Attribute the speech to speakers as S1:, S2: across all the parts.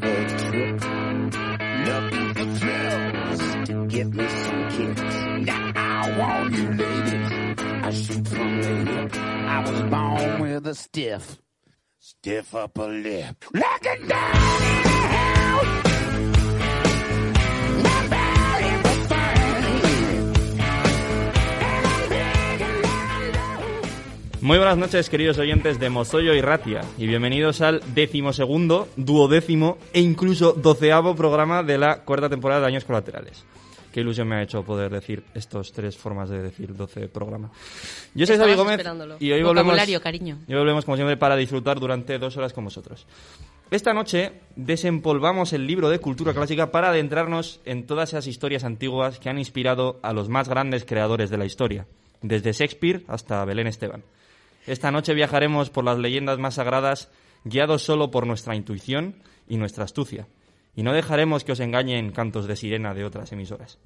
S1: quit. Looking for thrills to give me some kicks. Now I want you, ladies. I shoot from the hip. I was born with a stiff, stiff upper lip. Looking down in the house. My body was burning. And I'm begging my Lord.
S2: Muy buenas noches, queridos oyentes de Mozoyo y Ratia, y bienvenidos al decimosegundo, duodécimo e incluso doceavo programa de la cuarta temporada de Daños Colaterales. Qué ilusión me ha hecho poder decir estas tres formas de decir 12 programas. Yo soy
S3: Estabas
S2: Xavi Gómez
S3: esperándolo.
S2: y hoy volvemos,
S3: Vocabulario, cariño.
S2: y hoy volvemos, como siempre, para disfrutar durante dos horas con vosotros. Esta noche desempolvamos el libro de cultura clásica para adentrarnos en todas esas historias antiguas que han inspirado a los más grandes creadores de la historia, desde Shakespeare hasta Belén Esteban. Esta noche viajaremos por las leyendas más sagradas, guiados solo por nuestra intuición y nuestra astucia. Y no dejaremos que os engañen cantos de sirena de otras emisoras.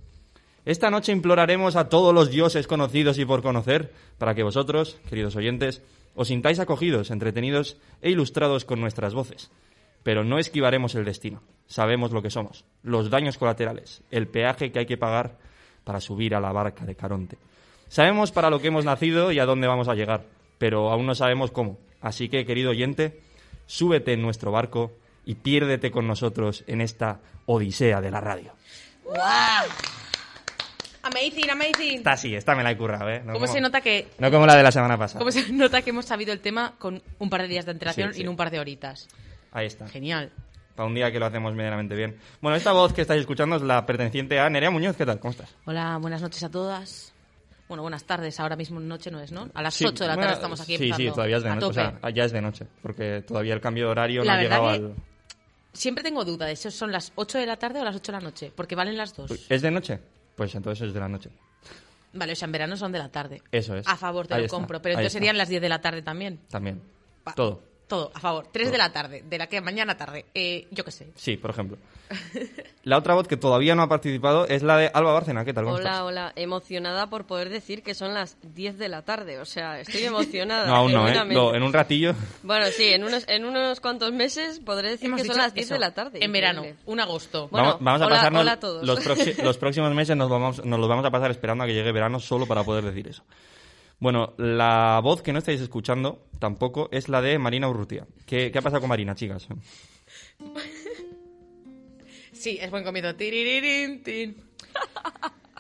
S2: Esta noche imploraremos a todos los dioses conocidos y por conocer para que vosotros, queridos oyentes, os sintáis acogidos, entretenidos e ilustrados con nuestras voces. Pero no esquivaremos el destino. Sabemos lo que somos, los daños colaterales, el peaje que hay que pagar para subir a la barca de Caronte. Sabemos para lo que hemos nacido y a dónde vamos a llegar, pero aún no sabemos cómo. Así que, querido oyente, súbete en nuestro barco y piérdete con nosotros en esta odisea de la radio.
S3: Amazing, amazing.
S2: Está así, esta me la he currado, ¿eh? No
S3: ¿Cómo
S2: como-
S3: se nota que
S2: No como la de la semana pasada.
S3: cómo se nota que hemos sabido el tema con un par de días de antelación
S2: Sí, sí.
S3: y no un par de horitas?
S2: Ahí está.
S3: Genial.
S2: Para un día que lo hacemos medianamente bien. Bueno, esta voz que estáis escuchando es la perteneciente a Nerea Muñoz. ¿Qué tal? ¿Cómo estás?
S3: Hola, buenas noches a todas. Bueno, buenas tardes. Ahora mismo noche no es, ¿no? A las
S2: Sí,
S3: 8 de la tarde
S2: bueno,
S3: estamos aquí
S2: Sí, sí,
S3: empezando.
S2: todavía es de
S3: A
S2: noche. O
S3: tope.
S2: sea, ya es de noche. Porque todavía el cambio de horario
S3: La
S2: no ha
S3: verdad
S2: llegado
S3: que- Siempre tengo duda de si son las 8 de la tarde o las 8 de la noche, porque valen las dos.
S2: al. ¿Es de noche? Pues entonces es de la noche.
S3: Vale, o sea, en verano son de la tarde.
S2: Eso es.
S3: A favor, te
S2: Ahí
S3: lo
S2: está,
S3: compro. Pero
S2: ahí
S3: entonces
S2: está.
S3: serían las 10 de la tarde también.
S2: También.
S3: Pa-
S2: Todo.
S3: Todo, a favor. 3
S2: Todo.
S3: de la tarde, de la que mañana tarde. Eh, yo qué sé.
S2: Sí, por ejemplo. La otra voz que todavía no ha participado es la de Alba Bárcena. ¿Qué tal? ¿Cómo
S4: Hola,
S2: estás?
S4: hola. Emocionada por poder decir que son las 10 de la tarde. O sea, estoy emocionada.
S2: No, aún no, ¿eh?
S4: genuinamente.
S2: Lo- en un ratillo.
S4: Bueno, sí, en unos, en unos cuantos meses podré decir
S3: Hemos
S4: que son
S3: dicho
S4: las 10
S3: eso,
S4: de la tarde.
S3: En verano,
S4: Increíble.
S3: un agosto.
S4: Bueno,
S2: vamos, vamos a
S4: hola-
S2: pasarnos
S4: hola a todos.
S2: Los, proxi- los próximos meses nos, vamos, nos los vamos a pasar esperando a que llegue verano solo para poder decir eso. Bueno, la voz que no estáis escuchando tampoco es la de Marina Urrutia. ¿Qué, qué ha pasado con Marina, chicas?
S3: Sí, es buen comienzo. Tiriririn, tin.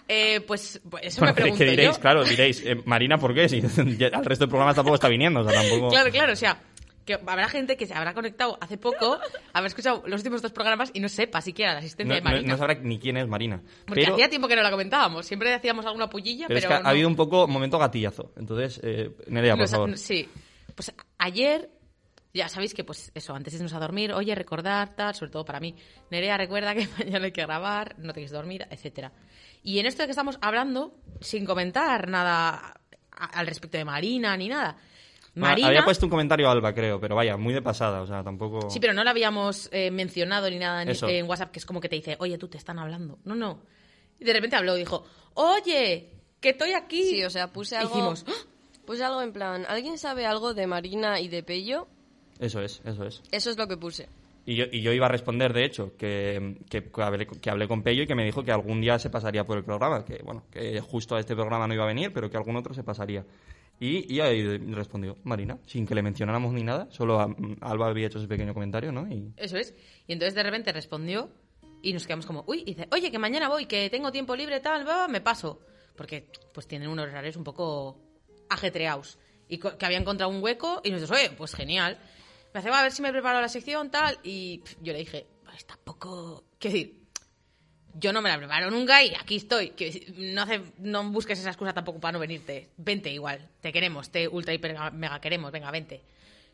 S3: Eh, pues pues eso
S2: Bueno,
S3: me pregunto
S2: ¿Qué diréis?
S3: yo.
S2: Claro, diréis, eh, Marina, ¿por qué? Si ya al resto del programa tampoco está viniendo, o sea, tampoco...
S3: Claro, claro, o sea, que habrá gente que se habrá conectado hace poco, habrá escuchado los últimos dos programas y no sepa siquiera la
S2: no,
S3: asistencia de
S2: no-
S3: Marina.
S2: no sabrá ni quién es Marina.
S3: porque
S2: pero
S3: hacía tiempo que no la comentábamos, siempre hacíamos alguna pullilla,
S2: pero
S3: pero,
S2: es que ha-
S3: no.
S2: ha habido un poco momento gatillazo. Entonces, eh, Nerea, por
S3: Nos-
S2: favor.
S3: Sí. Pues ayer, ya sabéis que, pues eso, antes de irnos a dormir, oye, recordar, tal, sobre todo para mí. Nerea, recuerda que mañana hay que grabar, no te quieres dormir, etcétera. Y en esto de que estamos hablando, sin comentar nada a- al respecto de Marina ni nada.
S2: Ma-
S3: Marina.
S2: Ah, Había puesto un comentario a Alba, creo, pero vaya, muy de pasada, o sea, tampoco...
S3: Sí, pero no la habíamos eh, mencionado ni nada en,
S2: Eso.
S3: en WhatsApp, que es como que te dice, oye, tú te están hablando. No, no. Y de repente habló y dijo, oye, que estoy aquí.
S4: Sí, o sea, puse algo.
S3: Hicimos, "Ah".
S4: Puse algo en plan. ¿Alguien sabe algo de Marina y de Pello?
S2: Eso es, eso es.
S4: Eso es lo que puse.
S2: Y yo, y yo iba a responder, de hecho, que, que, que hablé, que hablé con Pello y que me dijo que algún día se pasaría por el programa, que bueno, que justo a este programa no iba a venir, pero que algún otro se pasaría. Y, y ahí respondió Marina, sin que le mencionáramos ni nada, solo a- mm, Alba había hecho ese pequeño comentario, ¿no? Y
S3: Eso es. Y entonces de repente respondió y nos quedamos como, uy, y dice, oye, que mañana voy, que tengo tiempo libre, tal, va, me paso. Porque pues tienen unos horarios un poco ajetreados. Y co- que había encontrado un hueco y nos dijo, oye, pues genial. Me hace, va, a ver si me preparo la sección, tal. Y pf, yo le dije, pues tampoco... Quiero decir, yo no me la preparo nunca y aquí estoy. Quiero decir, no, hace, no busques esa excusa tampoco para no venirte. Vente igual, te queremos, te ultra, hiper, mega queremos, venga, vente.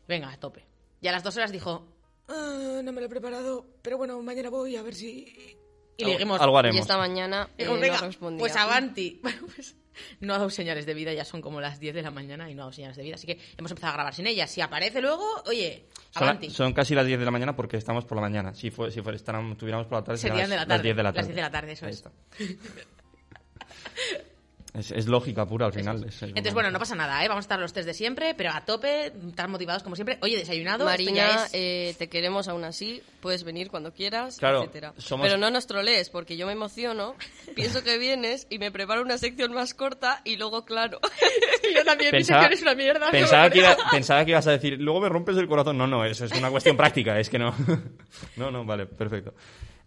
S3: Venga, a tope. Y a las dos horas dijo,
S5: Ah, no me lo he preparado, pero bueno, mañana voy a ver si...
S3: Y le dijimos,
S2: algo
S4: Y
S2: haremos.
S4: esta mañana eh,
S3: dijimos, venga,
S4: no respondía.
S3: pues avanti. Bueno, pues no ha dado señales de vida, ya son como las 10 de la mañana y no ha dado señales de vida. Así que hemos empezado a grabar sin ella. Si aparece luego, oye,
S2: Son,
S3: avanti.
S2: la- son casi las 10 de la mañana porque estamos por la mañana. Si, fue, si fuera, estarán- estuviéramos por la tarde,
S3: Serían de la
S2: las
S3: tarde,
S2: 10 de la
S3: las
S2: tarde.
S3: 10 de la tarde, eso
S2: Ahí
S3: es.
S2: está. Es, es lógica pura al final. es- es
S3: Entonces,
S2: como-
S3: bueno, no pasa nada, ¿eh? Vamos a estar los tres de siempre, pero a tope, tan motivados como siempre. Oye, desayunado, esto ya
S4: Marina,
S3: es...
S4: eh, te queremos aún así, puedes venir cuando quieras,
S2: Claro,
S4: etcétera.
S2: somos-
S4: Pero no nos trolees, porque yo me emociono, pienso que vienes y me preparo una sección más corta y luego, claro,
S3: yo también, mi
S2: Pensaba,
S3: sección es una mierda.
S2: pensaba que iba- pensaba que ibas a decir, luego me rompes el corazón. No, no, eso es una cuestión práctica, es que no. No, no, vale, perfecto.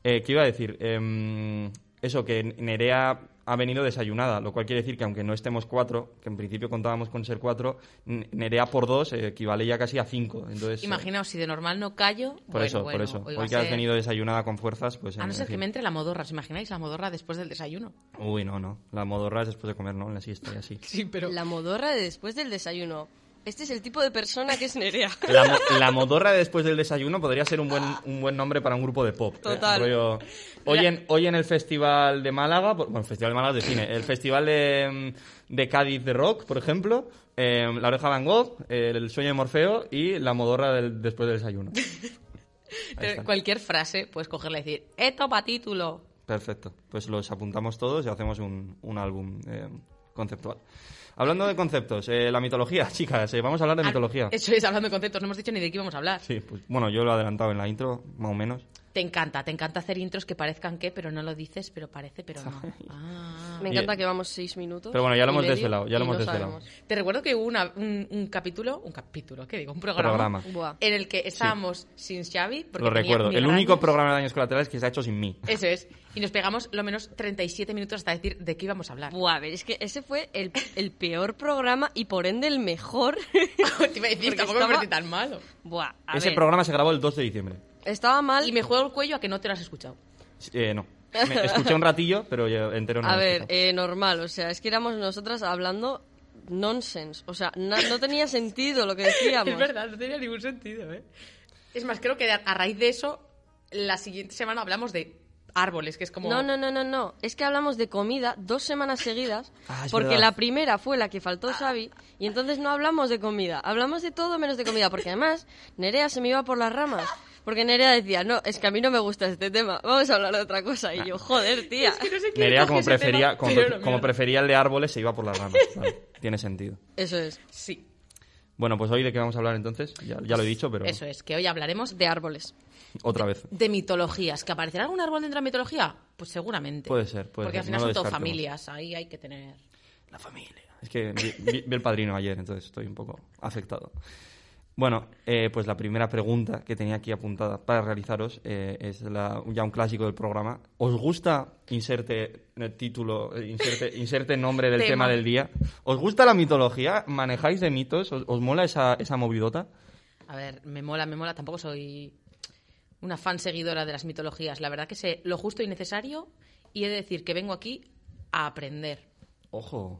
S2: Eh, ¿Qué iba a decir? Em, eso, que Nerea ha venido desayunada, lo cual quiere decir que aunque no estemos cuatro, que en principio contábamos con ser cuatro, N- Nerea por dos eh, equivale ya casi a cinco. Entonces, eh,
S3: Imaginaos, si de normal no callo...
S2: Por eso, por eso. Hoy,
S3: va a
S2: que has
S3: ser-
S2: venido desayunada con fuerzas, pues...
S3: A
S2: en-
S3: no
S2: en
S3: ser que
S2: fin.
S3: me entre la modorra, ¿os imagináis? La modorra después del desayuno.
S2: Uy, no, no. La modorra es después de comer, ¿no? En la siesta y así.
S3: Sí, pero...
S4: la modorra de después del desayuno. Este es el tipo de persona que es Nerea.
S2: La, mo- la modorra de después del desayuno podría ser un buen, un buen nombre para un grupo de pop. ¿eh?
S4: Total.
S2: Rollo- hoy, en, hoy en el Festival de Málaga, por- bueno, el Festival de Málaga es de cine, el Festival de, mm, de Cádiz de Rock, por ejemplo, eh, La Oreja Van Gogh, eh, El Sueño de Morfeo y La modorra del, después del desayuno. Ahí está.
S3: Cualquier frase puedes cogerla y decir, esto pa' título.
S2: Perfecto. Pues los apuntamos todos y hacemos un, un álbum eh, conceptual. Hablando de conceptos, eh, la mitología, chicas, eh, vamos a hablar de
S3: Ah,
S2: mitología.
S3: Eso es, hablando de conceptos, no hemos dicho ni de qué íbamos a hablar.
S2: Sí, pues, bueno, yo lo he adelantado en la intro, más o menos.
S3: Te encanta, te encanta hacer intros que parezcan que, pero no lo dices, pero parece, pero no. Ah.
S4: Me encanta que vamos seis minutos.
S2: Pero bueno, ya lo
S4: y
S2: hemos
S4: medio,
S2: desvelado, ya lo
S4: y
S2: hemos
S4: no
S2: desvelado.
S4: sabemos.
S3: Te recuerdo que hubo una- un, un capítulo, un capítulo, ¿qué digo? Un programa,
S2: Programa.
S4: Buah.
S3: en el que estábamos sin Xavi. Porque
S2: lo
S3: tenía
S2: recuerdo. El
S3: migrañas.
S2: único programa de daños colaterales que se ha hecho sin mí.
S3: Eso es. Y nos pegamos lo menos 37 minutos hasta decir de qué íbamos a hablar.
S4: Buah, a ver, es que ese fue el, el peor programa y por ende el mejor.
S3: Te iba a decir,
S4: Porque
S3: tampoco me
S4: estaba-
S3: parece tan malo.
S4: Buah, a
S2: Ese
S4: ver,
S2: programa se grabó el 2 de diciembre.
S4: estaba mal.
S3: Y me juego el cuello a que no te lo has escuchado.
S2: Eh, no. Me- escuché un ratillo, pero yo entero no.
S4: A
S2: lo he
S4: ver,
S2: escuchado.
S4: eh, normal, o sea, es que éramos nosotras hablando nonsense, o sea, na- no tenía sentido lo que decíamos.
S3: Es verdad, no tenía ningún sentido, ¿eh? Es más, creo que a a raíz de eso, la siguiente semana hablamos de árboles, que es como...
S4: No, no, no, no, no, es que hablamos de comida dos semanas seguidas,
S2: Ah, es
S4: porque
S2: verdad.
S4: la primera fue la que faltó Xavi, y entonces no hablamos de comida, hablamos de todo menos de comida, porque además Nerea se me iba por las ramas. Porque Nerea decía, no, es que a mí no me gusta este tema, vamos a hablar de otra cosa. Y yo, joder, tía.
S3: Es que no sé quién
S2: Nerea,
S3: coge
S2: como
S3: ese
S2: prefería,
S3: tema,
S2: como,
S3: pero
S2: pre-
S3: no,
S2: como
S3: mira.
S2: prefería el de árboles, se iba por las ramas. Vale, Tiene sentido.
S4: Eso es,
S3: Sí,
S2: Bueno, pues hoy de qué vamos a hablar entonces. Ya, ya lo he dicho, pero
S3: eso es, que hoy hablaremos de,
S4: de árboles.
S2: otra vez.
S3: de mitologías. ¿Que aparecerá algún árbol dentro de la mitología? Pues seguramente.
S2: Puede ser, puede ser,
S3: Porque al final
S2: no lo
S3: son todo
S2: descartemos.
S3: familias, ahí hay que tener...
S2: La familia. Es que vi, vi- vi el padrino ayer, entonces estoy un poco afectado. Bueno, eh, pues la primera pregunta que tenía aquí apuntada para realizaros eh, es la- ya un clásico del programa. ¿Os gusta, inserte eh, título, eh, inserte, inserte nombre del tema.
S3: Tema.
S2: del día? ¿Os gusta la mitología? ¿Manejáis de mitos? ¿Os, os mola esa, esa movidota?
S3: A ver, me mola, me mola. Tampoco soy una fan seguidora de las mitologías. La verdad que sé lo justo y necesario y he de decir que vengo aquí a aprender.
S2: Ojo.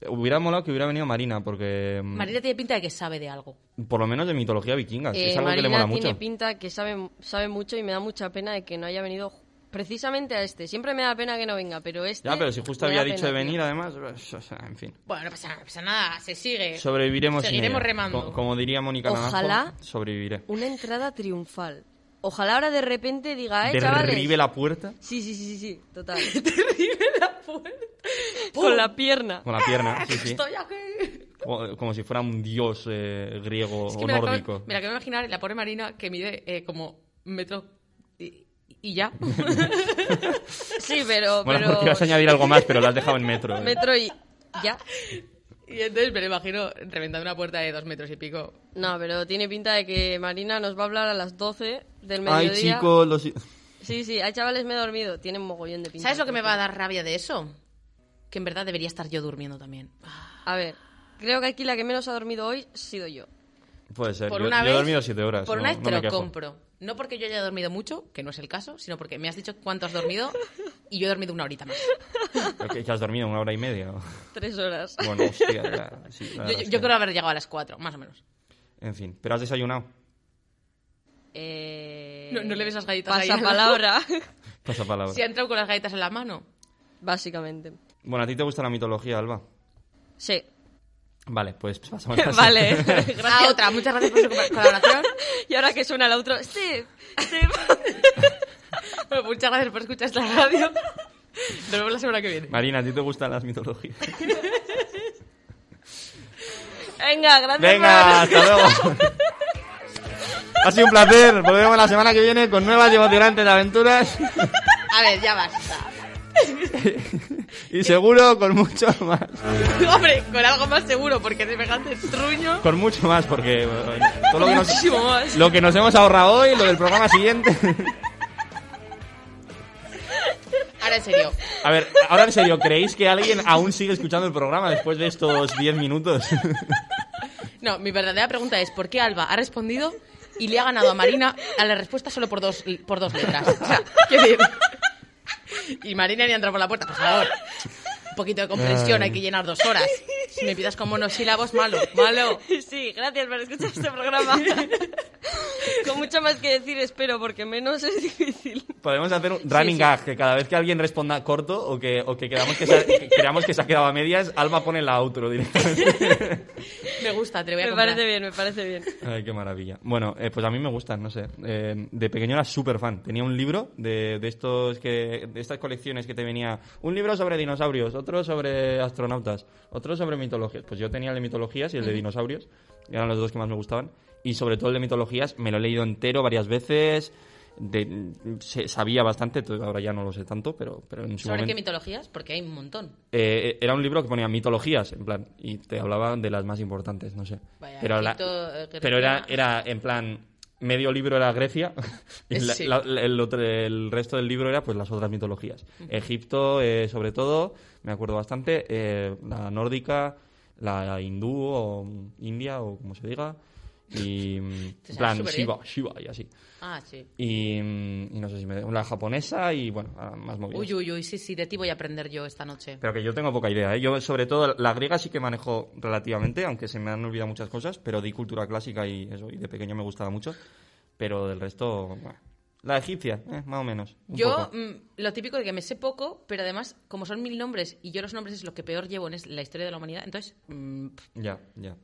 S2: Eh, Hubiera molado que hubiera venido Marina, porque... mm,
S3: Marina tiene pinta de que sabe de algo.
S2: Por lo menos de mitología vikinga.
S4: Eh,
S2: es algo que le
S4: Marina
S2: mola
S4: tiene
S2: mucho.
S4: pinta que sabe, sabe mucho y me da mucha pena de que no haya venido ju- precisamente a este. Siempre me da pena que no venga, pero este.
S2: Ya, pero si justo
S4: me da
S2: había dicho de
S4: pena, tío.
S2: venir, además... o sea, en fin.
S3: Bueno, no pasa, no pasa nada, se sigue.
S2: Sobreviviremos sin
S3: Seguiremos
S2: ella.
S3: remando.
S2: Co- como diría Mónica Naranjo,
S4: Ojalá.
S2: sobreviviré.
S4: Una entrada triunfal. Ojalá ahora de repente
S3: Ah,
S4: diga, eh, chavales.
S2: Derribe la puerta
S4: Sí, sí, sí, sí, sí, total.
S3: ¡Pum!
S4: Con la pierna.
S2: con la pierna, sí, sí.
S3: Estoy aquí.
S2: Como, como si fuera un dios eh, griego
S3: Es
S2: o
S3: que me la acabo-
S2: nórdico.
S3: me la acabo de imaginar la pobre Marina que mide eh, como metro y, y ya.
S4: Sí, pero.
S2: bueno,
S4: pero
S2: porque ibas a añadir algo más, pero lo has dejado en metro. eh.
S4: Metro y. Ya.
S3: y entonces me la imagino reventando una puerta de dos metros y pico.
S4: No, pero tiene pinta de que Marina nos va a hablar a las 12 del mediodía.
S2: Ay, chicos, los...
S4: Sí, sí, hay chavales, me he dormido. Tienen mogollón de pinta.
S3: ¿Sabes lo que me va a dar rabia de eso? Que en verdad debería estar yo durmiendo también.
S4: A ver, creo que aquí la que menos ha dormido hoy he sido yo.
S2: Puede ser.
S3: Por
S2: yo,
S3: una
S2: yo
S3: vez,
S2: he dormido siete horas.
S3: Por
S2: no-
S3: una vez
S2: no
S3: te
S2: me
S3: lo
S2: quejo.
S3: compro. No porque yo haya dormido mucho, que no es el caso, sino porque me has dicho cuánto has dormido y yo he dormido una horita más.
S2: Pero que- que has dormido una hora y media. ¿no?
S4: Tres horas.
S2: Bueno, hostia, ya, sí, la
S3: Yo,
S2: verdad
S3: yo-
S2: es
S3: yo
S2: que-
S3: creo haber llegado a las cuatro, más o menos.
S2: En fin, pero has desayunado.
S4: Eh...
S3: No- no le ves las galletas ahí.
S4: palabra.
S2: Pasa palabra.
S3: Si ha entrado con las galletas en la mano.
S4: Básicamente.
S2: Bueno, ¿a ti te gusta la mitología, Alba?
S4: Sí.
S2: Vale, pues pasamos a la
S4: vale.
S3: Gracias. Ah, otra, muchas gracias por su co- colaboración.
S4: y ahora que suena el otro. Sí. Sí.
S3: Bueno, muchas gracias por escuchar esta radio. Nos vemos la semana que viene.
S2: Marina, ¿a ti te gustan las mitologías?
S4: Venga, gracias.
S2: Venga, hasta luego. Ha sido un placer. Volvemos la semana que viene con nuevas y emocionantes aventuras
S3: A ver, ya basta.
S2: y seguro con mucho más.
S3: Hombre, con algo más seguro, porque semejante truño.
S2: Con mucho más, porque bueno, todo lo que, nos,
S3: Muchísimo más.
S2: lo que nos hemos ahorrado hoy, lo del programa siguiente.
S3: Ahora en serio.
S2: A ver, ahora en serio, ¿creéis que alguien aún sigue escuchando el programa después de estos 10 minutos?
S3: No, mi verdadera pregunta es: ¿por qué Alba ha respondido y le ha ganado a Marina a la respuesta solo por dos, por dos letras? O sea, quiero decir. Y Marina ni ha entrado por la puerta, por favor. Un poquito de comprensión, hay que llenar dos horas. Si me pidas con monosílabos, malo, malo.
S4: Sí, gracias por escuchar este programa. Con mucho más que decir, espero, porque menos es difícil.
S2: Podemos hacer un running gag, que cada vez que alguien responda corto o que, o que, quedamos que, se ha- que creamos que se ha quedado a medias, Alma pone la outro directamente.
S3: Me gusta, te lo voy a
S4: Me
S3: comprar.
S4: parece bien, me parece bien.
S2: Ay, qué maravilla. Bueno, eh, pues a mí me gustan, no sé. Eh, de pequeño era súper fan. Tenía un libro de, de estos que, de estas colecciones que te venía. Un libro sobre dinosaurios, otro sobre astronautas, otro sobre mitologías. Pues yo tenía el de mitologías y el de dinosaurios. que Eran los dos que más me gustaban. Y sobre todo el de mitologías me lo he leído entero varias veces. De, se- sabía bastante, todo- ahora ya no lo sé tanto, pero, pero en su
S3: ¿Sobre qué
S2: momento...
S3: mitologías? Porque hay un montón.
S2: Eh, era un libro que ponía mitologías, en plan, y te hablaba de las más importantes, no sé.
S3: Vaya,
S2: pero la-
S3: Egipto, eh, Grecia.
S2: pero era, era, en plan, medio libro era Grecia, y la-
S3: Sí.
S2: la- la- el, otro- el resto del libro era pues las otras mitologías. Egipto, eh, sobre todo, me acuerdo bastante, eh, la nórdica, la hindú o india o como se diga, y mm, en
S3: sabes
S2: plan
S3: súper
S2: Shiva, Shiva y así.
S3: Ah, sí.
S2: Y, mm, y no sé si me... La japonesa y bueno, ah, más movidas.
S3: Uy, uy, uy, sí, sí, de ti voy a aprender yo esta noche.
S2: Pero que yo tengo poca idea, ¿eh? Yo, sobre todo, la griega sí que manejo relativamente, aunque se me han olvidado muchas cosas, pero di cultura clásica y eso, y de pequeño me gustaba mucho. Pero del resto, bueno. La egipcia, eh, más o menos. un
S3: Yo,
S2: poco.
S3: mm, lo típico de que me sé poco, pero además, como son mil nombres y yo los nombres es lo que peor llevo en es- la historia de la humanidad, entonces, mm, pf,
S2: Ya, ya.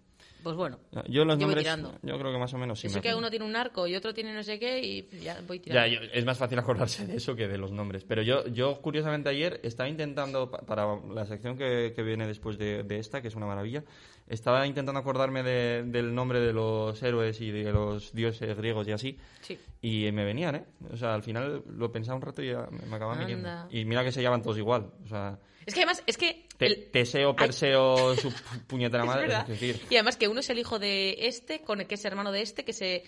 S3: pues bueno.
S2: Yo los
S3: Yo voy
S2: nombres,
S3: tirando.
S2: yo creo que más o menos Ah, sí
S3: Yo
S2: me
S3: sé que uno tiene un arco y otro tiene no sé qué y ya voy
S2: Ya,
S3: tirando.
S2: yo- es más fácil acordarse de eso que de los nombres. Pero yo, yo curiosamente, ayer estaba intentando, pa- para la sección que, que viene después de, de esta, que es una maravilla, estaba intentando acordarme de- del nombre de los héroes y de los dioses griegos y así.
S3: Sí.
S2: Y me venían, ¿eh? O sea, al final lo pensaba un rato y ya me me acababa
S3: Anda.
S2: viniendo. Y mira que se llaman todos igual. O sea,
S3: Es que además, es que...
S2: te-
S3: el-
S2: Teseo, Perseo, su pu- puñetera madre.
S3: ¿verdad?
S2: es decir,
S3: Y además que uno es el hijo de este, con el que es hermano de este, que se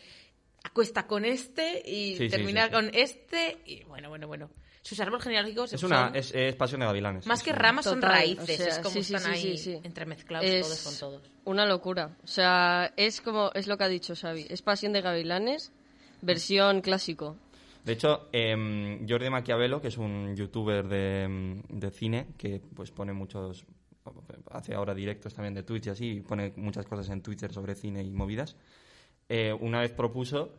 S3: acuesta con este y
S2: Sí, sí,
S3: termina
S2: sí, sí.
S3: con este y bueno, bueno, bueno. Sus árboles genealógicos
S2: es, una,
S3: son-
S2: es, es pasión de gavilanes.
S3: Más
S2: Es
S3: que
S2: una-
S3: ramas son
S4: Total,
S3: raíces,
S4: o sea,
S3: es como
S4: sí, sí,
S3: están ahí
S4: sí, sí, sí.
S3: entremezclados
S4: Es
S3: todos con todos.
S4: Una locura. O sea, es como es lo que ha dicho Xavi. Es Pasión de Gavilanes, versión clásico.
S2: De hecho, em, Jordi Maquiavelo, que es un youtuber de, em, de cine, que pues pone muchos hace ahora directos también de Twitch y así, y pone muchas cosas en Twitter sobre cine y movidas. eh, una vez propuso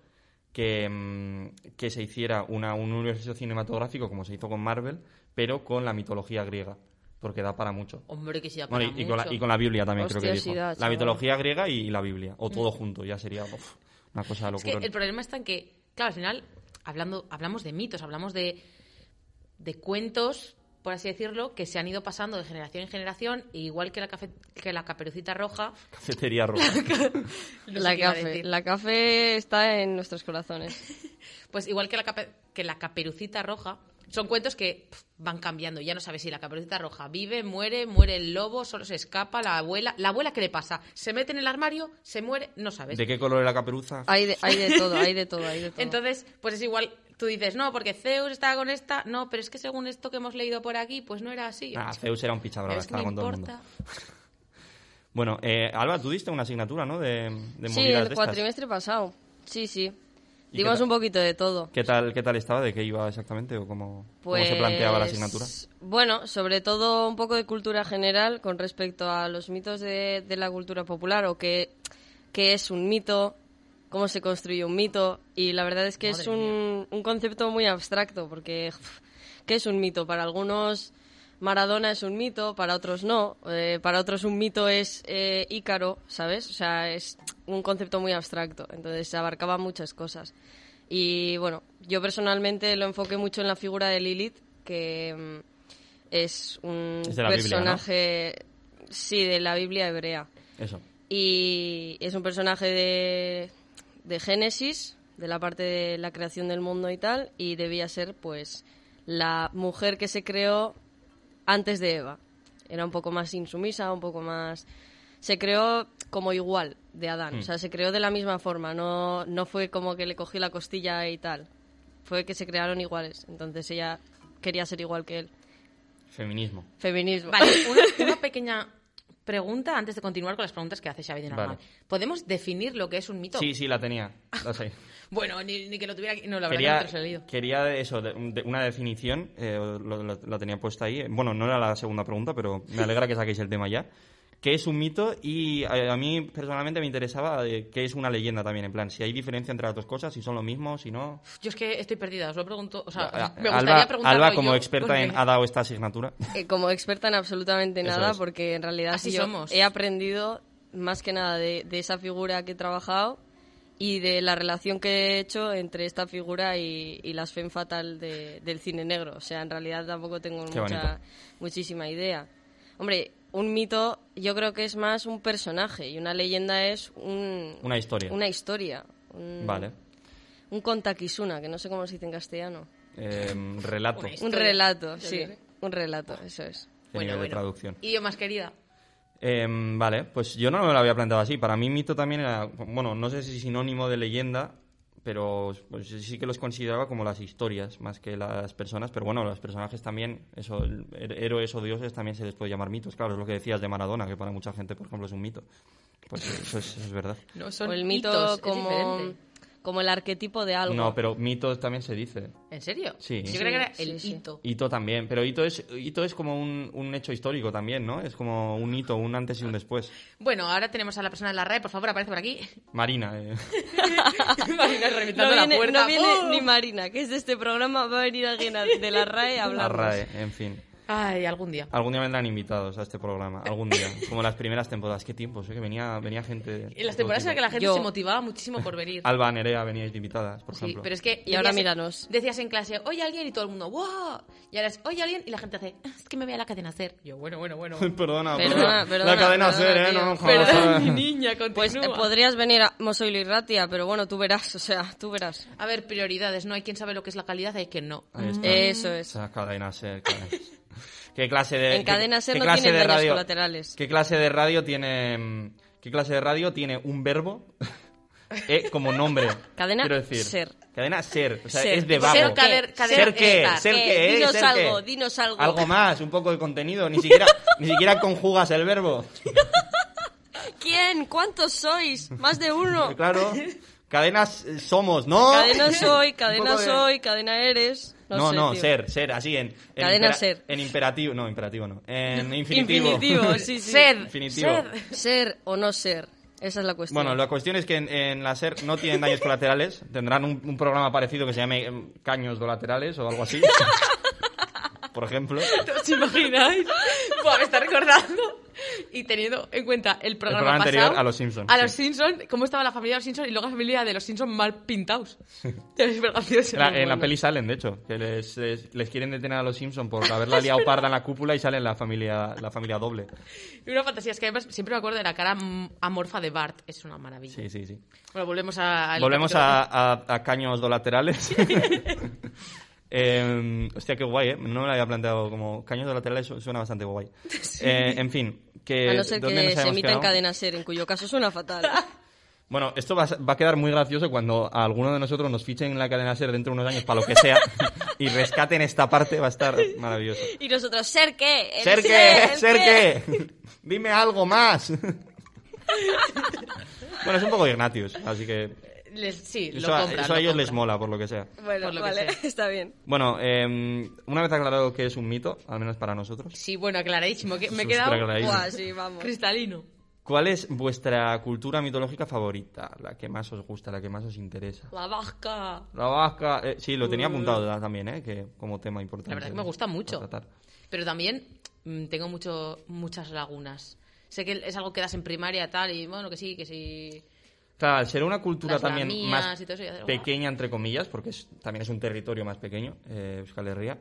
S2: que, em, que se hiciera una, un universo cinematográfico como se hizo con Marvel, pero con la mitología griega, porque da para mucho.
S3: Hombre, que si da para
S2: Bueno, y, y con la,
S3: mucho.
S2: y con la Biblia también creo que
S4: Hostia, sí
S2: dijo.
S4: da,
S2: la
S4: chaval.
S2: mitología griega y la Biblia, o todo junto, ya sería uf, una cosa
S3: Mm. Es que
S2: locura.
S3: el problema está en que, claro, al final hablando, hablamos de mitos, hablamos de, de cuentos, por así decirlo, que se han ido pasando de generación en generación, e igual que la, cafe- que la caperucita roja.
S2: Cafetería roja.
S3: no sé
S4: la
S3: qué iba a
S4: café,
S3: decir.
S4: la café está en nuestros corazones.
S3: Pues igual que la, cape- que la caperucita roja, son cuentos que pf, van cambiando. Ya no sabes si la caperucita roja vive, muere, muere el lobo, solo se escapa la abuela. ¿La abuela qué le pasa? ¿Se mete en el armario? ¿Se muere? No sabes.
S2: ¿De qué color era la caperuza?
S4: Hay de, hay de todo, hay de todo, hay de todo.
S3: Entonces, pues es igual, tú dices, no, porque Zeus estaba con esta, no, pero es que según esto que hemos leído por aquí, pues no era así.
S2: Ah, Zeus era un
S3: Pero
S2: pichabrada,
S3: es que
S2: estaba
S3: me
S2: con todo el
S3: importa.
S2: mundo. Bueno, eh, Alba, tú diste una asignatura, ¿no? De, de
S4: sí,
S2: movidas
S4: el
S2: de estas.
S4: cuatrimestre pasado. Sí, sí.
S2: qué
S4: Dimos
S2: tal?
S4: un poquito de todo.
S2: ¿Qué tal, ¿Qué tal estaba? ¿De qué iba exactamente? ¿O cómo,
S4: Pues,
S2: cómo se planteaba la asignatura?
S4: Bueno, sobre todo un poco de cultura general con respecto a los mitos de, de la cultura popular o qué, qué es un mito, cómo se construye un mito. Y la verdad es que es
S3: Madre
S4: un, un concepto muy abstracto porque uf, ¿qué es un mito? Para algunos Maradona es un mito, para otros no. eh, para otros un mito es eh, Ícaro, ¿sabes? O sea, es un concepto muy abstracto. Entonces abarcaba muchas cosas. Y bueno, yo personalmente lo enfoqué mucho en la figura de Lilith, que, mm, es un
S2: Es de la Biblia, ¿no?
S4: personaje, sí, de la Biblia hebrea.
S2: Eso.
S4: Y es un personaje de, de Génesis, de la parte de la creación del mundo y tal, y debía ser, pues, la mujer que se creó antes de Eva. Era un poco más insumisa, un poco más... Se creó como igual de Adán,
S2: Mm.
S4: o sea, se creó de la misma forma, no, no fue como que le cogió la costilla y tal. Fue que se crearon iguales, entonces ella quería ser igual que él.
S2: Feminismo.
S4: Feminismo.
S3: Vale, una, una pequeña pregunta antes de continuar con las preguntas que hace Xavi de normal.
S2: Vale.
S3: ¿Podemos definir lo que es un mito?
S2: Sí, sí, la tenía. La sé.
S3: Bueno, ni, ni que lo tuviera aquí. No, la verdad
S2: quería,
S3: que no te lo he leído.
S2: quería de eso, de- de una definición, eh, lo- lo- la tenía puesta ahí. Bueno, no era la segunda pregunta, pero me alegra que saquéis el tema ya. ¿Qué es un mito? Y a, a mí personalmente me interesaba eh, qué es una leyenda también, en plan, si hay diferencia entre las dos cosas, si son lo mismo, si no.
S3: Yo es que estoy perdida, os lo pregunto. O sea,
S2: A-
S3: me gustaría
S2: Alba,
S3: preguntarlo
S2: Alba, como
S3: yo,
S2: experta
S3: porque-
S2: en, ha dado esta asignatura.
S4: Eh, como experta en absolutamente
S2: Eso
S4: nada,
S2: es.
S4: porque en realidad
S3: Así
S4: yo
S3: somos.
S4: he aprendido más que nada de, de esa figura que he trabajado y de la relación que he hecho entre esta figura y, y las Femme Fatal de- del cine negro. O sea, en realidad tampoco tengo
S2: Qué
S4: mucha,
S2: bonito.
S4: muchísima idea. Hombre, un mito yo creo que es más un personaje y una leyenda es un,
S2: Una historia.
S4: una historia. Un,
S2: Vale.
S4: Un contaquisuna, que no sé cómo se dice en castellano.
S2: Em, relato.
S3: Una
S2: Qué
S4: Un
S3: Historia. ¿eh?
S4: relato,
S3: Yo
S4: sí.
S3: creo que-
S4: Un relato, eso es.
S2: nivel de
S3: bueno.
S2: traducción.
S3: Y yo más querida.
S2: Em, vale, pues yo no me lo había planteado así. Para mí mito también era, bueno, no sé si sinónimo de leyenda, pero pues, sí que los consideraba como las historias más que las personas. Pero bueno, los personajes también, eso, el- héroes o dioses también se les puede llamar mitos. Claro, es lo que decías de Maradona, que para mucha gente, por ejemplo, es un mito. Pues eso es, eso es verdad.
S3: No, son
S4: o el mito
S3: hitos, Pues es
S4: como,
S3: diferente.
S4: como el arquetipo de algo.
S2: No, pero mito también se dice.
S3: ¿En serio?
S2: Sí.
S3: Yo creo que era
S4: Sí,
S3: el
S4: sí, sí.
S3: hito.
S2: Hito también, pero hito es, hito es como un, un hecho histórico también, ¿no? Es como un hito, un antes y un después.
S3: Bueno, ahora tenemos a la persona de la red, por favor, aparece por aquí.
S2: Marina, eh.
S3: Marina
S4: no
S3: reventando
S4: viene,
S3: la puerta.
S4: no viene
S3: ¡Uh!
S4: ni Marina, que es de este programa, va a venir alguien a- de la RAE a hablar.
S2: Arrae, en fin.
S3: Ay, algún día.
S2: Algún día vendrán invitados a este programa, algún día, como las primeras temporadas. Qué tiempos, eh, que venía, venía gente. de
S3: En las
S2: todo
S3: temporadas en las que
S2: tipo.
S3: la gente
S4: Yo-
S3: se motivaba muchísimo por venir.
S2: Alba, Nerea, veníais de invitadas, por
S3: Sí,
S2: ejemplo.
S3: pero es que.
S4: Y ahora
S3: decías-
S4: míranos.
S3: Decías en clase, oye alguien, y todo el mundo, ¡wow! Y ahora es, oye alguien, y la gente hace, "Ah, es que me voy a la cadena hacer. Yo, bueno, bueno, bueno.
S2: Perdona,
S4: Perdona,
S2: perdona,
S4: perdona,
S2: La cadena
S4: perdona,
S2: ser, ¿eh?
S4: tío.
S2: No, joder.
S3: Perdón, mi niña, continúa.
S4: Pues eh, podrías venir a Mosoilo y Ratia, pero bueno, tú verás, o sea, tú verás.
S3: A ver, prioridades, ¿no? Hay quien sabe lo que es la calidad, hay quien no.
S2: Ahí está.
S4: Mm. Eso es.
S2: Esa cadena ser, cadena ser. ¿Qué clase de.
S4: En cadena ser
S2: qué
S4: no
S2: clase de
S4: tienen daños
S2: radio-
S4: colaterales.
S2: ¿Qué clase de radio tiene. mm, ¿Qué clase de radio tiene un verbo eh, como nombre?
S4: Cadena
S2: Quiero decir.
S4: ser.
S2: Cadena ser. O sea,
S4: Ser.
S2: es de
S4: Ser
S2: vago.
S3: cader- cadena
S2: ser qué,
S3: estar.
S2: ser
S4: Eh,
S2: qué, eh,
S4: dinos
S2: ser
S4: algo,
S2: qué.
S4: dinos algo.
S2: Algo más, un poco de contenido. Ni siquiera, ni siquiera conjugas el verbo.
S4: ¿Quién? ¿Cuántos sois? Más de uno.
S2: Claro. Cadenas eh, somos, ¿no?
S4: Cadena
S2: Un
S4: soy,
S2: poco
S4: cadena
S2: de-
S4: soy, cadena eres. No,
S2: No,
S4: sé,
S2: no,
S4: tío.
S2: ser, ser, así en. en
S4: Cadena ser.
S2: En imperativo, no, imperativo no. En infinitivo.
S4: Infinitivo, sí, sí.
S3: Sed,
S2: Infinitivo.
S3: sed.
S4: Ser o no ser. Esa es la cuestión.
S2: Bueno, la cuestión es que en, en la SER no tienen daños colaterales. Tendrán un, un programa parecido que se llame em, Caños Dolaterales o algo así. Por ejemplo.
S3: ¿Os imagináis? Buah, me está recordando. Y teniendo en cuenta el programa,
S2: programa
S3: pasado,
S2: anterior a los Simpson,
S3: A
S2: sí.
S3: los Simpson, cómo estaba la familia de los Simpson y luego la familia de los Simpson mal pintados. Es gracioso.
S2: En la, en la peli salen, de hecho, que les, les- les quieren detener a los Simpson por haberla liado parda en la cúpula y salen la familia, la familia doble.
S3: Y una fantasía, es que además siempre me acuerdo de la cara mm, amorfa de Bart. Es una maravilla.
S2: Sí, sí, sí.
S3: Bueno, volvemos a... al
S2: Volvemos
S3: capítulo.
S2: a, a- a caños dolaterales. Eh, hostia, qué guay, ¿eh? No me lo había planteado como caños dolaterales, su- suena bastante guay. Eh, en fin, que...
S4: A no ser
S2: ¿dónde
S4: que
S2: nos
S4: se
S2: habíamos
S4: emita en
S2: quedado?
S4: cadena ser, en cuyo caso suena fatal.
S2: Bueno, esto va a, ser- va a quedar muy gracioso cuando a alguno de nosotros nos fichen en la cadena SER dentro de unos años para lo que sea y rescaten esta parte, va a estar maravilloso.
S4: Y nosotros, ¿ser qué? El
S2: ¡Ser qué!
S4: el
S2: ¡Ser qué! ¡Dime algo más! bueno, es un poco Ignatius, así que
S3: Les- sí,
S2: eso,
S3: lo
S2: a-
S3: compran,
S2: eso a
S3: lo
S2: ellos les
S3: compran.
S2: mola, por lo que sea.
S4: Bueno,
S3: Por lo que
S4: vale,
S3: sea.
S4: está bien.
S2: Bueno, eh, una vez aclarado que es un mito, al menos para nosotros,
S3: Sí, bueno, aclaradísimo. que- Me he
S2: Súper
S3: quedado
S2: aclaradísimo.
S4: Buah, sí, vamos.
S3: cristalino.
S2: ¿cuál es vuestra cultura mitológica favorita? La que más os gusta, la que más os interesa.
S3: La vasca.
S2: La vasca, eh, sí, lo tenía apuntado ya también, ¿eh? Que como tema importante.
S3: Mm. La verdad que me gusta
S2: para
S3: mucho.
S2: tratar.
S3: Pero también mm, tengo mucho, muchas lagunas. Sé que es algo que das en primaria tal y bueno, que sí, que sí.
S2: Claro, al ser una cultura
S3: Las
S2: también
S3: lamías
S2: más
S3: y todo eso, y hacer guau.
S2: pequeña, entre comillas, porque es- también es un territorio más pequeño, eh, Euskal Herria,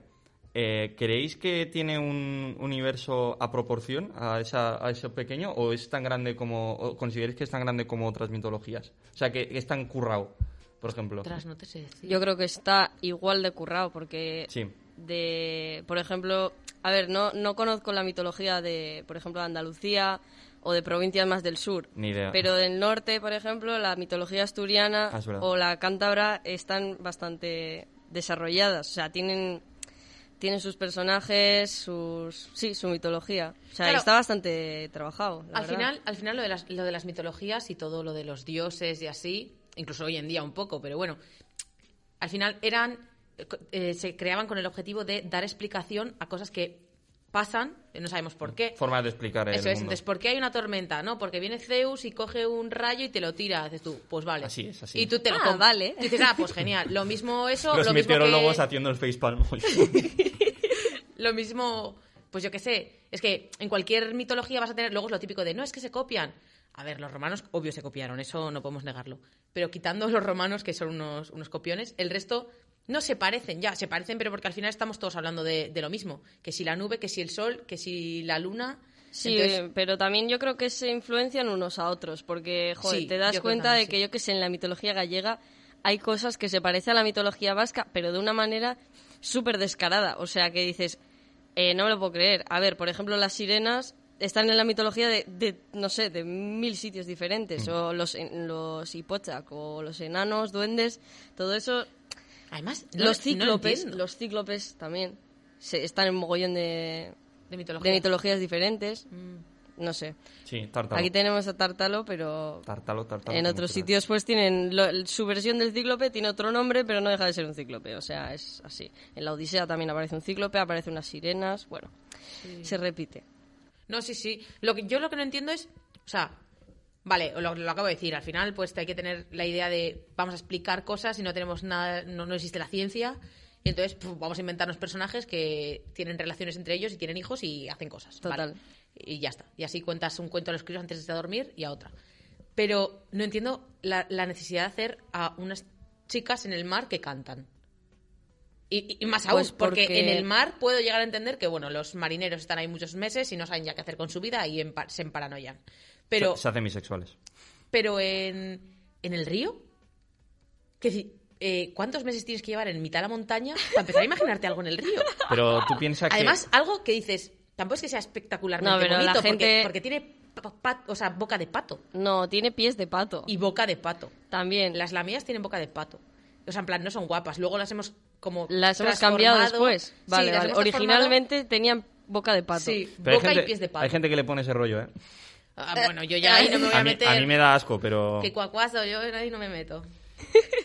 S2: Eh, ¿Creéis que tiene un universo a proporción a, esa, a eso pequeño o es tan grande como, o consideráis que es tan grande como otras mitologías? O sea, que es tan currado, por ejemplo.
S3: Ostras, no te sé decir.
S4: Yo creo que está igual de currado porque
S2: Sí.
S4: de, por ejemplo, a ver, no, no conozco la mitología de, por ejemplo, de Andalucía o de provincias más del sur.
S2: Ni idea.
S4: Pero del norte, por ejemplo, la mitología asturiana
S2: Ah, es verdad.
S4: o la cántabra están bastante desarrolladas. O sea, tienen, tienen sus personajes, sus, sí, su mitología. O sea,
S3: Claro.
S4: está bastante trabajado. la
S3: Al
S4: verdad.
S3: final, al final lo, de las, lo de las mitologías y todo lo de los dioses y así, incluso hoy en día un poco, pero bueno, al final eran eh, co- eh, se creaban con el objetivo de dar explicación a cosas que pasan, eh, no sabemos
S4: Mm,
S3: por qué.
S2: Formas de explicar el
S3: Eso es,
S2: mundo.
S3: entonces, ¿por qué hay una tormenta? No, porque viene Zeus y coge un rayo y te lo tira. Dices tú, pues vale.
S2: Así es, así
S3: Y tú te lo
S4: Ah,
S3: com-
S4: vale.
S3: y dices, ah, pues genial. Lo mismo eso,
S2: Los
S3: lo mismo
S2: meteorólogos
S3: que-
S2: haciendo el facepalm.
S3: lo mismo, pues yo qué sé, es que en cualquier mitología vas a tener, luego es lo típico de, no, es que se copian. A ver, los romanos, obvio, se copiaron, eso no podemos negarlo. Pero quitando los romanos, que son unos, unos copiones, el resto no se parecen, ya, se parecen, pero porque al final estamos todos hablando de, de lo mismo. Que si la nube, que si el sol, que si la luna.
S4: Sí, eh,
S3: Entonces,
S4: pero también yo creo que se influencian unos a otros, porque joder,
S3: Sí,
S4: te
S3: yo
S4: das
S3: creo
S4: cuenta
S3: también,
S4: de
S3: sí.
S4: que yo que sé, en la mitología gallega hay cosas que se parece a la mitología vasca, pero de una manera súper descarada. O sea, que dices, eh, no me lo puedo creer. A ver, por ejemplo, las sirenas están en la mitología de, de, no sé, de mil sitios diferentes, o los, en- los hipochac, o los enanos, duendes, todo eso.
S3: además, no-
S4: los
S3: no
S4: cíclopes,
S3: entiendo
S4: los cíclopes también se, están en mogollón de,
S3: de
S4: de
S3: mitología.
S4: mitologías diferentes.
S3: Mm.
S4: No sé.
S2: sí, tártalo.
S4: Aquí tenemos a Tártalo, pero
S2: Tártalo, tártalo.
S4: en
S2: como
S4: otros
S2: quieras.
S4: sitios pues tienen lo- su versión del cíclope, tiene otro nombre, pero no deja de ser un cíclope, o sea, es así. En la Odisea también aparece un cíclope, aparecen unas sirenas, bueno, se repite.
S3: No, sí, sí. Lo que, yo lo que no entiendo es, o sea, vale, lo, lo acabo de decir, al final pues te hay que tener la idea de vamos a explicar cosas y no tenemos nada, no, no existe la ciencia, y entonces puf, vamos a inventarnos personajes que tienen relaciones entre ellos y tienen hijos y hacen cosas. vale.
S4: Total.
S3: Y ya está. Y así cuentas un cuento a los críos antes de dormir y a otra. Pero no entiendo la, la necesidad de hacer a unas chicas en el mar que cantan. Y, y- y más aún,
S4: Pues
S3: porque...
S4: porque-
S3: en el mar puedo llegar a entender que, bueno, los marineros están ahí muchos meses y no saben ya qué hacer con su vida y empa- se emparanoian. Pero,
S2: Se, se hacen bisexuales.
S3: pero en, en el río, que si- eh, ¿cuántos meses tienes que llevar en mitad de la montaña para empezar a imaginarte algo en el río?
S2: Pero tú piensas que...
S3: Además, algo que dices, tampoco es que sea espectacularmente
S4: No, pero la
S3: bonito, porque-
S4: gente-
S3: porque, tiene pa- pa- o sea, boca de pato
S4: No, tiene pies de pato.
S3: y boca de pato.
S4: también
S3: Las lamidas tienen boca de pato. O sea, en plan, no son guapas. Luego las hemos como
S4: las hemos cambiado
S3: transformado.
S4: después.
S3: Sí,
S4: Vale,
S3: las
S4: vale.
S3: hemos transformado.
S4: Originalmente tenían boca de pato.
S3: Sí,
S2: Pero hay
S3: boca
S2: gente-
S3: y pies de pato.
S2: Hay gente que le pone ese rollo, ¿eh?
S3: Ah, bueno, yo ya ahí no me voy a,
S2: a, mí,
S3: meter.
S2: a mí me da asco, pero...
S3: Que cuacuazo, yo ahí no me meto.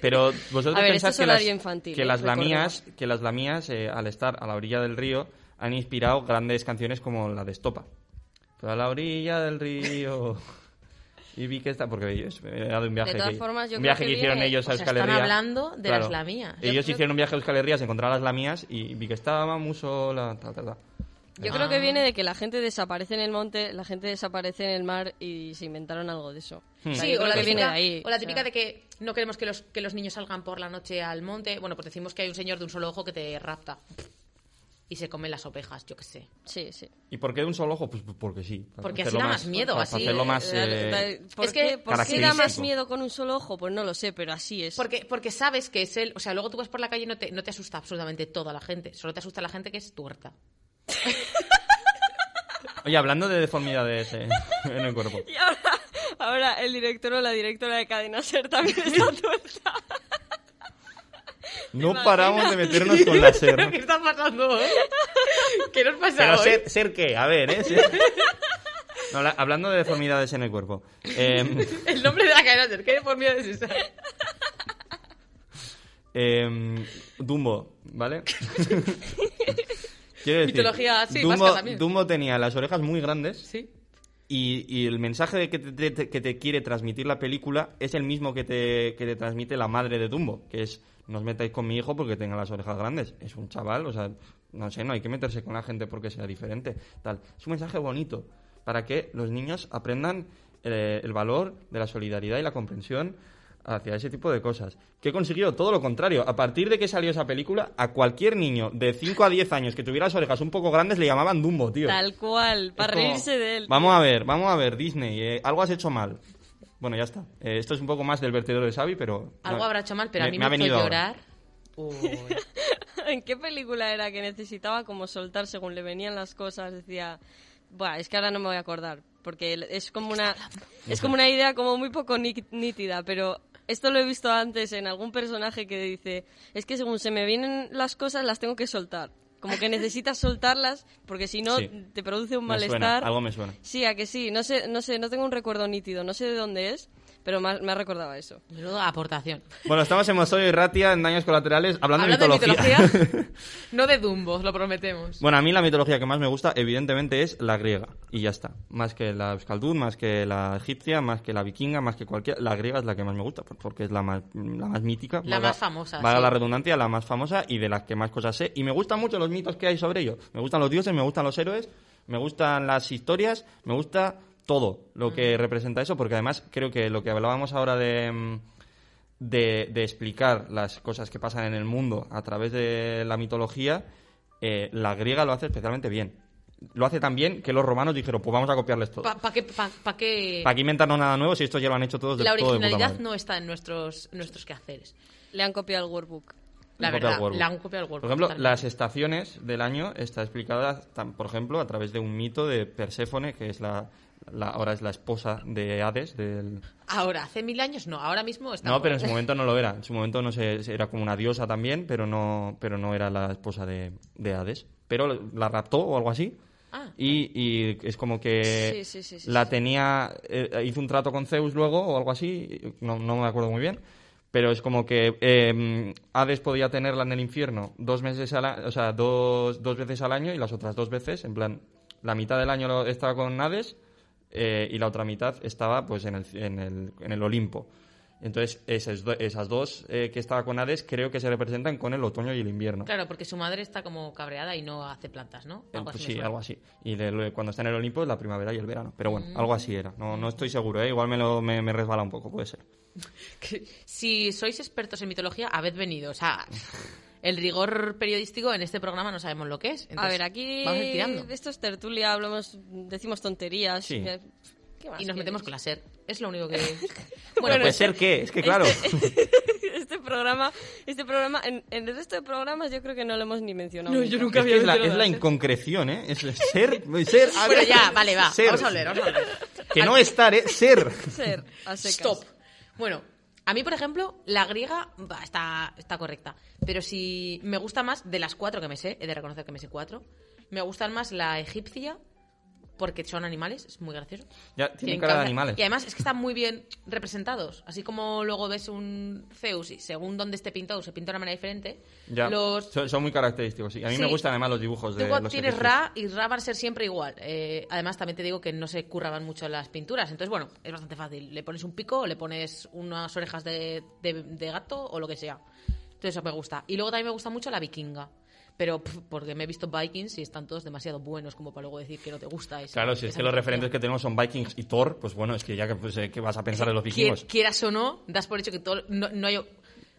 S2: Pero vosotros
S4: A ver,
S2: pensáis
S4: esto
S2: que
S4: es
S2: las,
S4: horario infantil,
S2: que
S4: ¿eh?
S2: las
S4: Recordemos.
S2: lamías, que las lamías eh, al estar a la orilla del río, han inspirado grandes canciones como la de Estopa. Pero a la orilla del río... Y vi que está, porque ellos he dado un viaje,
S4: De todas
S2: que,
S4: formas, yo
S2: un
S4: creo
S2: viaje
S4: que
S2: que, hicieron
S4: viene-
S2: ellos a
S3: o sea,
S2: Euskal
S3: están
S2: Herria.
S3: hablando de las lamías. Yo
S2: Ellos
S4: creo
S2: hicieron un viaje a Euskal Herria, se encontraron las lamías y vi que estaba muy sola. ta, ta, ta.
S4: Yo
S3: Ah.
S4: creo que viene de que la gente desaparece en el monte, la gente desaparece en el mar y se inventaron algo de eso.
S2: Hmm.
S4: sea,
S3: Sí,
S4: yo
S3: o
S4: creo
S3: la,
S4: que
S3: típica,
S4: viene de ahí.
S3: o la
S4: o sea.
S3: típica de que no queremos que los, que los niños salgan por la noche al monte. Bueno, pues decimos que hay un señor de un solo ojo que te rapta. Y se come las ovejas, yo qué sé.
S4: Sí, sí.
S2: ¿Y por qué de un solo ojo? Pues porque sí. para
S3: Porque así
S2: hacerlo
S3: da más miedo,
S2: para
S3: así,
S2: hacerlo más...
S4: La-
S2: eh,
S4: la- ¿Por,
S3: Es
S4: qué,
S3: que-
S4: por qué da
S2: característico.
S4: más miedo con un solo ojo? Pues no lo sé, pero así es.
S3: Porque, porque sabes que es él. O sea, luego tú vas por la calle y no te, no te asusta absolutamente toda la gente. Solo te asusta la gente que es tuerta.
S2: Oye, hablando de deformidades eh, en el cuerpo.
S4: Y ahora, ahora el director o la directora de Cadena Ser también está tuerta.
S2: No paramos de meternos con la
S3: ¿Qué
S2: SER.
S3: está pasando, eh? ¿Qué nos pasa
S2: Pero
S3: hoy?
S2: ser, ser qué, a ver, ¿eh? Ser- No, habla- hablando de deformidades en el cuerpo. Em,
S3: El nombre de la cadena ser. ¿Qué por miedo es esa?
S2: em, Dumbo, ¿vale? Quiero decir,
S3: Mitología, sí, vasca
S2: Dumbo,
S3: también.
S2: Dumbo tenía las orejas muy grandes
S3: Sí.
S2: y, y el mensaje que te, te- que te quiere transmitir la película es el mismo que te, que te transmite la madre de Dumbo, que es no os metáis con mi hijo porque tenga las orejas grandes. Es un chaval, o sea, no sé, no hay que meterse con la gente porque sea diferente. Tal. Es un mensaje bonito para que los niños aprendan eh, el valor de la solidaridad y la comprensión hacia ese tipo de cosas. ¿Qué consiguió? Todo lo contrario. A partir de que salió esa película, a cualquier niño de 5 a 10 años que tuviera las orejas un poco grandes le llamaban Dumbo, tío.
S4: Tal cual,
S2: Es
S4: para
S2: como,
S4: reírse de él.
S2: Vamos a ver, vamos a ver, Disney, eh, algo has hecho mal. Bueno, ya está. Eh, esto es un poco más del vertedero de Xavi, pero...
S3: Algo
S2: no,
S3: habrá hecho mal, pero a mí me,
S2: ha venido
S3: hizo
S2: ahora.
S3: llorar. Uy.
S4: ¿En qué película era que necesitaba como soltar según le venían las cosas? Decía, Buah, es que ahora no me voy a acordar, porque el- es como una es como una idea como muy poco ni- nítida, pero esto lo he visto antes en algún personaje que dice, es que según se me vienen las cosas las tengo que soltar. Como que necesitas soltarlas porque si no
S2: Sí.
S4: te produce un
S2: Me suena,
S4: malestar.
S2: algo me suena.
S4: Sí, a que sí, no sé, no sé, no tengo un recuerdo nítido, no sé de dónde es, pero me ha, me ha recordado a eso.
S3: Menuda aportación.
S2: Bueno, estamos en Mosoyo y Ratia, en Daños Colaterales, hablando,
S3: Hablando
S2: de
S3: de
S2: mitología.
S3: mitología, no de Dumbo, os lo prometemos.
S2: bueno, a mí la mitología que más me gusta, evidentemente, es la griega. Y ya está. Más que la euskaldun, más que la egipcia, más que la vikinga, más que cualquier... La griega es la que más me gusta, por- porque es la más, la más mítica.
S3: La
S2: valga-
S3: más famosa,
S2: Valga
S3: sí.
S2: la redundancia, la más famosa y de las que más cosas sé. Y me gustan mucho los mitos que hay sobre ello. Me gustan los dioses, me gustan los héroes, me gustan las historias, me gusta todo lo que representa eso, porque además creo que lo que hablábamos ahora de... mm, de, de explicar las cosas que pasan en el mundo a través de la mitología, eh, la griega lo hace especialmente bien. Lo hace tan bien que los romanos dijeron, pues vamos a copiarles todo.
S3: ¿Para qué? Pa, pa qué-
S2: Para aquí inventarnos nada nuevo si esto ya lo han hecho todos de
S3: La
S2: todo de puta
S3: originalidad
S2: madre.
S3: no está en nuestros, nuestros quehaceres.
S4: Le han copiado el workbook.
S3: La
S2: Han copiado
S3: verdad,
S2: el Word
S3: la
S2: Book.
S3: han copiado el Word
S2: Por
S3: Book,
S2: ejemplo,
S3: totalmente.
S2: las estaciones del año está explicada, tan- por ejemplo, a través de un mito de Perséfone, que es la, la- ahora es la esposa de Hades, del,
S3: Ahora, hace mil años no, ahora mismo está.
S2: No, pero en su momento no lo era. En su momento no sé, era como una diosa también, pero no, pero no era la esposa de, de Hades. Pero la raptó o algo así.
S3: Ah.
S2: y, y es como que
S4: Sí, sí, sí, sí,
S2: la
S4: sí.
S2: tenía, eh, hizo un trato con Zeus luego o algo así, no, no me acuerdo muy bien. Pero es como que eh, Hades podía tenerla en el infierno dos meses al a- o sea, dos, dos veces al año y las otras dos veces, en plan, la mitad del año lo- estaba con Hades eh, y la otra mitad estaba pues en el, en el, en el Olimpo. Entonces, esas, do- esas dos eh, que estaba con Hades creo que se representan con el otoño y el invierno.
S3: Claro, porque su madre está como cabreada y no hace plantas, ¿no?
S2: Eh,
S3: Algo
S2: pues
S3: así
S2: sí,
S3: Ah, me suena. Mm.
S2: algo así. Y de lo- cuando está en el Olimpo es la primavera y el verano. Pero bueno, algo así era. No, no estoy seguro, ¿eh? igual me, lo, me, me resbala un poco, puede ser.
S3: Que- Si sois expertos en mitología, habed venido. O sea, el rigor periodístico en este programa no sabemos lo que es.
S4: a
S3: entonces
S4: ver, aquí
S3: Vamos a ir tirando.
S4: esto es tertulia, hablamos, decimos tonterías.
S2: Sí.
S4: ¿qué- qué más
S3: Y nos metemos con
S4: quieres?
S3: la SER. Es lo único que.
S2: Bueno, puede ser que,
S3: este
S2: es que claro.
S4: Este programa, este programa, en, en el resto de programas yo creo que no lo hemos ni mencionado.
S3: No, yo nunca
S4: nunca.
S2: es, que
S3: había
S2: es la,
S3: visto
S2: es la
S3: nada.
S2: inconcreción, ¿eh? Es el ser, ser. a
S3: Bueno,
S2: ver,
S3: ya, vale, va.
S2: ser.
S3: Vamos a volver, vamos a volver.
S2: Que no estar, ¿eh? Ser.
S4: Ser a secas.
S3: Stop. Bueno, a mí, por ejemplo, la griega va, está, está correcta. Pero si me gusta más, de las cuatro que me sé, he de reconocer que me sé cuatro, me gustan más la egipcia, porque son animales, es muy gracioso.
S2: Ya, tienen
S3: Y
S2: cara de
S3: encanta-
S2: animales.
S3: Y además es que están muy bien representados. Así como luego ves un Zeus y según dónde esté pintado, se pinta de una manera diferente.
S2: Ya,
S3: Los...
S2: son, son muy característicos. sí. A mí
S3: Sí.
S2: me gustan además los dibujos de
S3: Luego
S2: los
S3: tienes
S2: egipcios.
S3: Ra y Ra va a ser siempre igual. Eh, además, también te digo que no se curraban mucho las pinturas. Entonces, bueno, es bastante fácil. Le pones un pico o le pones unas orejas de, de- de gato o lo que sea. Entonces, eso me gusta. Y luego también me gusta mucho la vikinga. Pero pf, porque me he visto Vikings y están todos demasiado buenos como para luego decir que no te gusta eso.
S2: Claro, si es que los referentes que tenemos son Vikings y Thor, pues bueno, es que ya que pues, eh, ¿qué vas a pensar de los vikingos.
S3: Quieras o no, das por hecho que todo, no, no hay,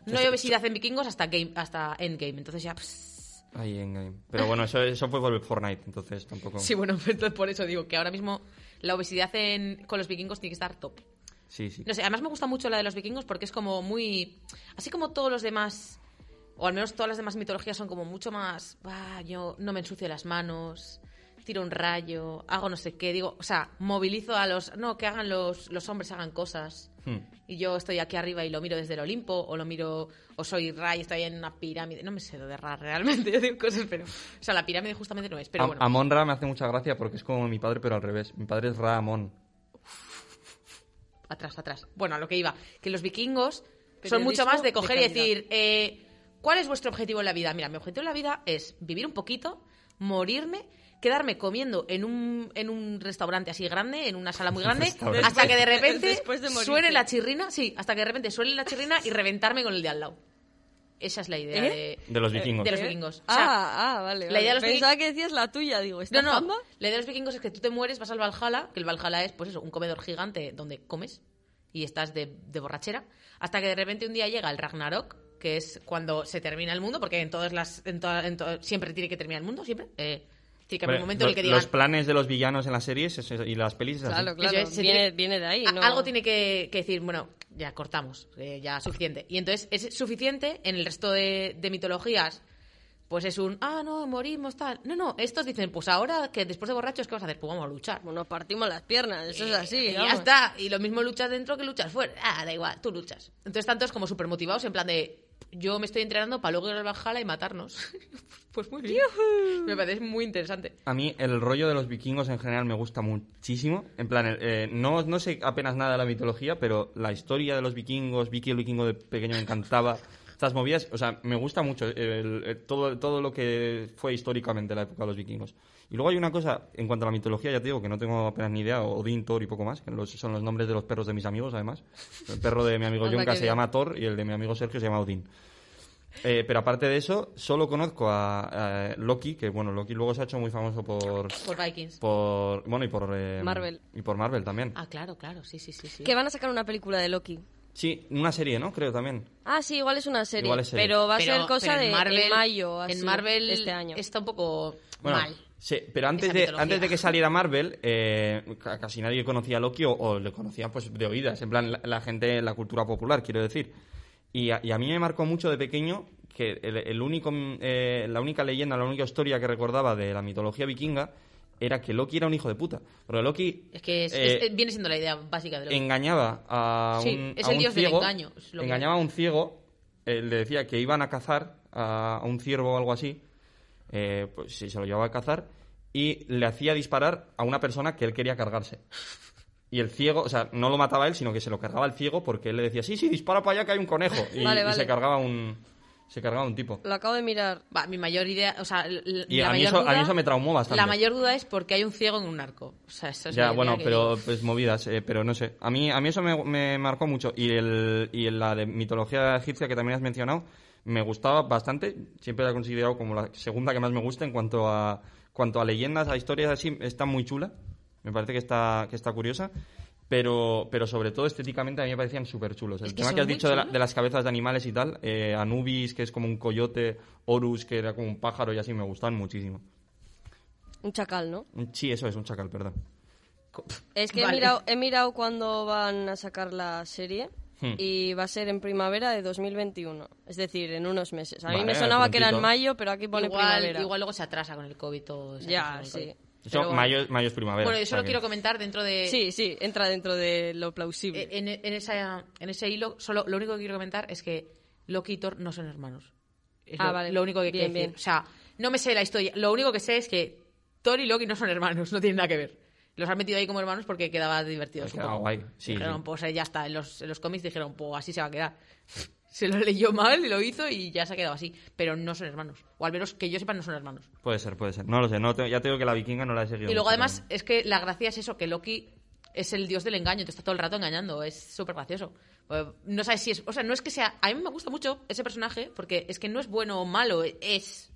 S3: no hay obesidad en vikingos hasta, game, hasta Endgame. Entonces ya... pss,
S2: Ay, Endgame. Pero bueno, eso, eso fue por el Fortnite, entonces tampoco.
S3: Sí, bueno, entonces por eso digo que ahora mismo la obesidad en- con los vikingos tiene que estar top.
S2: sí, sí.
S3: No sé, además me gusta mucho la de los vikingos porque es como muy... Así como todos los demás, o al menos todas las demás mitologías son como mucho más... "Bah, yo no me ensucio las manos, tiro un rayo, hago no sé qué, digo... O sea, movilizo a los... No, que hagan los, los hombres, hagan cosas.
S2: Hmm.
S3: Y yo estoy aquí arriba y lo miro desde el Olimpo, o lo miro, o soy Ra y estoy en una pirámide. No me sé lo de Ra realmente, yo digo cosas, pero. O sea, la pirámide justamente no es, pero
S2: Am-
S3: bueno.
S2: Amon Ra me hace mucha gracia porque es como mi padre, pero al revés. Mi padre es Ra Amon.
S3: atrás, atrás. Bueno, a lo que iba, que los vikingos son
S4: Periodismo
S3: mucho más de
S4: de
S3: coger y
S4: calidad.
S3: decir, eh, ¿cuál es vuestro objetivo en la vida? Mira, mi objetivo en la vida es vivir un poquito, morirme, quedarme comiendo en un, en un restaurante así grande, en una sala muy grande,
S2: Restaurante.
S3: hasta que de repente
S4: Después de morirte.
S3: suene la chirrina, sí, hasta que de repente suene la chirrina y reventarme con el de al lado. Esa es la idea
S4: ¿Eh?
S2: De los vikingos.
S3: de los vikingos. O sea,
S4: Ah, ah, vale.
S3: la
S4: vale.
S3: idea de los
S4: Pensaba que decías la tuya, digo, ¿esta
S3: no, no.
S4: fama?
S3: La idea de los vikingos es que tú te mueres, vas al Valhalla, que el Valhalla es, pues eso, un comedor gigante donde comes y estás de, de borrachera, hasta que de repente un día llega el Ragnarok, que es cuando se termina el mundo, porque en todas las en toda- en to- siempre tiene que terminar el mundo, siempre. Eh, tiene que haber un
S2: Hombre,
S3: momento en el que
S2: lo-
S3: digan,
S2: Los planes de los villanos en las series eso es- y las pelis es así.
S4: Claro, claro.
S3: Eso es, se
S4: viene,
S3: tiene-
S4: viene de ahí.
S3: A-
S4: ¿no?
S3: Algo tiene que, que decir, bueno, ya cortamos, eh, ya suficiente. Y entonces es suficiente en el resto de, de mitologías. Pues es un, ah, no, morimos, tal. No, no, estos dicen, pues ahora que después de borrachos, ¿qué vas a hacer? Pues vamos a luchar.
S4: Nos partimos las piernas, eso es así.
S3: Eh, Y ya
S4: vamos.
S3: está. Y lo mismo luchas dentro que luchas fuera. Ah, da igual, tú luchas. Entonces, tanto es como súper motivados, en plan de. Yo me estoy entrenando para luego ir al Valhalla y matarnos. pues muy bien. Me parece muy interesante.
S2: A mí el rollo de los vikingos en general me gusta muchísimo. En plan, el- eh, no, no sé apenas nada de la mitología, pero la historia de los vikingos, Vicky el vikingo de pequeño me encantaba. Estas movidas, o sea, me gusta mucho el- el- todo, todo lo que fue históricamente la época de los vikingos. Y luego hay una cosa, en cuanto a la mitología, ya te digo que no tengo apenas ni idea, Odín, Thor y poco más, que los- son los nombres de los perros de mis amigos, además. El perro de mi amigo
S4: Anda,
S2: Jonka
S4: qué
S2: se
S4: bien.
S2: llama Thor y el de mi amigo Sergio se llama Odín. Eh, pero aparte de eso, solo conozco a, a Loki, que bueno, Loki luego se ha hecho muy famoso por.
S3: Por Vikings.
S2: por bueno, y por. eh,
S4: Marvel.
S2: Y por Marvel también.
S3: Ah, claro, claro, sí, sí, sí. sí.
S4: Que van a sacar una película de Loki.
S2: Sí, una serie, ¿no? Creo también.
S4: Ah, sí, igual es una serie.
S2: Igual es serie.
S4: Pero va a
S3: Pero-
S4: ser cosa
S3: pero en
S4: de en mayo, así,
S3: en Marvel
S4: este año.
S3: está un poco
S2: Bueno,
S3: mal.
S2: sí, pero antes
S3: Esa
S2: de,
S3: mitología.
S2: antes de que saliera Marvel, eh, ca- casi nadie conocía a Loki o, o le conocían pues de oídas, en plan la, la gente, la cultura popular, quiero decir. Y a, y a mí me marcó mucho de pequeño que el, el único, mm, eh, la única leyenda, la única historia que recordaba de la mitología vikinga era que Loki era un hijo de puta. Porque Loki
S3: Es que es-
S2: eh,
S3: es- viene siendo la idea básica de lo que...
S2: engañaba a un,
S3: Sí, es
S2: a
S3: el
S2: un
S3: dios del
S2: ciego,
S3: engaño, es lo que-
S2: engañaba a un ciego, eh, le decía que iban a cazar a, a un ciervo o algo así, eh, pues sí, se lo llevaba a cazar, y le hacía disparar a una persona que él quería cargarse. Y el ciego, o sea, no lo mataba él, sino que se lo cargaba el ciego porque él le decía, sí, sí, dispara para allá que hay un conejo. Y,
S4: Vale,
S2: y
S4: vale.
S2: se cargaba un se cargaba un tipo.
S4: Lo acabo de mirar.
S3: Va, mi mayor idea, o sea, l- l-
S2: Y
S3: la
S2: a, mí
S3: mayor
S2: eso, a
S3: duda,
S2: mí eso me traumó bastante.
S3: La mayor duda es porque hay un ciego en un arco. O sea, eso es
S2: ya,
S3: la idea
S2: bueno,
S3: que
S2: pero
S3: digo.
S2: pues movidas, eh, pero no sé. A mí, a mí eso me, me marcó mucho. Y, el, y la de mitología egipcia que también has mencionado, me gustaba bastante. Siempre la he considerado como la segunda que más me gusta en cuanto a, cuanto a leyendas, a historias así. Está muy chula. Me parece que está, que está curiosa. Pero, pero sobre todo estéticamente a mí me parecían súper chulos. El
S3: Es que
S2: tema
S3: son
S2: que has
S3: muy
S2: dicho de, la-
S3: chulos.
S2: de las cabezas de animales y tal, eh, Anubis, que es como un coyote, Horus, que era como un pájaro y así, me gustaban muchísimo.
S4: Un chacal, ¿no?
S2: Un- Sí, eso es un chacal, perdón.
S4: Es que
S3: Vale.
S4: he, mirado, he mirado cuándo van a sacar la serie
S2: Hmm.
S4: y va a ser en primavera de 2021, es decir, en unos meses. A mí
S2: Vale,
S4: me sonaba que era en
S2: prontito.
S4: mayo, pero aquí pone
S3: igual,
S4: primavera.
S3: igual luego se atrasa con el COVID todo. se atrasa
S4: ya,
S3: con el
S4: sí.
S3: COVID.
S2: Eso,
S3: Pero bueno.
S2: mayo, mayo es primavera.
S3: Bueno,
S2: o
S3: yo
S2: sea
S3: solo
S2: que-
S3: quiero comentar dentro de... eh,
S4: Sí, sí, entra dentro de lo plausible.
S3: En, en esa, en ese hilo, solo lo único que quiero comentar es que Loki y Thor no son hermanos. Es
S4: Ah,
S3: lo,
S4: vale.
S3: lo único que quiero
S4: Bien,
S3: decir.
S4: bien.
S3: O sea, no me sé la historia. Lo único que sé es que Thor y Loki no son hermanos, no tienen nada que ver. Los han metido ahí como hermanos porque quedaba divertido.
S2: Pues quedaba
S3: supongo.
S2: guay, sí,
S3: dijeron,
S2: sí.
S3: pues eh, ya está. En los, en los cómics dijeron, pues así se va a quedar. Se lo leyó mal, lo hizo y ya se ha quedado así. Pero no son hermanos. O al menos que yo sepa, no son hermanos.
S2: Puede ser, puede ser. No lo sé, no, te- ya te digo que la vikinga no la he seguido.
S3: Y luego
S2: mucho,
S3: además
S2: pero-
S3: es que la gracia es eso, que Loki es el dios del engaño, te está todo el rato engañando, es súper gracioso. Eh, No sabes si es, o sea, no es que sea, a mí me gusta mucho ese personaje porque es que no es bueno o malo, es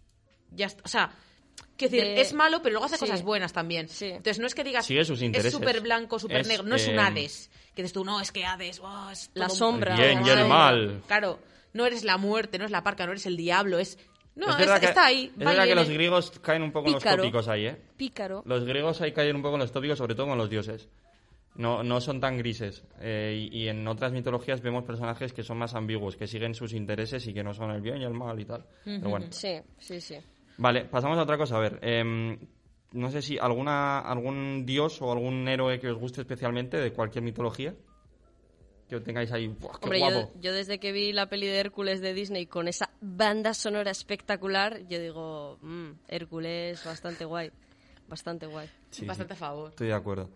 S3: ya, está- o sea, quiero decir,
S4: De-
S3: es malo pero luego hace
S4: sí.
S3: cosas buenas también.
S4: Sí.
S3: Entonces no es que digas
S2: Sigue sus intereses.
S3: es súper blanco, súper
S2: Es,
S3: negro, no es un
S2: eh,
S3: Hades, que dices tú, no, es que Hades, oh, es
S4: La
S3: todo-
S4: sombra.
S2: El bien y el
S4: Ay,
S2: mal.
S3: Claro, no eres la muerte, no es la parca, no eres el diablo, es no,
S2: es verdad
S3: es-
S2: que,
S3: está ahí.
S2: Es
S3: va y
S2: verdad que los
S3: viene.
S2: griegos caen un poco en
S4: Pícaro.
S2: los tópicos ahí, ¿eh?
S4: Pícaro.
S2: Los griegos ahí caen un poco en los tópicos, sobre todo con los dioses. No, no son tan grises. Eh, y, y en otras mitologías vemos personajes que son más ambiguos, que siguen sus intereses y que no son el bien y el mal y tal. Pero bueno.
S4: Sí, sí, sí.
S2: Vale, pasamos a otra cosa. A ver, em, no sé si alguna algún dios o algún héroe que os guste especialmente de cualquier mitología que tengáis ahí. ¡buah, qué
S4: Hombre, yo,
S2: guapo!
S4: yo desde que vi la peli de Hércules de Disney con esa banda sonora espectacular, yo digo, mm, Hércules, bastante guay, bastante guay.
S2: Sí, sí.
S3: Bastante a favor.
S2: Estoy de acuerdo.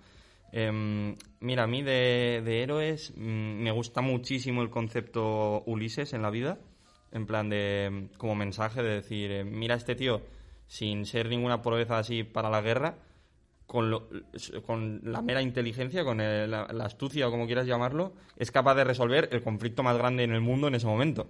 S2: Em, mira, a mí de, de héroes mm, me gusta muchísimo el concepto Ulises en la vida, en plan de mm, como mensaje de decir, eh, mira este tío sin ser ninguna proeza así para la guerra, con, lo- con la mera inteligencia, con el- la, la astucia o como quieras llamarlo, es capaz de resolver el conflicto más grande en el mundo en ese momento,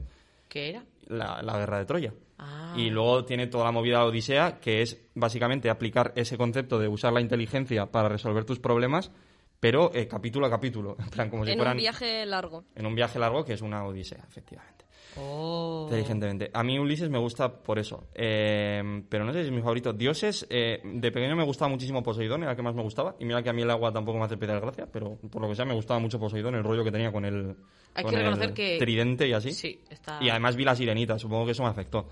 S3: ¿Qué era?
S2: la, la guerra de Troya.
S3: Ah.
S2: Y luego tiene toda la movida Odisea, que es básicamente aplicar ese concepto de usar la inteligencia para resolver tus problemas, pero eh, capítulo a capítulo, en plan como si
S4: en
S2: fueran
S4: un viaje largo.
S2: en un viaje largo que es una odisea, efectivamente.
S3: Oh.
S2: Inteligentemente. A mí Ulises me gusta por eso. Eh, pero no sé si es mi favorito. Dioses, eh, de pequeño me gustaba muchísimo Poseidón, era el que más me gustaba. Y mira que a mí el agua tampoco me hace especial gracia, pero por lo que sea me gustaba mucho Poseidón, el rollo que tenía con el,
S3: Hay
S2: con
S3: que
S2: el
S3: reconocer que-
S2: tridente y así.
S3: Sí, está-
S2: Y además vi la sirenita, supongo que eso me afectó.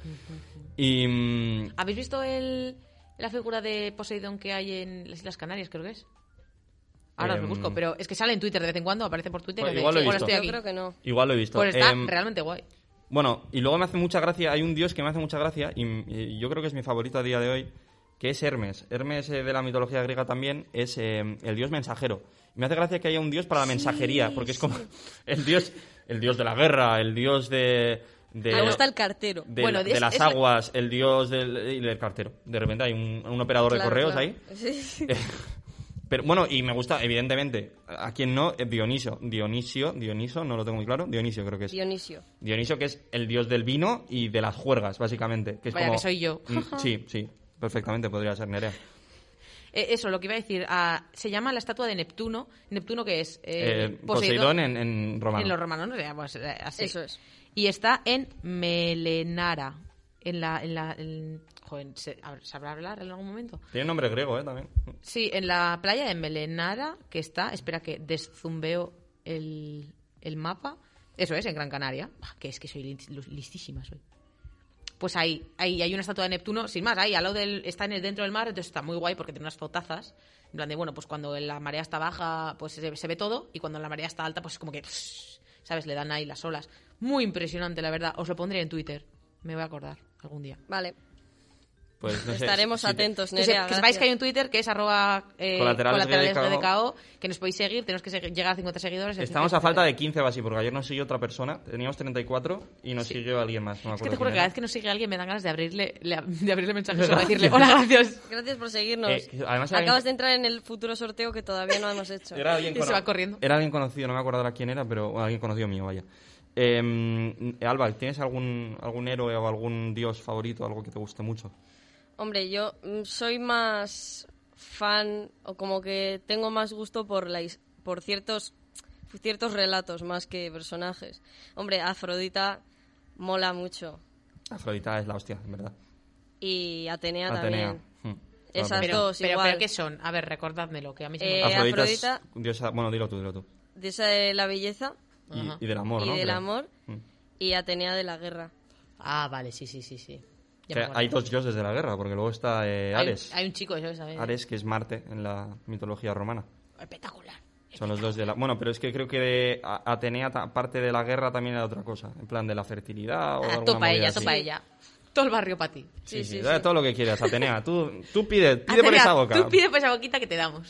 S2: Y mm,
S3: ¿Habéis visto el, la figura de Poseidón que hay en las Islas Canarias, creo que es? Ahora os lo
S2: Em,
S3: busco, pero es que sale en Twitter de vez en cuando, aparece por Twitter.
S2: Pues
S3: y dice,
S2: igual lo he
S3: "Hola,
S2: visto".
S3: estoy aquí.
S4: Yo creo que no.
S2: igual lo he visto.
S3: Pues está
S2: Em,
S3: realmente guay.
S2: Bueno, y luego me hace mucha gracia, hay un dios que me hace mucha gracia y, y yo creo que es mi favorito a día de hoy, que es Hermes. Hermes eh, de la mitología griega también es eh, el dios mensajero. Me hace gracia que haya un dios para la mensajería, porque es como el dios el dios de la guerra, el dios de... de-
S4: Luego está el cartero.
S2: de,
S3: Bueno,
S2: de
S3: es-
S2: las
S3: es-
S2: aguas, el dios del, y del cartero. De repente hay un, un operador de
S4: Claro,
S2: correos
S4: claro.
S2: ahí.
S4: Sí.
S2: Eh, Pero bueno, y me gusta, evidentemente, a quien no, Eh, Dioniso. Dionisio, Dioniso, no lo tengo muy claro. Dionisio creo que es.
S4: Dionisio.
S2: Dionisio, que es el dios del vino y de las juergas, básicamente. Que es
S3: Vaya,
S2: como-
S3: que soy yo.
S2: Mm, sí, sí, perfectamente podría ser Nerea.
S3: Eh, eso, lo que iba a decir. ah, se llama la estatua de Neptuno. Neptuno que es eh,
S2: Eh, Poseidón en, en romano.
S3: En los romanos, eh, pues, eh, así.
S4: Eso es.
S3: Y está en Melenara. En la. En la en- joder, ¿se- a ver, ¿sabrá hablar en algún momento?
S2: Tiene nombre griego, ¿eh? También.
S3: Sí, en la playa de Melenara, que está. Espera que deszumbeo el, el mapa. Eso es, en Gran Canaria. Bah, Que es que soy lis- listísima, soy. Pues ahí, ahí hay una estatua de Neptuno, sin más, ahí al lado del, está en el, dentro del mar, entonces está muy guay porque tiene unas fotazas. En plan de, bueno, pues cuando la marea está baja, pues se, se ve todo, y cuando la marea está alta, pues es como que, pss, ¿sabes? Le dan ahí las olas. Muy impresionante, la verdad. Os lo pondré en Twitter. Me voy a acordar algún día.
S4: Vale.
S2: Pues, no sé,
S4: Estaremos
S2: si te-
S4: atentos,
S3: Que, se-
S4: Nerea.
S3: que sepáis
S4: gracias.
S3: que hay un Twitter que es arroba eh,
S2: Colaterales
S3: colaterales
S2: GDKO,
S3: GDKO, que nos podéis seguir, tenemos que se- llegar a ¿eh? 50 seguidores. en
S2: Estamos a
S3: Facebook,
S2: falta de
S3: etcétera.
S2: 15 o así, porque ayer nos siguió otra persona. Teníamos 34 y nos siguió alguien más. No me
S3: Es que te
S2: acuerdo quién
S3: juro que cada
S2: era.
S3: vez que nos sigue alguien me dan ganas de abrirle, le- de abrirle mensajes para decirle, hola, gracias.
S4: Gracias por seguirnos.
S2: Eh, que además era bien-
S4: Acabas de entrar en el futuro sorteo que todavía no hemos hecho.
S2: Era alguien
S3: Y se
S2: cono-
S3: va corriendo.
S2: Era alguien conocido, no me acuerdo ahora quién era, pero bueno, alguien conocido mío, vaya. Eh, Alba, ¿tienes algún, algún héroe o algún dios favorito, algo que te guste mucho?
S4: Hombre, yo mm, soy más fan o como que tengo más gusto por la his- por ciertos ciertos relatos más que personajes. Hombre, Afrodita mola mucho
S2: Afrodita es la hostia, en verdad.
S4: y Atenea,
S2: Atenea.
S4: también.
S2: Hmm.
S4: Esas
S2: Claro,
S3: Pero,
S4: Todos
S3: pero,
S4: igual.
S3: pero, ¿qué son? A ver, recordádmelo, que a mí se me
S4: Eh,
S3: olvida.
S2: Afrodita,
S4: Afrodita-
S2: es diosa... Bueno, dilo tú, dilo tú.
S4: De esa de la belleza
S2: Y,
S3: Ajá.
S2: y del amor,
S4: y
S2: ¿no?
S4: del
S2: Creo.
S4: amor
S2: Mm.
S4: y Atenea de la guerra.
S3: Ah, vale, sí, sí, sí, sí.
S2: Que
S3: Ya me acuerdo.
S2: hay dos dioses de la guerra, porque luego está eh,
S3: Hay-
S2: Ares.
S3: Hay, un chico, eso eh. ¿sabes?
S2: Ares, que es Marte en la mitología romana.
S3: Espectacular.
S2: Son los dos de la... Bueno, pero es que creo que de A- Atenea, ta- parte de la guerra, también era otra cosa. En plan de la fertilidad o
S3: Ah,
S2: alguna
S3: topa
S2: movida
S3: ella,
S2: así.
S3: topa ella. Todo el barrio para ti.
S2: Sí,
S4: Sí,
S2: sí,
S4: sí,
S2: dale
S4: sí.
S2: todo lo que quieras, Atenea. Tú, tú pide, pide por
S3: Atenea,
S2: esa boca.
S3: Tú pide por esa boquita que te damos.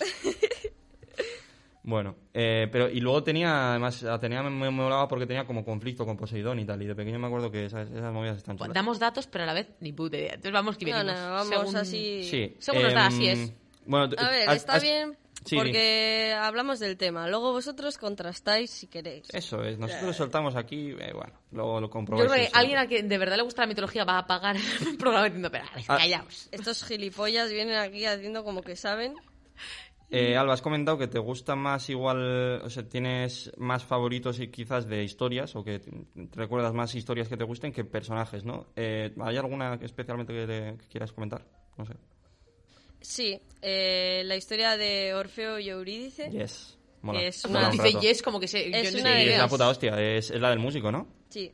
S2: Bueno, eh, pero y luego tenía, además, Atenea me, me molaba porque tenía como conflicto con Poseidón y tal. Y de pequeño me acuerdo que esas, esas movidas están chulas.
S3: Damos datos, pero a la vez ni puta idea. Entonces vamos que
S4: No,
S3: venimos.
S4: no, vamos
S3: Según-
S4: así.
S2: Sí.
S3: Según nos
S2: em,
S3: da, así es.
S2: Bueno,
S4: A ver,
S2: has-
S4: está
S2: has-
S4: bien
S2: Sí,
S4: porque hablamos del tema. Luego vosotros contrastáis si queréis.
S2: Eso es, nosotros soltamos aquí, eh, bueno, luego lo
S3: Yo
S2: comprobáis.
S3: creo que
S2: eso.
S3: alguien al que de verdad le gusta la mitología va a pagar el programa diciendo, pero a ver,
S2: Ah.
S3: callaos.
S4: Estos gilipollas vienen aquí haciendo como que saben.
S2: Eh, Alba, has comentado que te gusta más igual, o sea, tienes más favoritos y quizás de historias, o que te te recuerdas más historias que te gusten que personajes, ¿no? Eh, ¿Hay alguna que especialmente que, te- que quieras comentar? No sé.
S4: Sí, eh, la historia de Orfeo y Eurídice.
S2: Yes. Mola.
S4: Es
S2: Mola
S4: una-
S2: un
S3: Dice
S2: rato.
S3: yes como que se...
S4: Es
S3: yo no
S4: una
S2: Sí,
S3: sé.
S4: de
S2: es la
S4: ideas.
S2: puta hostia, es, es la del músico, ¿no?
S4: Sí,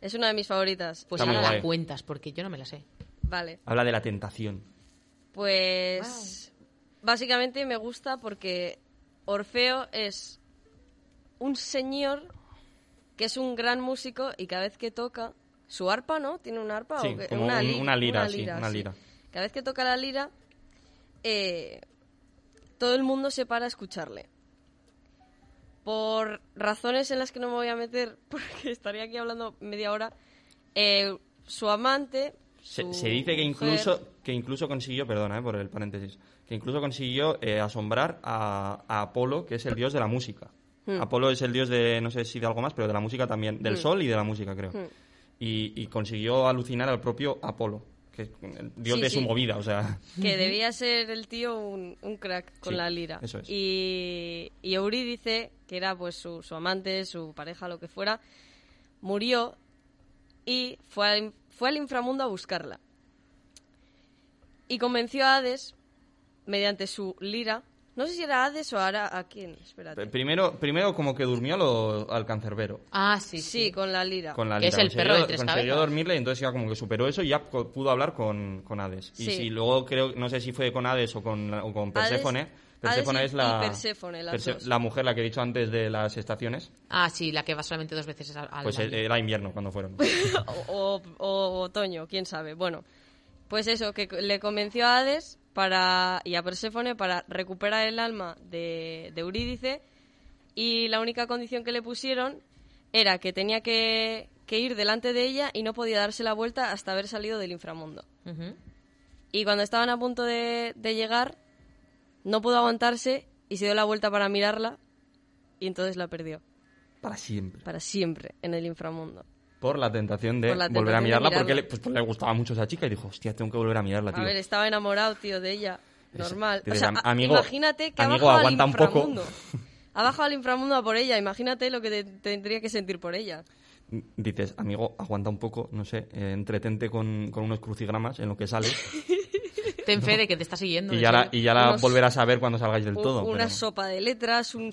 S4: es una de mis favoritas.
S3: Pues
S2: Está muy
S3: ahora la
S2: guay.
S3: cuentas, porque yo no me la sé.
S4: Vale,
S2: Habla de la tentación.
S4: pues básicamente me gusta porque Orfeo es un señor que es un gran músico y cada vez que toca su arpa, ¿no? Tiene una arpa
S2: Sí,
S4: o qué?
S2: como un-
S4: li-
S2: una lira, sí, una lira.
S4: Cada vez que toca la lira, eh, todo el mundo se para a escucharle. Por razones en las que no me voy a meter, porque estaría aquí hablando media hora, eh, su amante...
S2: Se,
S4: su
S2: se dice que
S4: mujer-
S2: incluso, que incluso consiguió, perdona eh, por el paréntesis, que incluso consiguió eh, asombrar a, a Apolo, que es el dios de la música.
S4: Hmm.
S2: Apolo es el dios de, no sé si de algo más, pero
S4: Hmm.
S2: de la música también, del sol y de la música, creo. Y, y consiguió alucinar al propio Apolo. que el dios
S4: Sí,
S2: de su
S4: sí.
S2: movida, o sea.
S4: Que debía ser el tío un, un crack con
S2: Sí,
S4: la lira.
S2: eso es.
S4: Y, y Eurídice, que era pues su, su amante, su pareja, lo que fuera, murió y fue al, fue al inframundo a buscarla. Y convenció a Hades, mediante su lira, no sé si era Hades o ahora a quién, espérate.
S2: P- Primero, primero como que durmió lo- al cancerbero.
S3: Ah, sí,
S4: sí,
S3: sí.
S4: con la lira.
S2: Con la
S3: Que es
S2: lira.
S3: el perro de tres
S2: Consiguió
S3: cabezas.
S2: dormirle y entonces ya como que superó eso y ya co- pudo hablar con, con Hades. Y
S4: Sí.
S2: si luego creo, no sé si fue con Hades o con, o con
S4: Hades-
S2: Perséfone.
S4: Hades
S2: Perséfone
S4: y-
S2: es la,
S4: y Perséfone, las dos.
S2: la mujer, la que he dicho antes de las estaciones.
S3: Ah, sí, la que va solamente dos veces al al
S2: Pues
S3: año.
S2: era invierno cuando fueron.
S4: o, o- o otoño, quién sabe. Bueno, pues eso, que le convenció a Hades para, y a Perséfone para recuperar el alma de, de Eurídice y la única condición que le pusieron era que tenía que, que ir delante de ella y no podía darse la vuelta hasta haber salido del inframundo.
S2: eh.
S3: Ujú.
S4: Y cuando estaban a punto de, de llegar, no pudo aguantarse y se dio la vuelta para mirarla y entonces la perdió
S2: Para siempre.
S4: para siempre en el inframundo.
S2: Por la tentación de
S4: Por la
S2: volver a
S4: tentación de
S2: mirarla, porque
S4: mirarla.
S2: le, pues, pues le gustaba mucho esa chica y dijo, hostia, tengo que volver a mirarla, tío.
S4: A ver, estaba enamorado, tío, de ella.
S2: Esa-
S4: Normal.
S2: te
S4: o sea,
S2: dirán,
S4: a-
S2: "Amigo,
S4: imagínate que
S2: amigo,
S4: ha bajado
S2: aguanta
S4: al
S2: un poco".
S4: inframundo. Ha bajado al inframundo a por ella. Imagínate lo que te- tendría que sentir por ella.
S2: Mm, Dices, amigo, aguanta un poco, no sé, eh, entretente con, con unos crucigramas en lo que sale
S3: Ten fe de que te está siguiendo.
S2: y
S3: en
S2: ya la,
S3: serio.
S2: y ya la
S4: Unos-
S2: volverás a ver cuando salgáis del
S4: U-
S2: todo.
S4: una
S2: pero-
S4: sopa de letras, un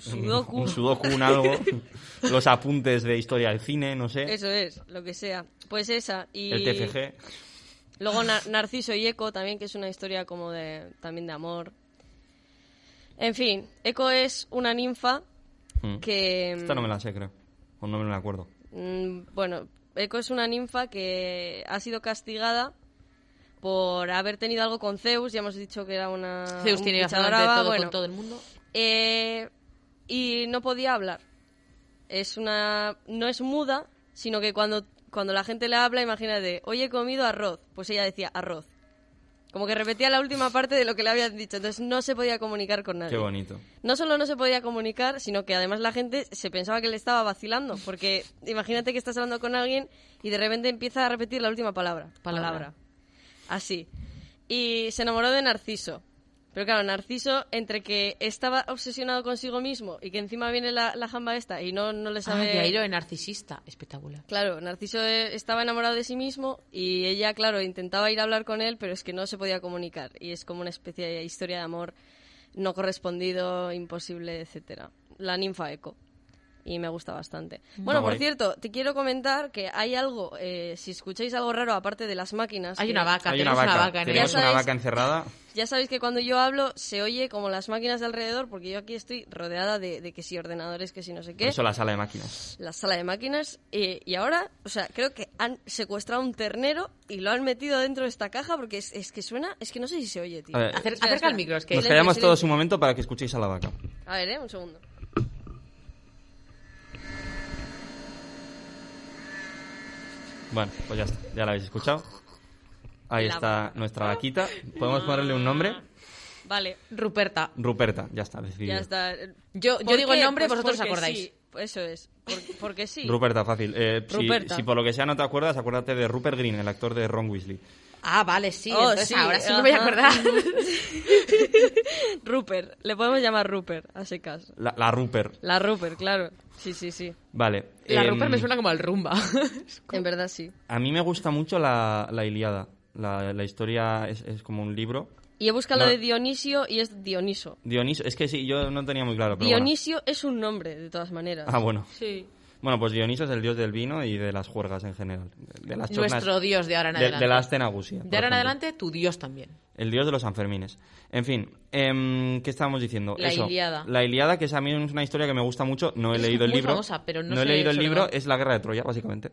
S4: sudoku.
S2: Un sudoku, un algo. los apuntes de historia del cine, no sé.
S4: Eso es, lo que sea. Pues esa. Y
S2: El TFG.
S4: Luego Nar- Narciso y Eco también, que es una historia como de también de amor. En fin, Eco es una ninfa
S2: Mm.
S4: que...
S2: Esta no me la sé, creo. O no me la acuerdo.
S4: Mm, Bueno, Eco es una ninfa que ha sido castigada por haber tenido algo con Zeus, ya hemos dicho que era una
S3: Zeus
S4: un
S3: tiene
S4: bicha
S3: razón ante
S4: brava,
S3: todo
S4: bueno,
S3: con todo el mundo.
S4: eh, y no podía hablar. Es una no es muda, sino que cuando cuando la gente le habla, imagínate, hoy he comido arroz, pues ella decía arroz. Como que repetía la última parte de lo que le habían dicho, entonces no se podía comunicar con nadie.
S2: Qué bonito.
S4: No solo no se podía comunicar, sino que además la gente se pensaba que le estaba vacilando, porque imagínate que estás hablando con alguien y de repente empieza a repetir la última palabra.
S3: Palabra.
S4: Así. Y se enamoró de Narciso. Pero claro, Narciso, entre que estaba obsesionado consigo mismo y que encima viene la, la jamba esta y no, no le
S3: Ah,
S4: sabe...
S3: de ahí lo de narcisista. Espectacular.
S4: Claro, Narciso eh, estaba enamorado de sí mismo y ella, claro, intentaba ir a hablar con él, pero es que no se podía comunicar y es como una especie de historia de amor no correspondido, imposible, etcétera. La ninfa eco. Y me gusta bastante. Bueno, por
S2: Mm. guay.
S4: cierto, te quiero comentar que hay algo, eh, si escucháis algo raro aparte de las máquinas...
S3: Hay
S4: que-
S3: una vaca,
S2: Hay una
S3: tenemos
S2: vaca.
S3: una vaca en
S2: Tenemos
S3: el...
S4: Ya
S2: una
S4: sabéis-
S2: vaca encerrada.
S4: Ya sabéis que cuando yo hablo se oye como las máquinas de alrededor, porque yo aquí estoy rodeada de, de que si ordenadores, que si no sé qué
S2: Por eso la sala de máquinas.
S4: la sala de máquinas eh, y ahora, o sea, creo que han secuestrado un ternero y lo han metido dentro de esta caja porque es, es que suena, es que no sé si se oye, tío.
S2: A ver,
S3: Acer-
S4: Espera,
S3: acerca
S4: espera.
S3: el micro, es que...
S2: Nos
S4: silencio,
S2: callamos todos
S4: silencio.
S2: un momento para que escuchéis a la vaca.
S4: A ver, eh, un segundo.
S2: Bueno, pues ya está. Ya la habéis escuchado. Ahí
S4: La
S2: está nuestra vaquita. Podemos ponerle un nombre.
S4: Vale,
S3: Ruperta.
S2: Ruperta. Ya está, decidido.
S4: ya está.
S3: Yo, yo
S4: ¿Por
S3: digo
S4: qué?
S3: el nombre,
S4: Pues
S3: vosotros os
S4: porque
S3: acordáis.
S4: sí, eso es, por- porque sí.
S2: Ruperta, fácil. Eh, si-
S4: Ruperta.
S2: Si, por lo que sea no te acuerdas, acuérdate de Rupert Green, el actor de Ron Weasley.
S3: Ah, vale, sí.
S4: Oh,
S3: entonces
S4: sí,
S3: ahora sí me voy a
S4: ajá.
S3: acordar.
S4: Rupert, le podemos llamar Rupert, a ese caso.
S2: La, la Rupert.
S4: La Rupert, claro. Sí, sí, sí.
S2: Vale.
S3: La
S2: Em,
S3: Rupert me suena como al rumba.
S4: En verdad sí.
S2: A mí me gusta mucho la, la Iliada. La, la historia es, es como un libro.
S4: Y he buscado
S2: No.
S4: de Dionisio y es Dioniso.
S2: Dioniso, es que sí, yo no tenía muy claro. Pero bueno.
S4: Dionisio es un nombre, de todas maneras.
S2: Ah, bueno.
S3: sí.
S2: Bueno, pues Dioniso es el dios del vino y de las juergas en general. De las choznas-
S3: Nuestro dios de ahora en
S2: de-
S3: adelante.
S2: de la astenagusia, por
S3: De ahora en
S2: ejemplo.
S3: adelante, tu dios también.
S2: El dios de los Sanfermines. En fin, em, ¿qué estábamos diciendo?
S3: La
S2: Eso,
S3: Ilíada.
S2: La Iliada, que es a mí es una historia que me gusta mucho. No he
S3: Es
S2: leído el
S3: muy
S2: libro.
S3: famosa, pero no
S2: he
S3: sé
S2: leído el
S3: sobre Ah.
S2: libro.
S3: cuál.
S2: Es la guerra de Troya, básicamente.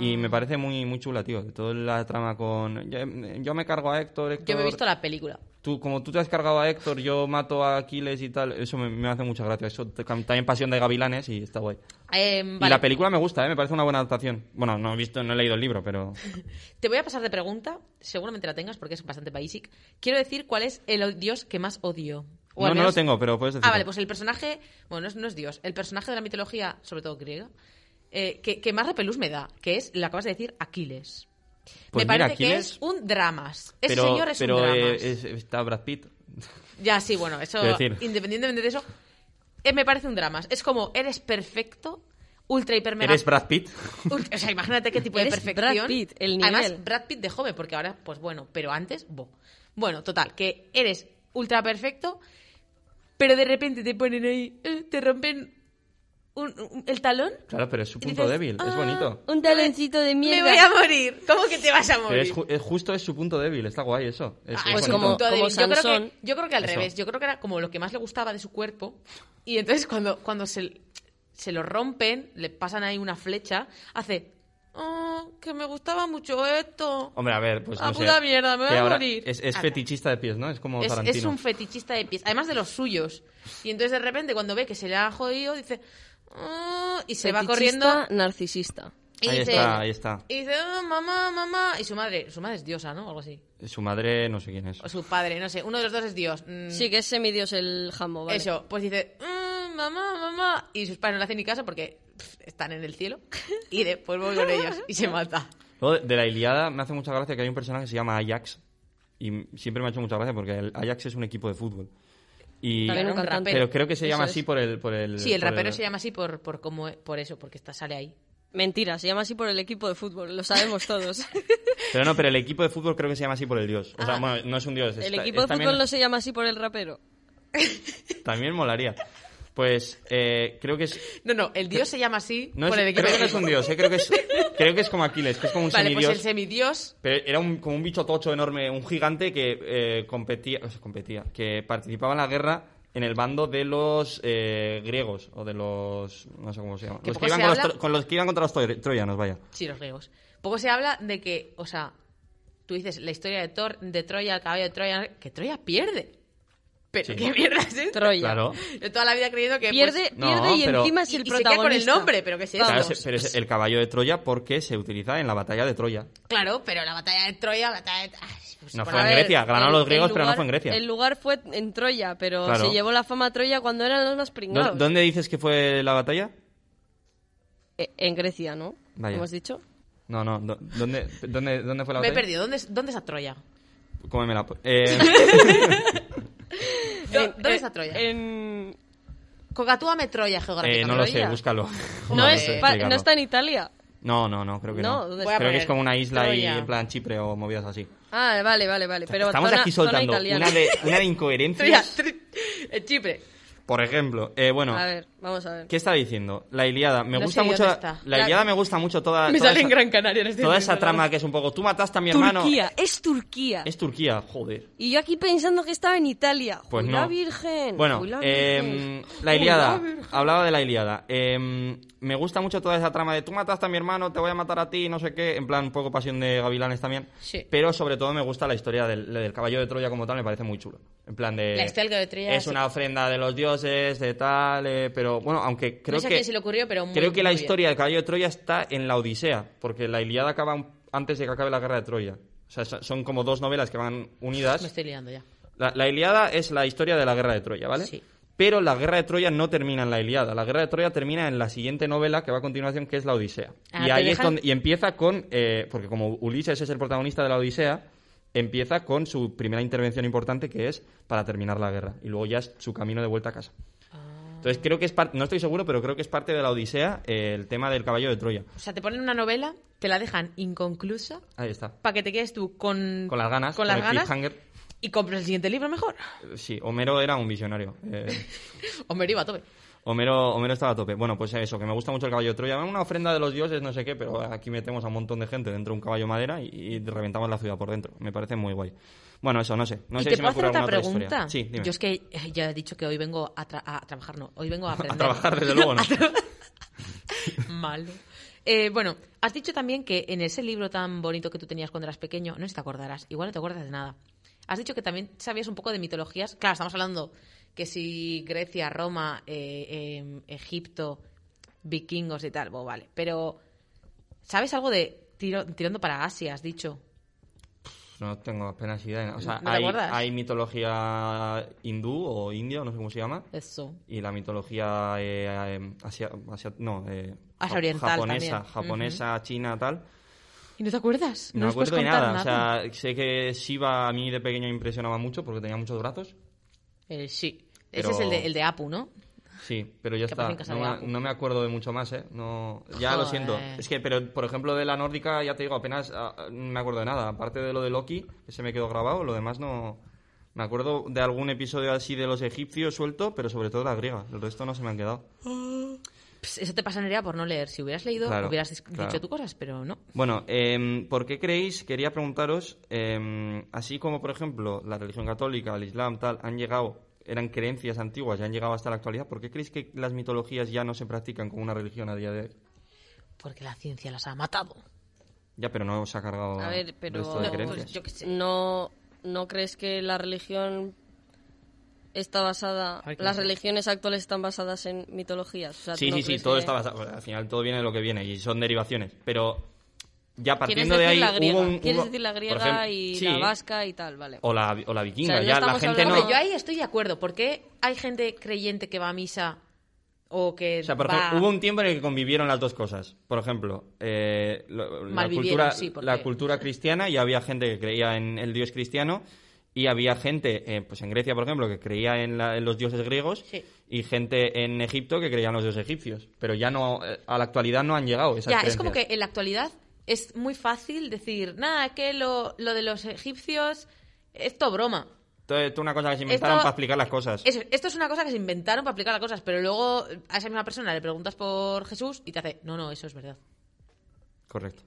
S2: Y me parece muy, muy chula, tío. Toda la trama con... Yo, yo me cargo a Héctor, Héctor...
S3: Yo me he visto la película.
S2: Tú, como tú te has cargado a Héctor, yo mato a Aquiles y tal. Eso me, me hace mucha gracia. Eso te- también pasión de gavilanes y está guay.
S3: Eh,
S2: Y
S3: vale.
S2: la película me gusta, ¿eh? me parece una buena adaptación. Bueno, no he visto, no he leído el libro, pero
S3: Te voy a pasar de pregunta. Seguramente la tengas porque es bastante basic. Quiero decir cuál es el o- dios que más odio.
S2: no,
S3: al
S2: no lo
S3: menos-
S2: tengo, pero puedes decir.
S3: Ah, vale, pues el personaje, bueno, no es, no es Dios, el personaje de la mitología, sobre todo griega, eh, que, que más repelús me da, que es, lo acabas de decir, Aquiles.
S2: Pues
S3: me
S2: mira,
S3: parece que
S2: Aquiles-
S3: es un dramas. Ese
S2: pero,
S3: señor es
S2: pero,
S3: un
S2: eh,
S3: dramas.
S2: es- está Brad Pitt.
S3: Ya, sí, bueno, eso,
S2: Quiero decir-
S3: independientemente de eso, eh, me parece un dramas. Es como, eres perfecto, ultra hiper mega.
S2: ¿Eres Brad Pitt?
S3: ultra- o sea, imagínate qué tipo
S4: Eres
S3: de perfección.
S4: Brad Pitt, el nivel.
S3: Además, Brad Pitt de joven, porque ahora, pues bueno, pero antes, bo. Bueno, total, que eres ultra perfecto, pero de repente te ponen ahí, eh, te rompen un- un- el talón.
S2: Claro, pero es su
S3: Y
S2: punto
S3: dices,
S2: débil, es
S4: Ah,
S2: bonito.
S4: Un taloncito de
S3: Me
S4: mierda.
S3: voy a morir. ¿Cómo que te vas a
S2: Pero
S3: morir?
S2: es, ju- es justo es su punto débil, está guay eso. Es-
S3: Ah,
S2: es
S4: pues
S3: ese
S2: bonito.
S4: como-
S3: punto débil. yo, creo
S4: Sansón.
S3: que, yo creo que al
S2: Eso.
S3: revés. Yo creo que era como lo que más le gustaba de su cuerpo. Y entonces cuando, cuando se, se lo rompen, le pasan ahí una flecha, hace... "Oh, que me gustaba mucho esto.
S2: Hombre, a ver, pues
S3: Ah,
S2: no sé.
S3: puta mierda, me voy
S2: Que
S3: a
S2: ahora
S3: morir.
S2: Es, es
S3: Ah,
S2: fetichista de pies, ¿no? Es como
S3: Es,
S2: Tarantino.
S3: es un fetichista de pies, además de los suyos. Y entonces de repente cuando ve que se le ha jodido, dice... "Oh", y se va
S4: Fetichista,
S3: corriendo
S4: narcisista.
S3: y
S2: Ahí
S3: dice,
S2: está, ahí está.
S3: y dice, "Oh, mamá, mamá. Y su madre, su madre es diosa, ¿no? Algo así.
S2: Su madre, no sé quién es.
S3: O su padre, no sé. Uno de los dos es Dios. Mm,
S4: Sí, que es semidios el jambo, ¿vale?
S3: Eso, pues dice, "Mm, mamá, mamá. Y sus padres no le hacen ni caso porque pff, están en el cielo. Y después voy con ellos y se mata.
S2: Luego, de- de la Iliada me hace mucha gracia que hay un personaje que se llama Ajax. Y m- siempre me ha hecho mucha gracia porque el Ajax es un equipo de fútbol. Y
S4: También un
S3: Claro, un
S4: cantante.
S2: pero creo que se
S4: Eso
S2: llama
S4: es.
S2: así por el... Por el
S3: Sí, pues el
S2: por
S3: rapero se llama así por, por, cómo, por eso, porque está, sale ahí.
S4: Mentira, se llama así por el equipo de fútbol, lo sabemos todos.
S2: Pues Pero no, pero el equipo de fútbol creo que se llama así por el dios. O sea,
S3: Ah.
S2: bueno, no es un dios.
S4: El
S2: está-
S4: equipo de
S2: es también-
S4: fútbol no se llama así por el rapero.
S2: También molaría. Pues eh, creo que es...
S3: No, no, el dios se llama así
S2: No
S3: por
S2: es-
S3: el equipo.
S2: creo que no
S3: de
S2: es un
S3: fútbol.
S2: dios, eh, creo, que es, creo que es como Aquiles, que es como un
S3: Vale, pues
S2: semidios.
S3: el semidios.
S2: Pero era un, como un bicho tocho enorme, un gigante que eh, competía, o sea, competía, que participaba en la guerra en el bando de los eh, griegos o de los no sé cómo se llama,
S3: Que
S2: los que,
S3: poco
S2: iban
S3: se
S2: con los,
S3: habla.
S2: tro- con los que iban contra los tro- troyanos, vaya.
S3: Sí, los griegos. Poco se habla de que, o sea, tú dices la historia de, Thor, de Troya, el caballo de Troya, que Troya pierde. Pero
S2: Sí.
S3: qué mierda es esta?
S4: Troya.
S2: Claro.
S3: Yo toda la vida creyendo que pues,
S4: Pierde,
S2: No,
S4: pierde y
S2: pero-
S4: encima es
S3: y-
S4: el
S3: y se queda
S4: protagonista.
S3: con el nombre, pero que es eso?
S2: Claro,
S3: Vamos.
S2: se- pero es el caballo de Troya porque se utiliza en la batalla de Troya.
S3: Claro, pero la batalla de Troya, la batalla de... Ay, pues,
S2: No
S3: por
S2: fue en
S3: haber-
S2: Grecia, ganaron
S4: El-
S2: los griegos,
S4: el
S2: pero no
S4: lugar-
S2: fue en Grecia.
S4: El lugar fue en Troya, pero
S2: Claro.
S4: se llevó la fama a Troya cuando eran unos
S2: ¿Dó-
S4: pringados.
S2: ¿Dónde dices que fue la batalla?
S4: Eh, En Grecia, ¿no?
S2: Vaya.
S4: ¿Hemos dicho?
S2: No, no, ¿dó- ¿dónde, dónde, dónde fue la
S3: Me he
S2: batalla?
S3: perdido. ¿Dónde, es- dónde está Troya?
S2: Cómemela, pues. Eh,
S3: ¿Dó- ¿Dónde
S4: Eh,
S3: está Troya?
S4: En...
S3: Cocatúame Troya geográficamente.
S2: eh, no lo sé,
S4: Troya.
S2: búscalo.
S4: No,
S3: No
S4: es
S3: sé
S4: pa-
S2: explicarlo.
S4: no está en Italia.
S2: No, no, no, creo que
S4: No,
S2: no.
S4: ¿dónde
S3: está?
S2: creo que es como una isla y
S3: Troya.
S2: en plan Chipre o movidas así.
S4: Ah, vale, vale, vale. Pero
S2: Estamos
S4: zona-
S2: aquí
S4: zona
S2: soltando
S4: italiana.
S2: una de, una de
S3: Troya,
S2: incoherencias.
S3: Tri- eh, Chipre.
S2: Por ejemplo, eh, bueno,
S4: A ver, vamos a ver.
S2: ¿qué estaba diciendo? La Iliada. Me
S3: No
S2: gusta
S3: sé
S2: mucho.
S3: dónde está.
S2: La
S3: La-
S2: Iliada me gusta mucho toda.
S3: Me
S2: toda
S3: sale en
S2: esa,
S3: Gran Canaria. en este
S2: toda
S3: momento,
S2: esa
S3: la
S2: trama
S3: verdad.
S2: que es un poco. Tú mataste a mi hermano.
S4: Turquía, es Turquía.
S2: Es Turquía, joder.
S4: Y yo aquí pensando que estaba en Italia.
S2: Pues
S4: Uy,
S2: no.
S4: la Virgen!
S2: Bueno,
S4: Uy, la Virgen.
S2: eh, la Iliada. hablaba de la Iliada. Eh, me gusta mucho toda esa trama de tú mataste a mi hermano, te voy a matar a ti, no sé qué. En plan, un poco pasión de gavilanes también.
S3: Sí.
S2: Pero sobre todo me gusta la historia del, del caballo de Troya como tal, me parece muy chulo. En plan de.
S3: La historia del caballo de Troya,
S2: Es
S3: sí.
S2: una ofrenda de los dioses, de tal. eh, pero bueno, aunque creo
S3: no sé a
S2: que.
S3: quién se le ocurrió, pero muy,
S2: creo que
S3: muy
S2: la
S3: bien.
S2: historia del caballo de Troya está en la Odisea, porque la Iliada acaba un- antes de que acabe la guerra de Troya. O sea, so- son como dos novelas que van unidas.
S3: Me estoy liando ya.
S2: La, la Iliada es la historia de la guerra de Troya, ¿vale?
S3: Sí.
S2: Pero la guerra de Troya no termina en la Iliada. La guerra de Troya termina en la siguiente novela que va a continuación, que es la Odisea.
S3: Ah,
S2: y
S3: te
S2: ahí es
S3: dejan-
S2: donde. Y empieza con. eh, porque como Ulises es el protagonista de la Odisea, empieza con su primera intervención importante, que es para terminar la guerra. Y luego ya es su camino de vuelta a casa.
S3: Ah.
S2: Entonces creo que es parte. No estoy seguro, pero creo que es parte de la Odisea eh, el tema del caballo de Troya.
S3: O sea, te ponen una novela, te la dejan inconclusa
S2: Ahí está.
S3: para que te quedes tú con...
S2: Con las ganas.
S3: Con las
S2: el
S3: ganas.
S2: cliffhanger.
S3: Y compras el siguiente libro mejor.
S2: Eh, Sí, Homero era un visionario. eh.
S3: Hombre, iba a tope.
S2: Homero, Homero estaba a tope. Bueno, pues eso, que me gusta mucho el caballo de Troya. Una ofrenda de los dioses, no sé qué, pero aquí metemos a un montón de gente dentro de un caballo madera y, y reventamos la ciudad por dentro. Me parece muy guay. Bueno, eso, no sé. No
S3: ¿Y
S2: sé
S3: te
S2: si me
S3: puedo hacer
S2: ocurre alguna otra
S3: otra
S2: historia.
S3: pregunta?
S2: Sí, dime.
S3: Yo es que eh, ya he dicho que hoy vengo a, tra- a trabajar, no, hoy vengo a aprender.
S2: A trabajar, desde luego, no.
S3: Malo. Eh, bueno, has dicho también que en ese libro tan bonito que tú tenías cuando eras pequeño, no sé si te acordarás, igual no te acuerdas de nada. Has dicho que también sabías un poco de mitologías. Claro, estamos hablando que si Grecia, Roma, eh, eh, Egipto, vikingos y tal, bueno, vale. Pero, ¿sabes algo de tiro- tirando para Asia, has dicho?
S2: No tengo apenas idea. de nada. O sea,
S3: ¿No te
S2: hay,
S3: acuerdas?
S2: hay mitología hindú o india, no sé cómo se llama.
S3: Eso.
S2: Y la mitología eh, eh, asia, asia- no, eh,
S3: Asia
S2: ja-
S3: oriental
S2: japonesa,
S3: también.
S2: japonesa, china, tal.
S3: ¿Y no te acuerdas?
S2: No me
S3: nos puedes
S2: acuerdo de
S3: contar
S2: nada. O sea, sé que Shiva a mí de pequeño me impresionaba mucho porque tenía muchos brazos.
S3: Eh, sí.
S2: Pero-
S3: Ese es el de, el de Apu, ¿no?
S2: Sí, pero ya
S3: Que aparece en
S2: está.
S3: casa
S2: No
S3: de
S2: me,
S3: Apu.
S2: no me acuerdo de mucho más, ¿eh? No, ya lo
S3: Joder.
S2: siento. Es que, pero por ejemplo, de la nórdica, ya te digo, apenas ah, ah, no me acuerdo de nada. Aparte de lo de Loki, que se me quedó grabado, lo demás no. Me acuerdo de algún episodio así de los egipcios suelto, pero sobre todo de la griega. El resto no se me han quedado.
S3: Pss, eso te pasa en por no leer. Si hubieras leído,
S2: Claro,
S3: hubieras dis-
S2: claro.
S3: dicho tú cosas, pero no.
S2: Bueno, em, ¿por qué creéis? Quería preguntaros, em, así como por ejemplo la religión católica, el islam, tal, han llegado, eran creencias antiguas y han llegado hasta la actualidad, ¿por qué creéis que las mitologías ya no se practican como una religión a día de hoy?
S3: Porque la ciencia las ha matado.
S2: Ya, pero no os ha cargado
S4: A ver, pero-
S2: resto de
S4: No,
S2: creencias.
S3: pues yo qué sé.
S4: ¿No, ¿No crees que la religión está basada...
S3: Ay, qué
S4: las
S3: sé.
S4: religiones actuales están basadas en mitologías? O sea,
S2: Sí,
S4: ¿no
S2: sí, sí,
S4: crees
S2: todo
S4: que- ¿eh?
S2: está basado. Al final todo viene de lo que viene y son derivaciones. Pero ya
S4: Quieres
S2: partiendo
S4: decir
S2: de ahí.
S4: la griega,
S2: hubo un-
S4: quieres
S2: hubo-
S4: decir la
S2: por
S4: griega
S2: ejemplo,
S4: y
S2: sí,
S4: la vasca y tal, vale.
S2: O la, o la vikinga,
S4: O sea, no
S2: ya la
S4: estamos
S2: gente
S4: hablando-
S2: no.
S3: Hombre, yo ahí estoy de acuerdo. ¿Por qué hay gente creyente que va a misa o que
S2: O sea, por
S3: va...
S2: ejemplo, hubo un tiempo en el que convivieron las dos cosas. Por ejemplo, eh, lo- la,
S3: Malvivieron,
S2: cultura,
S3: sí, porque-
S2: la cultura cristiana y había gente que creía en el dios cristiano y había gente, eh, pues en Grecia, por ejemplo, que creía en, la- en los dioses griegos
S3: Sí.
S2: y gente en Egipto que creía en los dioses egipcios. Pero ya no, eh, a la actualidad no han llegado esas
S3: Ya, es como que
S2: creencias.
S3: en la actualidad es muy fácil decir, nada, es que lo, lo de los egipcios, esto broma.
S2: Esto es una cosa que se inventaron
S3: Esto-
S2: para explicar las cosas.
S3: Eso, esto es una cosa que se inventaron para aplicar las cosas, pero luego a esa misma persona le preguntas por Jesús y te hace, no, no, eso es verdad.
S2: Correcto.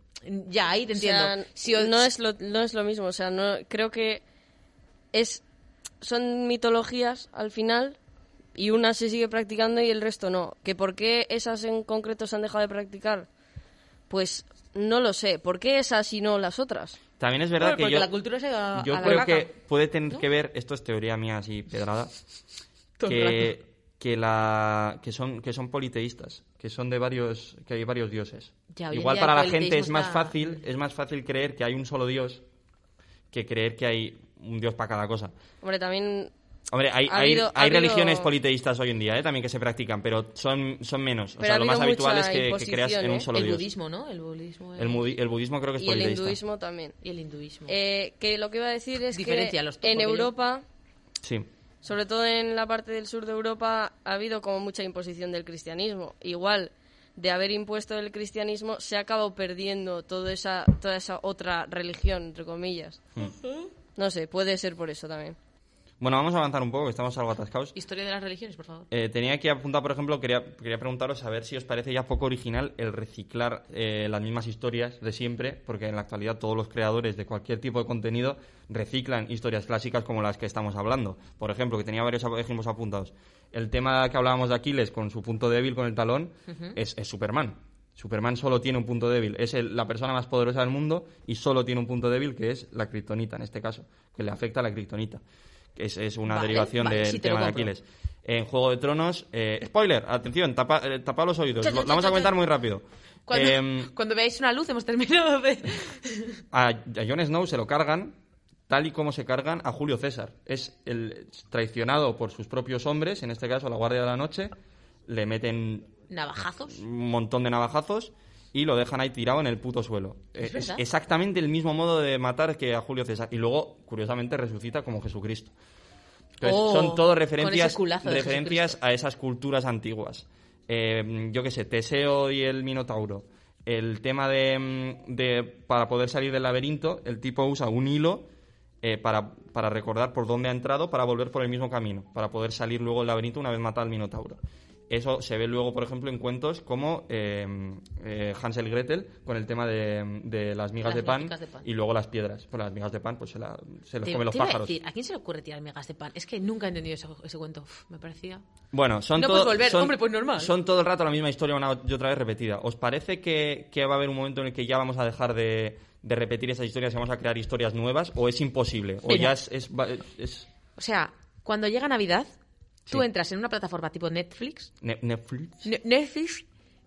S3: Ya, ahí te
S4: O sea,
S3: entiendo. Si o-
S4: no, es lo, no es lo mismo, o sea, no, creo que es son mitologías al final y una se sigue practicando y el resto no. ¿Que por qué esas en concreto se han dejado de practicar? Pues no lo sé. ¿Por qué esas y no las otras?
S2: También es verdad
S3: Bueno, porque
S2: que yo,
S3: la cultura se va
S2: yo
S3: a la
S2: creo
S3: vaca.
S2: que puede tener que ver, esto es teoría mía así pedrada,
S3: Todo el
S2: que, que, la, que, son, que son politeístas, que son de varios, que hay varios dioses.
S3: Ya, hoy en
S2: Igual
S3: día el
S2: para la
S3: politeísmo
S2: gente es más
S3: está-
S2: fácil, es más fácil creer que hay un solo dios que creer que hay un dios para cada cosa.
S4: Hombre, también
S2: Hombre, hay,
S4: Ha
S2: hay-
S4: habido- ha
S2: hay
S4: habido-
S2: religiones politeístas hoy en día, ¿eh? también que se practican, pero son, son menos. O
S4: Pero
S2: sea,
S4: ha
S2: lo más
S4: habido
S2: habitual es
S4: mucha
S2: que, que creas en
S4: imposición,
S2: un
S4: ¿eh?
S2: solo
S3: el
S2: dios.
S3: budismo, ¿no? El budismo.
S2: El, mudi- el budismo creo que es
S4: y el
S2: politeísta.
S4: hinduismo también.
S3: y el hinduismo.
S4: Eh, que lo que iba a decir es que
S3: Diferencia los-
S4: en
S3: porque yo-
S4: Europa
S2: Sí.
S4: Sobre todo en la parte del sur de Europa ha habido como mucha imposición del cristianismo. Igual, de haber impuesto el cristianismo, se ha acabado perdiendo toda esa, toda esa otra religión, entre comillas.
S2: Mm.
S4: No sé, puede ser por eso también.
S2: Bueno, vamos a avanzar un poco, que estamos algo atascados.
S3: Historia de las religiones, por favor.
S2: Eh, tenía aquí apuntado, por ejemplo, quería, quería preguntaros a ver si os parece ya poco original el reciclar eh, las mismas historias de siempre, porque en la actualidad todos los creadores de cualquier tipo de contenido reciclan historias clásicas como las que estamos hablando. Por ejemplo, que tenía varios ap- ejemplos apuntados. El tema que hablábamos de Aquiles con su punto débil con el talón es, es Superman. Superman solo tiene un punto débil, es el- la persona más poderosa del mundo y solo tiene un punto débil que es la kriptonita en este caso, que le afecta a la kriptonita. que Es, es una
S3: Vale,
S2: derivación
S3: vale,
S2: del
S3: sí te lo
S2: tema de
S3: compro.
S2: Aquiles. En Juego de Tronos, eh, spoiler, atención, tapa, eh, tapad los oídos.
S3: Cha, cha,
S2: Lo-
S3: cha,
S2: lo vamos
S3: cha,
S2: a comentar
S3: cha.
S2: muy rápido.
S3: Cuando,
S2: Em,
S3: cuando veáis una luz hemos terminado de...
S2: a, a Jon Snow se lo cargan tal y como se cargan a Julio César. Es el traicionado por sus propios hombres, en este caso la Guardia de la Noche, le meten
S3: Navajazos.
S2: un montón de navajazos y lo dejan ahí tirado en el puto suelo. Eh, Es,
S3: verdad.
S2: exactamente el mismo modo de matar que a Julio César. Y luego, curiosamente, resucita como Jesucristo. Entonces,
S3: Oh,
S2: son todo
S3: con
S2: referencias,
S3: ese culazo de
S2: referencias a esas culturas antiguas. Eh, yo qué sé, Teseo y el Minotauro. El tema de, mm, de- Para poder salir del laberinto, el tipo usa un hilo eh, para, para recordar por dónde ha entrado para volver por el mismo camino, para poder salir luego del laberinto una vez matado al Minotauro. Eso se ve luego, por ejemplo, en cuentos como eh, eh, Hansel y Gretel con el tema de, de las migas
S3: Las
S2: de, pan,
S3: migas de pan.
S2: y luego las piedras. Pues las migas de pan pues se, la- se los
S3: Te-
S2: comen los
S3: te iba a
S2: pájaros.
S3: decir, ¿a quién se le ocurre tirar migas de pan? Es que nunca he entendido ese, ese cuento. Uf, me parecía...
S2: Bueno, son
S3: No
S2: todo,
S3: puedes volver.
S2: son-
S3: Hombre, pues normal.
S2: Son todo el rato la misma historia una y otra vez repetida. ¿Os parece que, que va a haber un momento en el que ya vamos a dejar de, de repetir esas historias y vamos a crear historias nuevas? ¿O es imposible? ¿O
S3: Mira.
S2: ya es, es- va- es-
S3: O sea, cuando llega Navidad, tú
S2: Sí.
S3: entras en una plataforma tipo Netflix,
S2: Ne- Netflix?
S3: Ne- Netflix,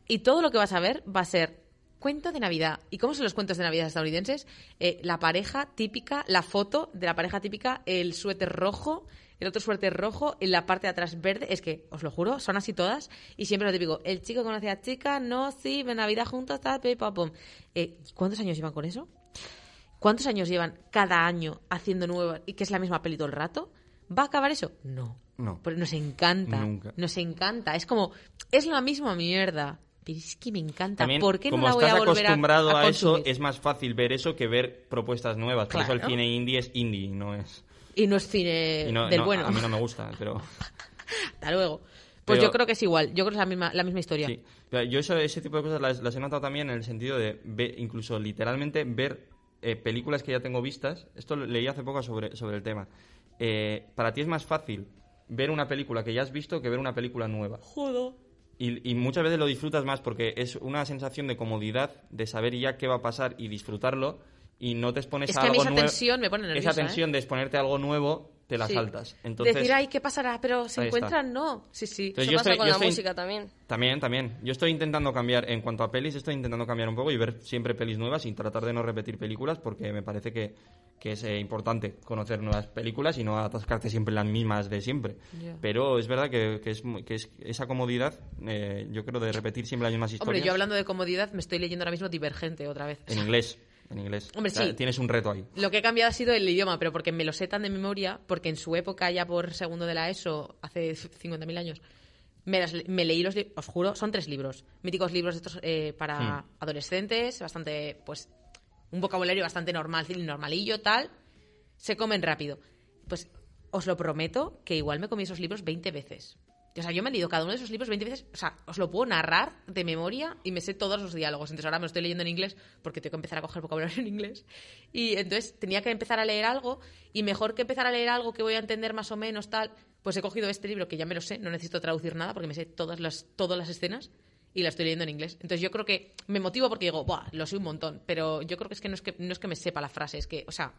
S3: y todo lo que vas a ver va a ser Cuento de Navidad. ¿Y cómo son los cuentos de Navidad estadounidenses? Eh, la pareja típica, la foto de la pareja típica, el suéter rojo, el otro suéter rojo, en la parte de atrás verde. Es que, os lo juro, son así todas. Y siempre lo típico, el chico conoce a la chica, no, sí, de Navidad juntos, tal, pim, pam, pum. Eh, ¿Cuántos años llevan con eso? ¿Cuántos años llevan cada año haciendo nuevas y que es la misma peli todo el rato? ¿Va a acabar eso? No.
S2: No.
S3: Porque nos encanta.
S2: Nunca.
S3: Nos encanta. Es como, es la misma mierda. Pero es que me encanta.
S2: También,
S3: ¿Por qué no
S2: como
S3: la voy
S2: estás
S3: a volver a-
S2: acostumbrado a, eso,
S3: consumir?
S2: es más fácil ver eso que ver propuestas nuevas. Por eso
S3: Claro.
S2: el cine indie es indie, no es...
S3: Y no es cine
S2: y no-
S3: del
S2: no,
S3: bueno.
S2: A mí no me gusta, pero...
S3: Hasta luego. Pues
S2: Pero-
S3: yo creo que es igual. Yo creo que es la misma, la misma historia.
S2: Sí. Pero Yo eso- ese tipo de cosas las, las he notado también en el sentido de, ve- incluso literalmente, ver eh, películas que ya tengo vistas. Esto lo leí hace poco sobre, sobre el tema. Eh, para ti es más fácil ver una película que ya has visto que ver una película nueva.
S3: Jodo.
S2: Y, y muchas veces lo disfrutas más porque es una sensación de comodidad, de saber ya qué va a pasar y disfrutarlo. Y no te expones
S3: Es
S2: a
S3: que a mí
S2: algo
S3: esa
S2: nuevo.
S3: tensión me pone nerviosa, ¿eh?
S2: Esa tensión de exponerte a algo nuevo, te la
S3: Sí.
S2: saltas. Entonces,
S3: Decir, ay, ¿qué pasará? Pero se
S2: Ahí está.
S3: encuentran, no. Sí, sí.
S2: Entonces,
S4: Eso
S2: yo
S4: pasa
S2: estoy-
S4: con
S2: yo
S4: la
S2: estoy-
S4: música también.
S2: También, también. Yo estoy intentando cambiar, en cuanto a pelis, estoy intentando cambiar un poco y ver siempre pelis nuevas sin tratar de no repetir películas porque me parece que, que es eh, importante conocer nuevas películas y no atascarte siempre en las mismas de siempre.
S3: Ya.
S2: Pero es verdad que, que es, muy- que es- esa comodidad, eh, yo creo, de repetir siempre las mismas historias.
S3: Hombre, yo hablando de comodidad, me estoy leyendo ahora mismo Divergente otra vez.
S2: En inglés, en inglés.
S3: Hombre,
S2: O sea,
S3: sí.
S2: Tienes un reto ahí.
S3: Lo que he cambiado ha sido el idioma, pero porque me lo sé tan de memoria, porque en su época, ya por segundo de la ESO, hace 50.000 años, me, las- me leí los libros, os juro, son tres libros. Míticos libros estos, eh, para
S2: Hmm.
S3: adolescentes, bastante, pues, un vocabulario bastante normal, normalillo, tal. Se comen rápido. Pues os lo prometo que igual me comí esos libros 20 veces. O sea, yo me he leído cada uno de esos libros 20 veces. O sea, os lo puedo narrar de memoria y me sé todos los diálogos. Entonces ahora me lo estoy leyendo en inglés porque tengo que empezar a coger vocabulario en inglés. Y entonces tenía que empezar a leer algo y mejor que empezar a leer algo que voy a entender más o menos tal, pues he cogido este libro que ya me lo sé, no necesito traducir nada porque me sé todas las, todas las escenas y la estoy leyendo en inglés. Entonces yo creo que me motivo porque digo, Buah, lo sé un montón, pero yo creo que es que no es que, no es que me sepa la frase, es que, o sea,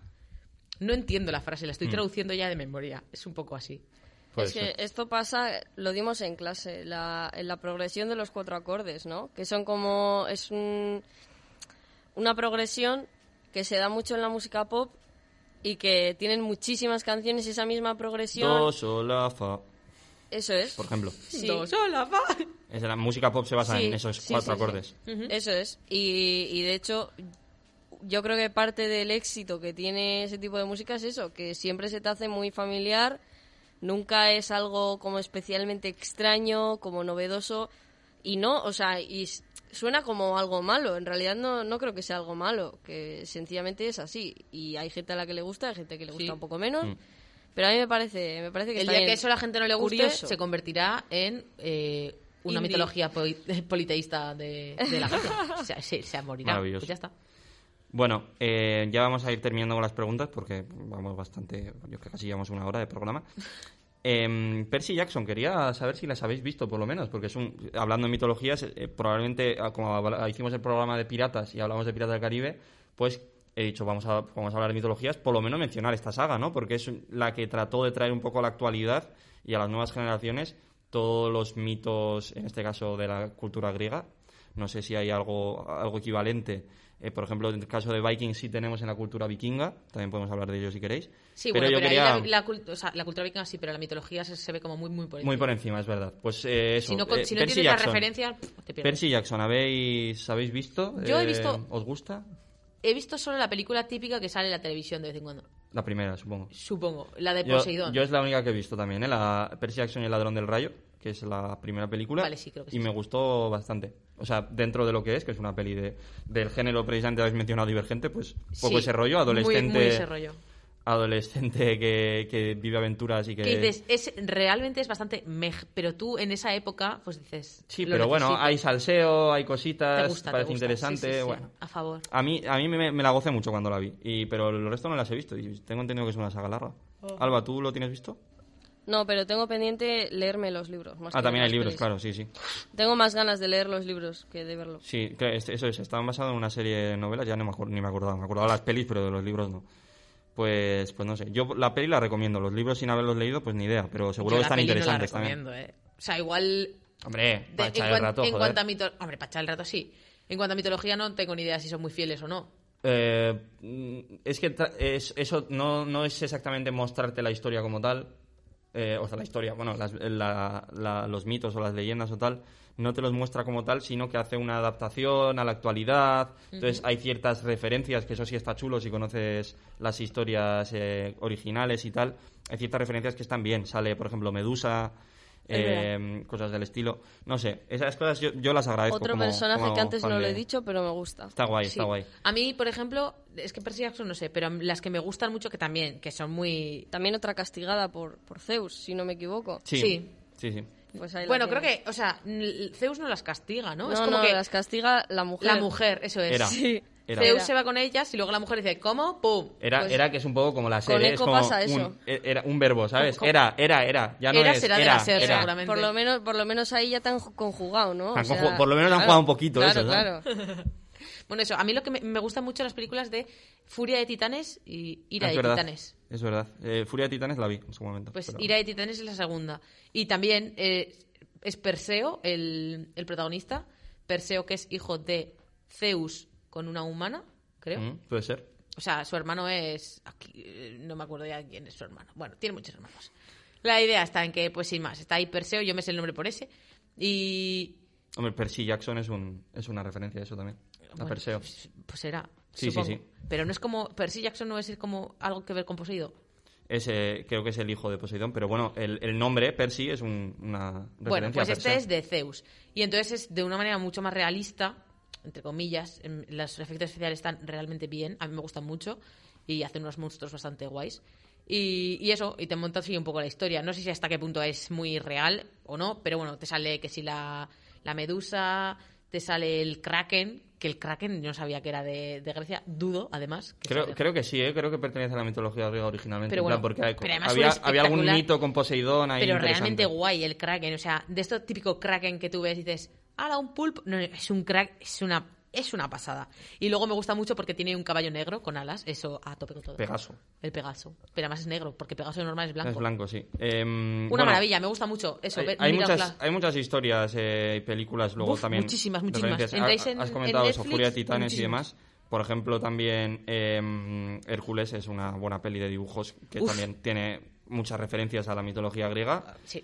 S3: no entiendo la frase,
S2: Mm.
S3: la estoy traduciendo ya de memoria. Es un poco así.
S2: Puede
S4: es que
S2: ser.
S4: esto pasa, lo dimos en clase, la, en la progresión de los cuatro acordes, ¿no? Que son como, es un- una progresión que se da mucho en la música pop y que tienen muchísimas canciones y esa misma progresión.
S2: Do, sol, la, fa,
S4: Eso es.
S2: por ejemplo.
S4: Sí.
S3: Dos, hola, va.
S2: Es de la música pop se basa
S4: Sí,
S2: en esos
S4: sí,
S2: cuatro
S4: sí, sí.
S2: acordes.
S4: Eso es. Y, y de hecho, yo creo que parte del éxito que tiene ese tipo de música es eso, que siempre se te hace muy familiar, nunca es algo como especialmente extraño, como novedoso, y no, o sea, y s- suena como algo malo, en realidad no, no creo que sea algo malo, que sencillamente es así, y hay gente a la que le gusta, hay gente que le gusta
S3: Sí.
S4: un poco menos,
S2: Mm.
S4: pero a mí me parece, me parece
S3: El
S4: que está
S3: día que
S4: bien.
S3: eso a la gente no le guste,
S4: Curioso.
S3: se convertirá en eh, una
S4: Indie.
S3: mitología poi- politeísta de, de la gente. O sea, se, se morirá.
S2: Maravilloso.
S3: Pues ya está.
S2: Bueno, eh, ya vamos a ir terminando con las preguntas porque vamos bastante. Yo creo que casi llevamos una hora de programa. Em, Percy Jackson, quería saber si las habéis visto, por lo menos, porque es un. Hablando de mitologías, eh, probablemente, ah, como habla- hicimos el programa de piratas y hablamos de Piratas del Caribe, pues he dicho, vamos a, vamos a hablar de mitologías, por lo menos mencionar esta saga, ¿no? Porque es la que trató de traer un poco a la actualidad y a las nuevas generaciones todos los mitos, en este caso de la cultura griega. No sé si hay algo, algo equivalente. Eh, por ejemplo, en el caso de Vikings sí tenemos en la cultura vikinga, también podemos hablar de ello si queréis.
S3: Sí, bueno, pero ahí la, la cult- o sea, la cultura vikinga sí, pero la mitología se, se ve como muy, muy por
S2: Muy
S3: encima.
S2: por encima, es verdad. Pues eh, eso.
S3: Si no, con-
S2: eh,
S3: si no
S2: Percy
S3: tienes
S2: Jackson.
S3: la referencia, pff, te pierdes.
S2: Percy Jackson, ¿habéis, habéis visto?
S3: Yo he
S2: Eh,
S3: visto-
S2: ¿Os gusta?
S3: He visto solo la película típica que sale en la televisión de vez en cuando.
S2: La primera, supongo.
S3: Supongo, la de
S2: Yo-
S3: Poseidón.
S2: Yo es la única que he visto también, ¿eh? La Percy Jackson y el ladrón del rayo, que es la primera película.
S3: Vale, sí, creo que sí,
S2: Y me
S3: sí.
S2: gustó bastante. O sea, dentro de lo que es, que es una peli de, del género precisamente habéis mencionado Divergente, pues poco
S3: Sí,
S2: ese rollo,
S3: muy-
S2: adolescente.
S3: muy ese rollo.
S2: Adolescente que, que vive aventuras y que.
S3: Que dices, es, realmente es bastante mej, pero tú en esa época, pues dices.
S2: Sí,
S3: lo
S2: pero bueno,
S3: necesito.
S2: hay salseo, hay
S3: Te
S2: cositas,
S3: gusta, te
S2: parece
S3: gusta. Sí, sí,
S2: interesante.
S3: sí,
S2: Bueno,
S3: A favor.
S2: A mí, a mí me, me la gocé mucho cuando la vi, y, pero el resto no las he visto y tengo entendido que es una saga larga.
S3: Oh.
S2: Alba, ¿tú lo tienes visto?
S4: No, pero tengo pendiente leerme los libros. Más
S2: ah,
S4: que
S2: también
S4: ver
S2: hay
S4: las
S2: libros,
S4: pelis.
S2: claro, sí, sí.
S4: Tengo más ganas de leer los libros que de verlos.
S2: Sí, que es- eso es, estaban basados en una serie de novelas, ya no me acuer- ni me acordaba, me acordaba de las pelis, pero de los libros no. Pues, pues no sé, yo la peli la recomiendo, los libros sin haberlos leído, pues ni idea, pero seguro
S3: Yo
S2: que
S3: la
S2: están
S3: peli no la
S2: interesantes también.
S3: recomiendo, eh. O sea, igual.
S2: Hombre,
S3: de-
S2: para
S3: en,
S2: echar el
S3: cuan-
S2: rato,
S3: en
S2: joder.
S3: cuanto a mito. Hombre, para echar el rato sí. En cuanto a mitología, no tengo ni idea si son muy fieles o no.
S2: Eh, mm, es que tra- es- eso no, no es exactamente mostrarte la historia como tal. eh, o sea, la historia, bueno, las- la- la- los mitos o las leyendas o tal, no te los muestra como tal, sino que hace una adaptación a la actualidad. Entonces hay ciertas referencias, que eso sí está chulo si conoces las historias eh, originales y tal. Hay ciertas referencias que están bien. Sale, por ejemplo, Medusa,
S4: Es
S2: eh, cosas del estilo. No sé, esas cosas yo, yo las agradezco.
S4: Otro
S2: como-
S4: personaje
S2: como
S4: que antes
S2: fan
S4: no lo
S2: de-
S4: he dicho, pero me gusta.
S2: Está guay, está
S3: Sí.
S2: guay.
S3: A mí, por ejemplo, es que Percy Jackson no sé, pero las que me gustan mucho, que también, que son muy...
S4: También otra castigada por, por Zeus, si no me equivoco.
S2: Sí,
S3: Sí.
S2: sí, sí.
S4: Pues ahí la
S3: Bueno, creo
S4: tienes.
S3: que, o sea, n- Zeus no las castiga, ¿no?
S4: No,
S3: es como
S4: no,
S3: que
S4: las castiga la mujer.
S3: la mujer, eso es.
S2: Era.
S4: Sí.
S2: Era.
S3: Zeus
S4: Era.
S3: Pues se va con ellas y luego la mujer dice, ¿cómo? ¡Pum!
S2: Era,
S4: Pues-
S2: era que es un poco como la
S4: Con
S2: serie, es
S4: eco
S2: como
S4: pasa eso.
S2: Un, e- era un verbo, ¿sabes?
S3: ¿Cómo- cómo?
S2: Era, era, era. Ya no
S3: Era
S2: es,
S3: será de
S2: era,
S3: la ser,
S2: era.
S3: seguramente.
S4: Por lo menos, por lo menos ahí ya te han ju- conjugado, ¿no?
S2: Han conju- por lo menos han jugado un poquito ¿eh?
S4: claro,
S2: eso, ¿sabes?
S4: Claro,
S3: Bueno, eso, a mí lo que me, me gustan mucho las películas de Furia de Titanes y Ira
S2: Ah, es
S3: de
S2: verdad,
S3: Titanes.
S2: Es verdad. Eh, Furia de Titanes la vi en su momento.
S3: Pues
S2: pero-
S3: Ira de Titanes es la segunda. Y también eh, es Perseo, el, el protagonista. Perseo, que es hijo de Zeus con una humana, creo.
S2: Mm, Puede ser.
S3: O sea, su hermano es. Aquí, eh, no me acuerdo ya quién es su hermano. Bueno, tiene muchos hermanos. La idea está en que, pues sin más, está ahí Perseo, yo me sé el nombre por ese. Y.
S2: Hombre, Percy Jackson es, un, es una referencia a eso también. A
S3: bueno,
S2: Perseo.
S3: Pues, pues era.
S2: Sí, sí,
S3: supongo.
S2: sí.
S3: Pero no es como. Percy Jackson no es como algo que ver con Poseidón.
S2: Es, eh, creo que es el hijo de Poseidón, pero bueno, el, el nombre Percy es un- una referencia
S3: Bueno, pues
S2: a
S3: este
S2: Perseo.
S3: es de Zeus. Y entonces es de una manera mucho más realista, entre comillas. em, Los efectos especiales están realmente bien. A mí me gustan mucho. Y hacen unos monstruos bastante guays. Y, y eso, y te montas así un poco la historia. No sé si hasta qué punto es muy real o no, pero bueno, te sale que si la, la medusa, te sale el kraken, que el kraken yo no sabía que era de, de Grecia, dudo además. que sea
S2: Creo,
S3: de-
S2: creo que sí, ¿eh? creo que pertenece a la mitología griega originalmente.
S3: Pero
S2: en plan,
S3: bueno,
S2: porque hay-
S3: pero además
S2: había,
S3: súper
S2: había algún
S3: espectacular.
S2: mito con Poseidón ahí.
S3: Pero
S2: interesante.
S3: realmente guay el Kraken. O sea, de esto típico Kraken que tú ves y dices, ¡Hala, un pulpo! No, no, es un crack, es una, es una pasada. Y luego me gusta mucho porque tiene un caballo negro con alas, eso a tope con todo.
S2: Pegaso.
S3: El Pegaso. Pero además es negro, porque Pegaso normal es blanco.
S2: Es blanco, sí. Eh,
S3: Una
S2: bueno,
S3: maravilla, me gusta mucho eso.
S2: Hay,
S3: ver-
S2: hay
S3: mirar
S2: muchas,
S3: las-
S2: hay muchas historias eh, y películas luego
S3: Buf,
S2: también.
S3: muchísimas, muchísimas.
S2: referencias.
S3: Entráis
S2: Ha-
S3: en-
S2: Has
S3: en
S2: comentado eso,
S3: Netflix,
S2: Furia de Titanes y
S3: muchísimas.
S2: demás. Por ejemplo, también eh, Hércules es una buena peli de dibujos que
S3: Uf.
S2: también tiene muchas referencias a la mitología griega.
S3: Sí.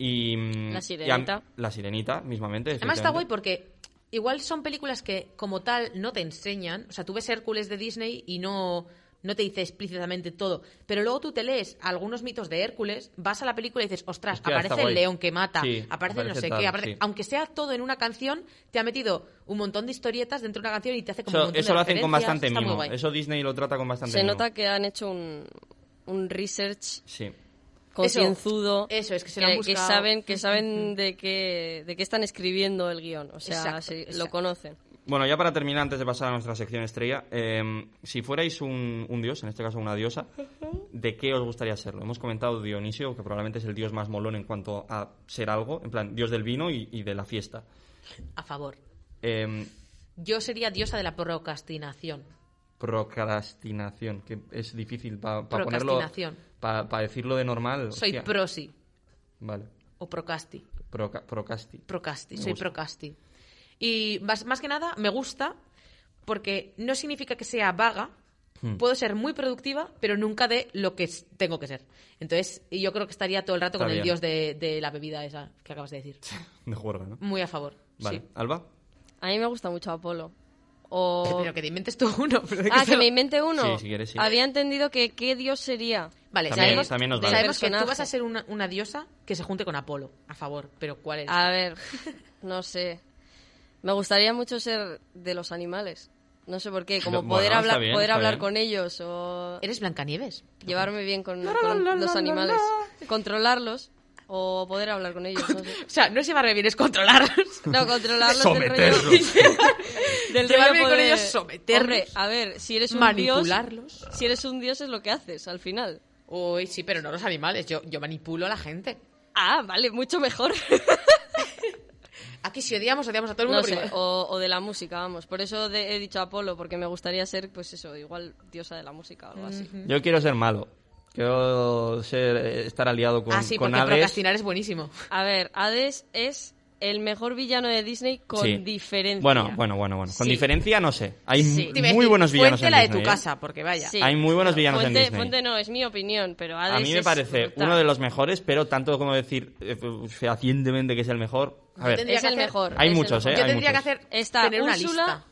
S2: Y, mm,
S4: La
S2: y a-
S4: Sirenita.
S2: la Sirenita, mismamente.
S3: Además está guay
S2: efectivamente.
S3: porque igual son películas que como tal no te enseñan. O sea, tú ves Hércules de Disney y no, no te dice explícitamente todo. Pero luego tú te lees algunos mitos de Hércules, vas a la película y dices, ostras,
S2: Hostia, está
S3: aparece el
S2: guay".
S3: león que mata,
S2: Sí,
S3: aparece no
S2: aparece
S3: sé
S2: tal,
S3: qué, aparece-
S2: sí.
S3: aunque sea todo en una canción, te ha metido un montón de historietas dentro de una canción y te hace como un
S2: Eso,
S3: montón
S2: eso
S3: de
S2: lo hacen con
S3: referencias.
S2: bastante
S3: Está muy
S2: mimo.
S3: guay.
S2: Eso Disney lo trata con bastante
S4: Se
S2: mimo.
S4: nota que han hecho un, un research
S2: Sí.
S4: concienzudo.
S3: eso, es que se lo han
S4: que
S3: buscado.
S4: saben, que saben de qué, de qué están escribiendo el guión. O sea,
S3: Exacto,
S4: se-
S3: exacto.
S4: lo conocen.
S2: Bueno, ya para terminar, antes de pasar a nuestra sección estrella, eh, si fuerais un, un dios, en este caso una diosa, ¿de qué os gustaría serlo? Hemos comentado Dionisio, que probablemente es el dios más molón en cuanto a ser algo, en plan, dios del vino y, y de la fiesta.
S3: A favor.
S2: Eh,
S3: Yo sería diosa de la procrastinación.
S2: procrastinación, que es difícil para ponerlo.
S3: Procrastinación.
S2: Para decirlo de normal.
S3: Soy
S2: hostia.
S3: prosi
S2: Vale,
S3: o procasti.
S2: proca- procasti.
S3: Procasti,
S2: Me
S3: soy
S2: gusta.
S3: procasti. Y más, más que nada me gusta porque no significa que sea vaga.
S2: Hmm.
S3: Puedo ser muy productiva, pero nunca de lo que s- tengo que ser. Entonces, y yo creo que estaría todo el rato
S2: Está
S3: con el
S2: bien.
S3: dios de, de la bebida esa que acabas de decir.
S2: De juerga, ¿no?
S3: Muy a favor.
S2: Vale,
S3: Sí.
S2: Alba.
S4: A mí me gusta mucho Apolo. O...
S3: Pero que te inventes tú uno. pero de
S4: Ah,
S3: se
S4: que
S3: lo-
S4: me invente uno.
S2: Sí, si quieres, sí.
S4: Había entendido que qué dios sería.
S3: Vale,
S2: También-
S3: sabemos,
S2: también nos vale.
S3: sabemos que tú
S4: Personaje.
S3: vas a ser una, una diosa que se junte con Apolo. A favor, pero ¿cuál es?
S4: A ver, no sé. Me gustaría mucho ser de los animales. No sé por qué, como
S2: Bueno,
S4: poder
S2: está
S4: hablar,
S2: bien,
S4: poder
S2: está
S4: hablar
S2: bien.
S4: con ellos o
S3: Eres Blancanieves.
S4: llevarme bien con, con los animales, controlarlos o poder hablar con ellos. No, sé.
S3: O sea, no es llevarme bien, es controlarlos.
S4: No, controlarlos.
S2: Someterlos.
S4: Del rollo, del rollo
S3: Llevarme con
S4: poder-
S3: ellos, someterlos.
S4: Hombre, a ver, si eres un
S3: Manipularlos.
S4: dios, si eres un dios es lo que haces al final.
S3: Uy, sí, pero no los animales. Yo, yo manipulo a la gente.
S4: Ah, vale, mucho mejor.
S3: Aquí si odiamos, odiamos a todo el
S4: No
S3: mundo.
S4: sé,
S3: pero-
S4: o, o de la música, vamos. Por eso de- he dicho Apolo, porque me gustaría ser, pues eso, igual diosa de la música o algo así.
S2: Yo quiero ser malo. Quiero ser, estar aliado con,
S3: ah, sí,
S2: con
S3: porque
S2: Hades.
S3: procrastinar es buenísimo.
S4: A ver, Hades es el mejor villano de Disney con
S2: Sí.
S4: diferencia.
S2: Bueno, bueno, bueno, bueno. Con
S4: Sí.
S2: diferencia, no sé. Hay
S4: Sí.
S2: m-
S4: Te
S3: Te iba a
S2: muy
S3: decir,
S2: buenos villanos
S3: Fuente
S2: en
S3: la de
S2: Disney,
S3: tu
S2: ¿eh?
S3: casa, porque vaya.
S4: Sí.
S2: Hay muy buenos villanos en
S4: Fuente,
S2: Disney.
S4: Fuente no, es mi opinión, pero
S2: A
S4: Hades
S2: mí me
S4: es
S2: parece
S4: brutal.
S2: uno de los mejores, pero tanto como decir eh, fehacientemente que es el mejor. A ver,
S3: tendría
S4: Es
S3: que
S4: el
S3: hacer-
S4: mejor.
S2: Hay
S4: es el
S2: muchos,
S4: mejor.
S2: ¿eh?
S3: Yo
S2: hay
S3: tendría que
S2: muchos.
S3: hacer
S4: Está
S3: tener una
S4: Úrsula.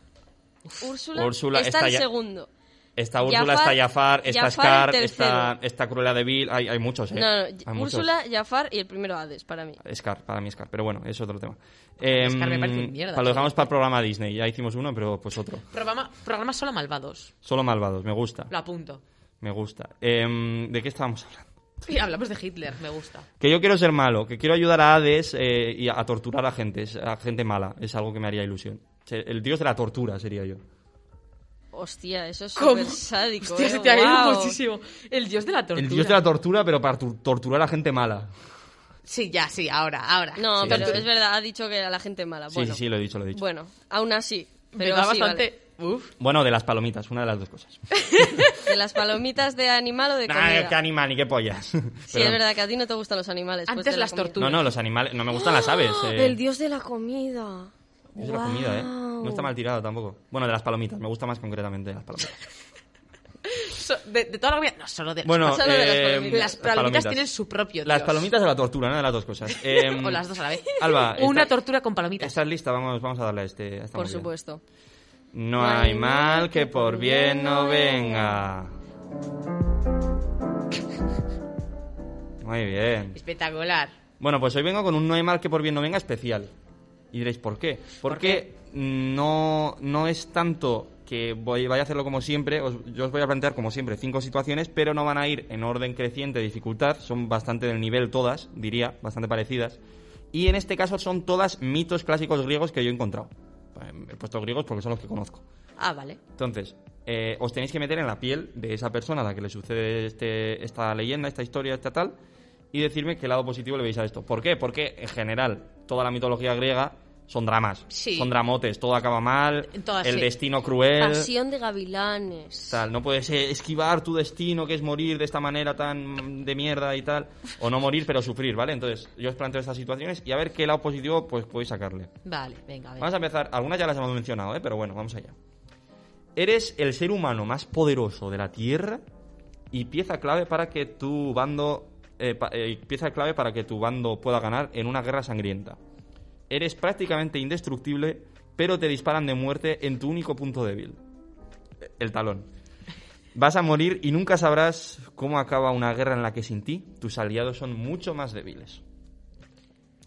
S3: lista.
S4: Úrsula,
S2: Úrsula
S4: está,
S2: está
S4: el
S2: ya-
S4: segundo.
S2: Está Úrsula,
S4: Jafar-
S2: está Jafar, está
S4: Jafar
S2: Scar,
S4: el tercero.
S2: está, está Cruella de Vil. Hay, hay muchos, ¿eh?
S4: No,
S2: Hay
S4: no,
S2: muchos.
S4: Úrsula, Jafar y el primero Hades, para mí.
S2: Scar, para mí Scar, pero bueno, es otro tema. Eh,
S3: Scar me parece mierda,
S2: pa- Lo
S3: sí.
S2: dejamos para el programa Disney, ya hicimos uno, pero pues otro.
S3: Programa, programa solo malvados.
S2: Solo malvados, me gusta.
S3: Lo apunto.
S2: Me gusta. Eh, ¿De qué estábamos hablando?
S3: Y hablamos de Hitler, me gusta.
S2: Que yo quiero ser malo, que quiero ayudar a Hades eh, y a, a torturar a gente, es- a gente mala, es algo que me haría ilusión. Se- El dios de la tortura sería yo.
S4: Hostia, eso es
S3: ¿Cómo?
S4: súper sádico.
S3: Hostia,
S4: ¿eh?
S3: se te ha ido
S4: Guau.
S3: muchísimo. El dios de la tortura.
S2: El dios de la tortura, pero para tu- torturar a gente mala.
S3: Sí, ya, sí, ahora, ahora.
S4: No,
S2: Sí,
S4: pero
S2: sí.
S4: es verdad, ha dicho que a la gente mala.
S2: Sí,
S4: Bueno,
S2: sí, sí, lo he dicho, lo he dicho.
S4: bueno aún así.
S3: pero
S4: Pero
S3: da
S4: sí, vale.
S3: bastante. Uf.
S2: Bueno, de las palomitas, una de las dos cosas.
S4: ¿De las palomitas de animal o de comida?
S2: Nah, qué animal y qué pollas.
S4: Sí,
S2: Pero-
S4: es verdad que a ti no te gustan los animales. pues,
S3: Antes
S4: de la
S3: las
S4: comida.
S3: tortugas.
S2: No, no, los animales, no me gustan las aves. eh.
S4: El dios de la comida.
S2: Es la comida, ¿eh? No está mal tirado tampoco. Bueno, de las palomitas, me gusta más concretamente de las palomitas.
S3: So- de, de toda la comida. No, solo de las
S2: Bueno,
S4: Solo de las
S2: eh,
S4: palomitas.
S3: Las palomitas tienen su propio
S2: Las
S3: dios.
S2: palomitas de la tortura, una de las dos cosas. Eh,
S3: O las dos a la vez.
S2: Alba,
S3: O Una
S2: está-
S3: tortura con palomitas.
S2: ¿Estás lista? Vamos, vamos a darle a este. a esta
S4: Por
S2: movida.
S4: supuesto.
S2: No hay mal que por bien no venga. Muy bien.
S3: Espectacular.
S2: Bueno, pues hoy vengo con un no hay mal que por bien no venga especial. Y diréis, ¿por qué? Porque no, no es tanto que voy, vaya a hacerlo como siempre, os- yo os voy a plantear como siempre cinco situaciones, pero no van a ir en orden creciente de dificultad, son bastante del nivel todas, diría, bastante parecidas. Y en este caso son todas mitos clásicos griegos que yo he encontrado. Eh, He puesto griegos porque son los que conozco.
S4: Ah, vale.
S2: Entonces, eh, os tenéis que meter en la piel de esa persona a la que le sucede este- esta leyenda, esta historia, esta tal, y decirme qué lado positivo le veis a esto. ¿Por qué? Porque, en general, toda la mitología griega son dramas,
S3: Sí.
S2: son dramotes, todo acaba mal,
S3: En todas,
S2: el
S3: sí.
S2: destino cruel,
S4: Pasión de gavilanes.
S2: tal. No puedes eh, esquivar tu destino, que es morir de esta manera tan de mierda y tal, o no morir, pero sufrir, ¿vale? Entonces, yo os planteo estas situaciones y a ver qué lado positivo pues podéis sacarle.
S3: Vale, venga, a ver.
S2: Vamos a empezar. Algunas ya las hemos mencionado, ¿eh? pero bueno, vamos allá. Eres el ser humano más poderoso de la Tierra y pieza clave para que tu bando eh, pa- eh, pieza clave para que tu bando pueda ganar en una guerra sangrienta. Eres prácticamente indestructible, pero te disparan de muerte en tu único punto débil, Eh, el talón. Vas a morir y nunca sabrás cómo acaba una guerra en la que sin ti tus aliados son mucho más débiles.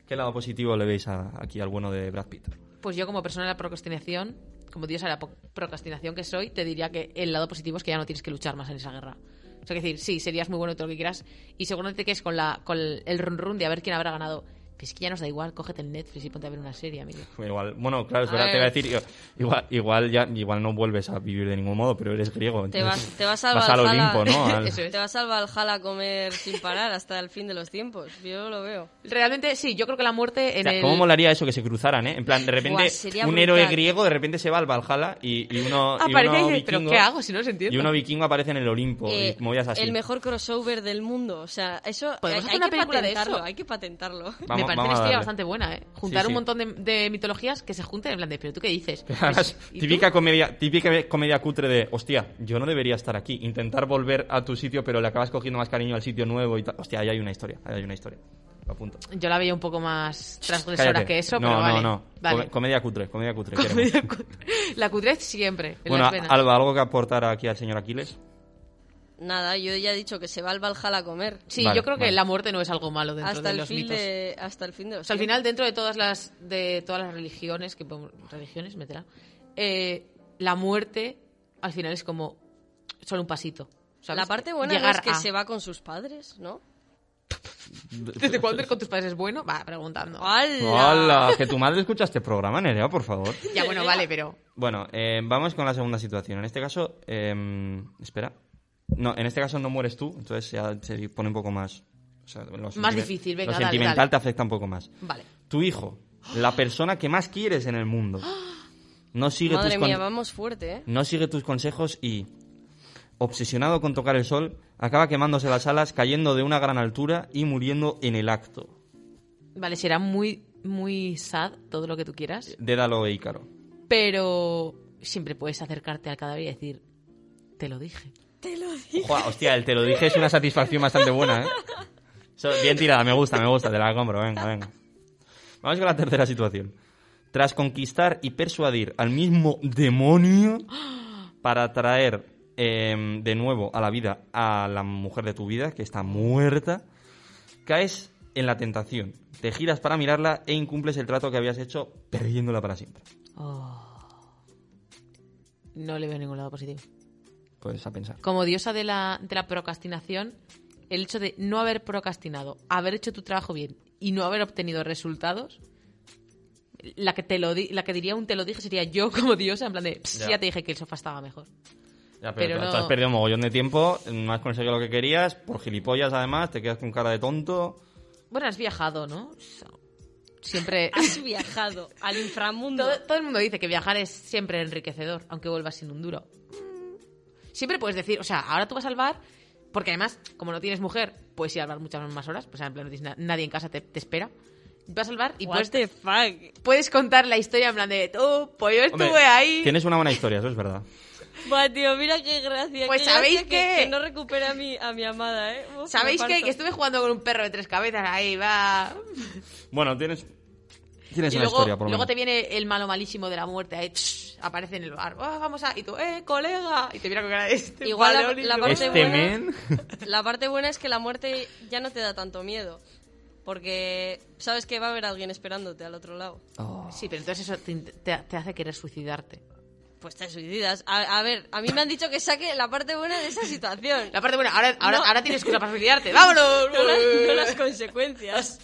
S2: ¿Qué lado positivo le veis a- aquí al bueno de Brad Pitt?
S3: Pues yo, como persona de la procrastinación, como Dios a la po- procrastinación que soy, te diría que el lado positivo es que ya no tienes que luchar más en esa guerra. O sea, que decir, sí, serías muy bueno y todo lo que quieras. Y seguramente que es con, la, con el run run de a ver quién habrá ganado. Pero es que ya nos da igual, cógete el Netflix y ponte a ver una serie, amigo.
S2: Pues Igual, bueno, claro, es verdad,
S4: ver.
S2: te iba a decir, igual, igual, ya, igual no vuelves a vivir de ningún modo, pero eres griego.
S4: Te vas,
S2: entonces
S4: te vas al
S2: al
S4: Valhalla.
S2: Olimpo, ¿no? Al-
S3: Eso es.
S4: Te vas al Valhalla a comer sin parar hasta el fin de los tiempos. Yo lo veo.
S3: Realmente, sí, yo creo que la muerte en
S2: O sea,
S3: el.
S2: ¿Cómo molaría eso que se cruzaran, eh? En plan, de repente,
S4: Buah, sería
S2: un
S4: brutal.
S2: héroe griego de repente se va al Valhalla y, y uno. y
S3: Aparece
S2: uno
S3: y dice, ¿pero
S2: vikingo-
S3: qué hago si no se entiende?
S2: Y uno vikingo aparece en el Olimpo
S4: Eh,
S2: y movidas así.
S4: El mejor crossover del mundo. O sea, eso hay,
S3: Podemos hacer
S4: hay
S3: una
S4: que
S3: película de
S4: patentarlo.
S3: eso.
S4: Hay que patentarlo.
S2: Vamos-
S3: me parece
S2: vamos
S3: una
S2: a
S3: historia
S2: darle.
S3: bastante buena, ¿eh? Juntar
S2: Sí,
S3: un
S2: sí.
S3: montón de, de mitologías que se junten en plan de, ¿pero tú qué dices?
S2: Además,
S3: Pues, ¿y tú?
S2: típica comedia, típica comedia cutre de, hostia, yo no debería estar aquí. Intentar volver a tu sitio, pero le acabas cogiendo más cariño al sitio nuevo y tal. Hostia, ahí hay una historia, ahí hay una historia. Lo apunto.
S3: Yo la veía un poco más transgresora
S2: Cállate.
S3: que eso,
S2: no,
S3: pero
S2: no,
S3: vale.
S2: no.
S3: Vale.
S2: Come- Comedia cutre, comedia cutre. queremos.
S3: Comedia cutre. La cutrez siempre. En
S2: Bueno,
S3: las venas.
S2: Alba, ¿algo que aportar aquí al señor Aquiles?
S4: Nada, yo ya he dicho que se va al Valhalla a comer.
S3: Sí,
S2: Vale,
S3: yo creo que
S2: vale.
S3: la muerte no es algo malo dentro de
S4: Hasta el,
S3: los
S4: fin
S3: mitos.
S4: de, hasta el fin de los
S3: O sea, al
S4: tiempos.
S3: final, dentro de todas las, de todas las religiones, que podemos- religiones, meterá, eh, la muerte al final es como solo un pasito. ¿sabes?
S4: La parte buena no
S3: Llegar
S4: es que
S3: a-
S4: se va con sus padres, ¿no?
S3: ¿Desde cuándo ir con tus padres es bueno? Va, preguntando.
S2: ¡Hala! Que tu madre escucha este programa, Nerea, por favor.
S3: Ya, bueno, vale, pero...
S2: Bueno, eh, vamos con la segunda situación. En este caso, eh, espera. No, en este caso no mueres tú, entonces ya se pone un poco más... o sea, lo sentimen-
S3: difícil, venga,
S2: Lo
S3: dale,
S2: sentimental
S3: dale.
S2: te afecta un poco más.
S3: Vale.
S2: Tu hijo, la persona que más quieres en el mundo, no sigue
S4: Madre
S2: tus con-
S4: mía, vamos fuerte, ¿eh?
S2: no sigue tus consejos y, obsesionado con tocar el sol, acaba quemándose las alas, cayendo de una gran altura y muriendo en el acto.
S3: Vale, será muy muy sad, todo lo que tú quieras,
S2: Dédalo e Ícaro.
S3: pero siempre puedes acercarte al cadáver y decir, te lo dije.
S4: Te lo digo.
S2: Jua, hostia, el te lo dije es una satisfacción bastante buena, ¿eh? So- bien tirada, me gusta, me gusta, te la compro, venga, venga. Vamos con la tercera situación. Tras conquistar y persuadir al mismo demonio para traer em, de nuevo a la vida a la mujer de tu vida, que está muerta, caes en la tentación, te giras para mirarla e incumples el trato que habías hecho perdiéndola para siempre.
S3: Oh. No le veo ningún lado positivo.
S2: Pues a pensar.
S3: Como diosa de la, de la procrastinación, el hecho de no haber procrastinado, haber hecho tu trabajo bien y no haber obtenido resultados, la que, te lo di- la que diría un te lo dije sería yo como diosa, en plan de, "Ps,
S2: Ya.
S3: ya te dije que el sofá estaba mejor.
S2: Ya, pero,
S3: Pero
S2: tú-
S3: no-
S2: tú has perdido un mogollón de tiempo, no has conseguido lo que querías, por gilipollas además, te quedas con cara de tonto.
S3: Bueno, has viajado, ¿no? Siempre.
S4: Has viajado al inframundo.
S3: todo, todo el mundo dice que viajar es siempre enriquecedor, aunque vuelvas sin un duro. Mm, Siempre puedes decir, o sea, ahora tú vas a salvar, porque además, como no tienes mujer, puedes ir a salvar muchas más horas, pues en plan, no tienes na- nadie en casa te, te espera. Vas a salvar y
S4: What
S3: puedes,
S4: the fuck.
S3: puedes contar la historia en plan de, tú, pues yo estuve
S2: Hombre,
S3: ahí.
S2: Tienes una buena historia, eso es verdad.
S4: Buah, tío, mira qué gracia.
S3: Pues
S4: qué
S3: ¿sabéis
S4: gracia que-
S3: qué?
S4: Que, no recupera a mi, a mi amada, ¿eh? Uf,
S3: ¿Sabéis
S4: me
S3: qué?
S4: parto.
S3: Que estuve jugando con un perro de tres cabezas ahí, va.
S2: Bueno, tienes, tienes
S3: Y
S2: una
S3: luego,
S2: historia, por lo
S3: luego te
S2: menos.
S3: viene el malo malísimo de la muerte, ahí, tss, aparece en el bar, "Ah, vamos a... Y tú, eh, colega, y te mira con cara de este
S4: Igual la-
S3: paleolito".
S4: la parte
S2: Este
S4: buena-
S2: men...
S4: La parte buena es que la muerte ya no te da tanto miedo. Porque sabes que va a haber alguien esperándote al otro lado.
S3: Sí, pero entonces eso te, te- te hace querer suicidarte.
S4: Pues te suicidas. A, a ver, a mí me han dicho que saque la parte buena de esa situación.
S3: La parte buena, ahora, ahora,
S4: No.
S3: ahora tienes excusa para suicidarte. ¡Vámonos!
S4: No, las- no las consecuencias.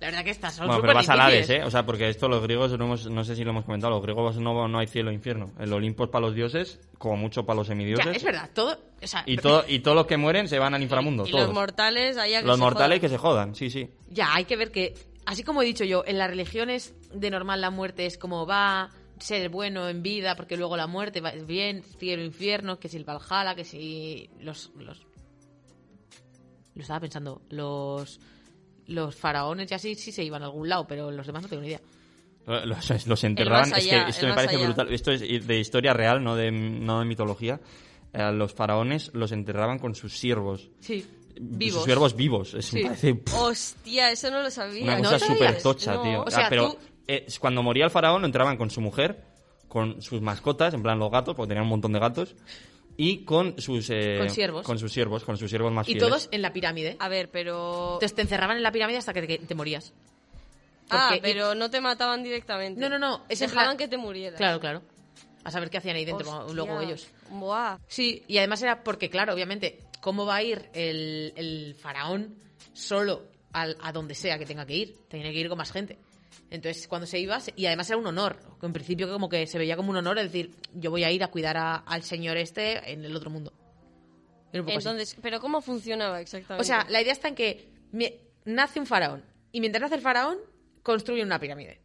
S3: La verdad que estas son
S2: Bueno,
S3: súper
S2: pero vas al Hades,
S3: difíciles.
S2: ¿eh? O sea, porque esto los griegos, no, hemos- no sé si lo hemos comentado, los griegos no, no hay cielo e infierno. El Olimpo es para los dioses, como mucho para los
S3: O
S2: semidioses.
S3: sea, es verdad, todo... O sea,
S2: Y, todo, y todos los que mueren se van al inframundo,
S4: y
S2: todos.
S4: los mortales, ahí a que
S2: Los
S4: se
S2: mortales
S4: jodan.
S2: que se jodan, sí, sí.
S3: Ya, hay que ver que, así como he dicho yo, en las religiones de normal la muerte es como va ser bueno en vida, porque luego la muerte va bien, cielo, infierno, que si el Valhalla, que si los... los lo estaba pensando, los... Los faraones ya sí, sí se iban a algún lado, pero los demás no tengo ni idea.
S2: Eh, Los, los enterraban.
S4: El más
S2: Es que
S4: allá,
S2: esto
S4: el
S2: me
S4: más
S2: parece
S4: allá.
S2: brutal. Esto es de historia real, no de, no de mitología. Eh, los faraones los enterraban con sus siervos.
S3: Sí,
S2: Sus
S3: vivos.
S2: siervos vivos. Es, me
S3: Sí.
S2: parece, pff,
S4: Hostia, eso no lo sabía.
S2: una
S4: ¿No
S2: cosa
S4: sabías?
S2: súper tocha,
S4: No.
S2: tío.
S3: O sea,
S2: Ah, pero
S3: tú-
S2: eh, cuando moría el faraón, entraban con su mujer, con sus mascotas, en plan los gatos, porque tenían un montón de gatos, y con sus... eh,
S3: Con siervos.
S2: Con sus siervos, con sus siervos más
S3: Y
S2: fieles.
S3: todos en la pirámide.
S4: A ver, pero...
S3: Entonces te encerraban en la pirámide hasta que te, que te morías.
S4: Ah,
S3: Porque-
S4: pero no te mataban directamente.
S3: No, no, no, es en plan-
S4: Dejaban que te murieras.
S3: Claro, claro. A saber qué hacían ahí dentro
S4: Hostia.
S3: luego ellos.
S4: Buah.
S3: Sí, y además era porque, claro, obviamente, ¿cómo va a ir el, el faraón solo al- a donde sea que tenga que ir? Tenía que ir con más gente. Entonces, cuando se iba, se- y además era un honor, que en principio como que se veía como un honor, es decir, yo voy a ir a cuidar a- al señor este en el otro mundo. Era un poco así.
S4: Entonces, ¿pero cómo funcionaba exactamente?
S3: O sea, la idea está en que mi- nace un faraón. Y mientras nace el faraón, construyen una pirámide.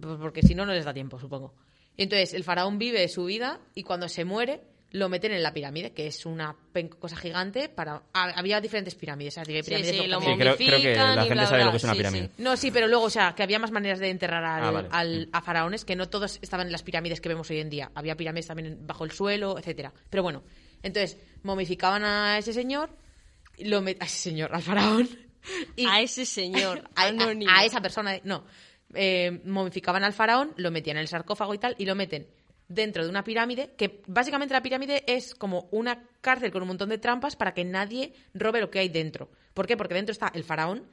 S3: P- Porque si no, no les da tiempo, supongo. Y entonces, el faraón vive su vida y cuando se muere, lo meten en la pirámide, que es una pen- cosa gigante. para ha- Había diferentes pirámides. ¿sabes? Había
S4: Sí,
S3: pirámides
S4: sí,
S3: con
S4: lo
S3: gente.
S2: Sí, creo, creo que
S4: momifican
S2: la
S4: y
S2: gente
S4: bla,
S2: sabe lo
S4: bla,
S2: que es una
S4: sí,
S2: pirámide.
S4: sí.
S3: No, sí, pero luego, o sea, que había más maneras de enterrar al-
S2: Ah, vale.
S3: al- a faraones, que no todos estaban en las pirámides que vemos hoy en día. Había pirámides también bajo el suelo, etcétera. Pero bueno, entonces momificaban a ese señor, lo met- a ese señor, al faraón, y
S4: A ese señor
S3: a,
S4: anónimo.
S3: a- a esa persona, no. Eh, momificaban al faraón, lo metían en el sarcófago y tal, y lo meten dentro de una pirámide, que básicamente la pirámide es como una cárcel con un montón de trampas para que nadie robe lo que hay dentro. ¿Por qué? Porque dentro está el faraón,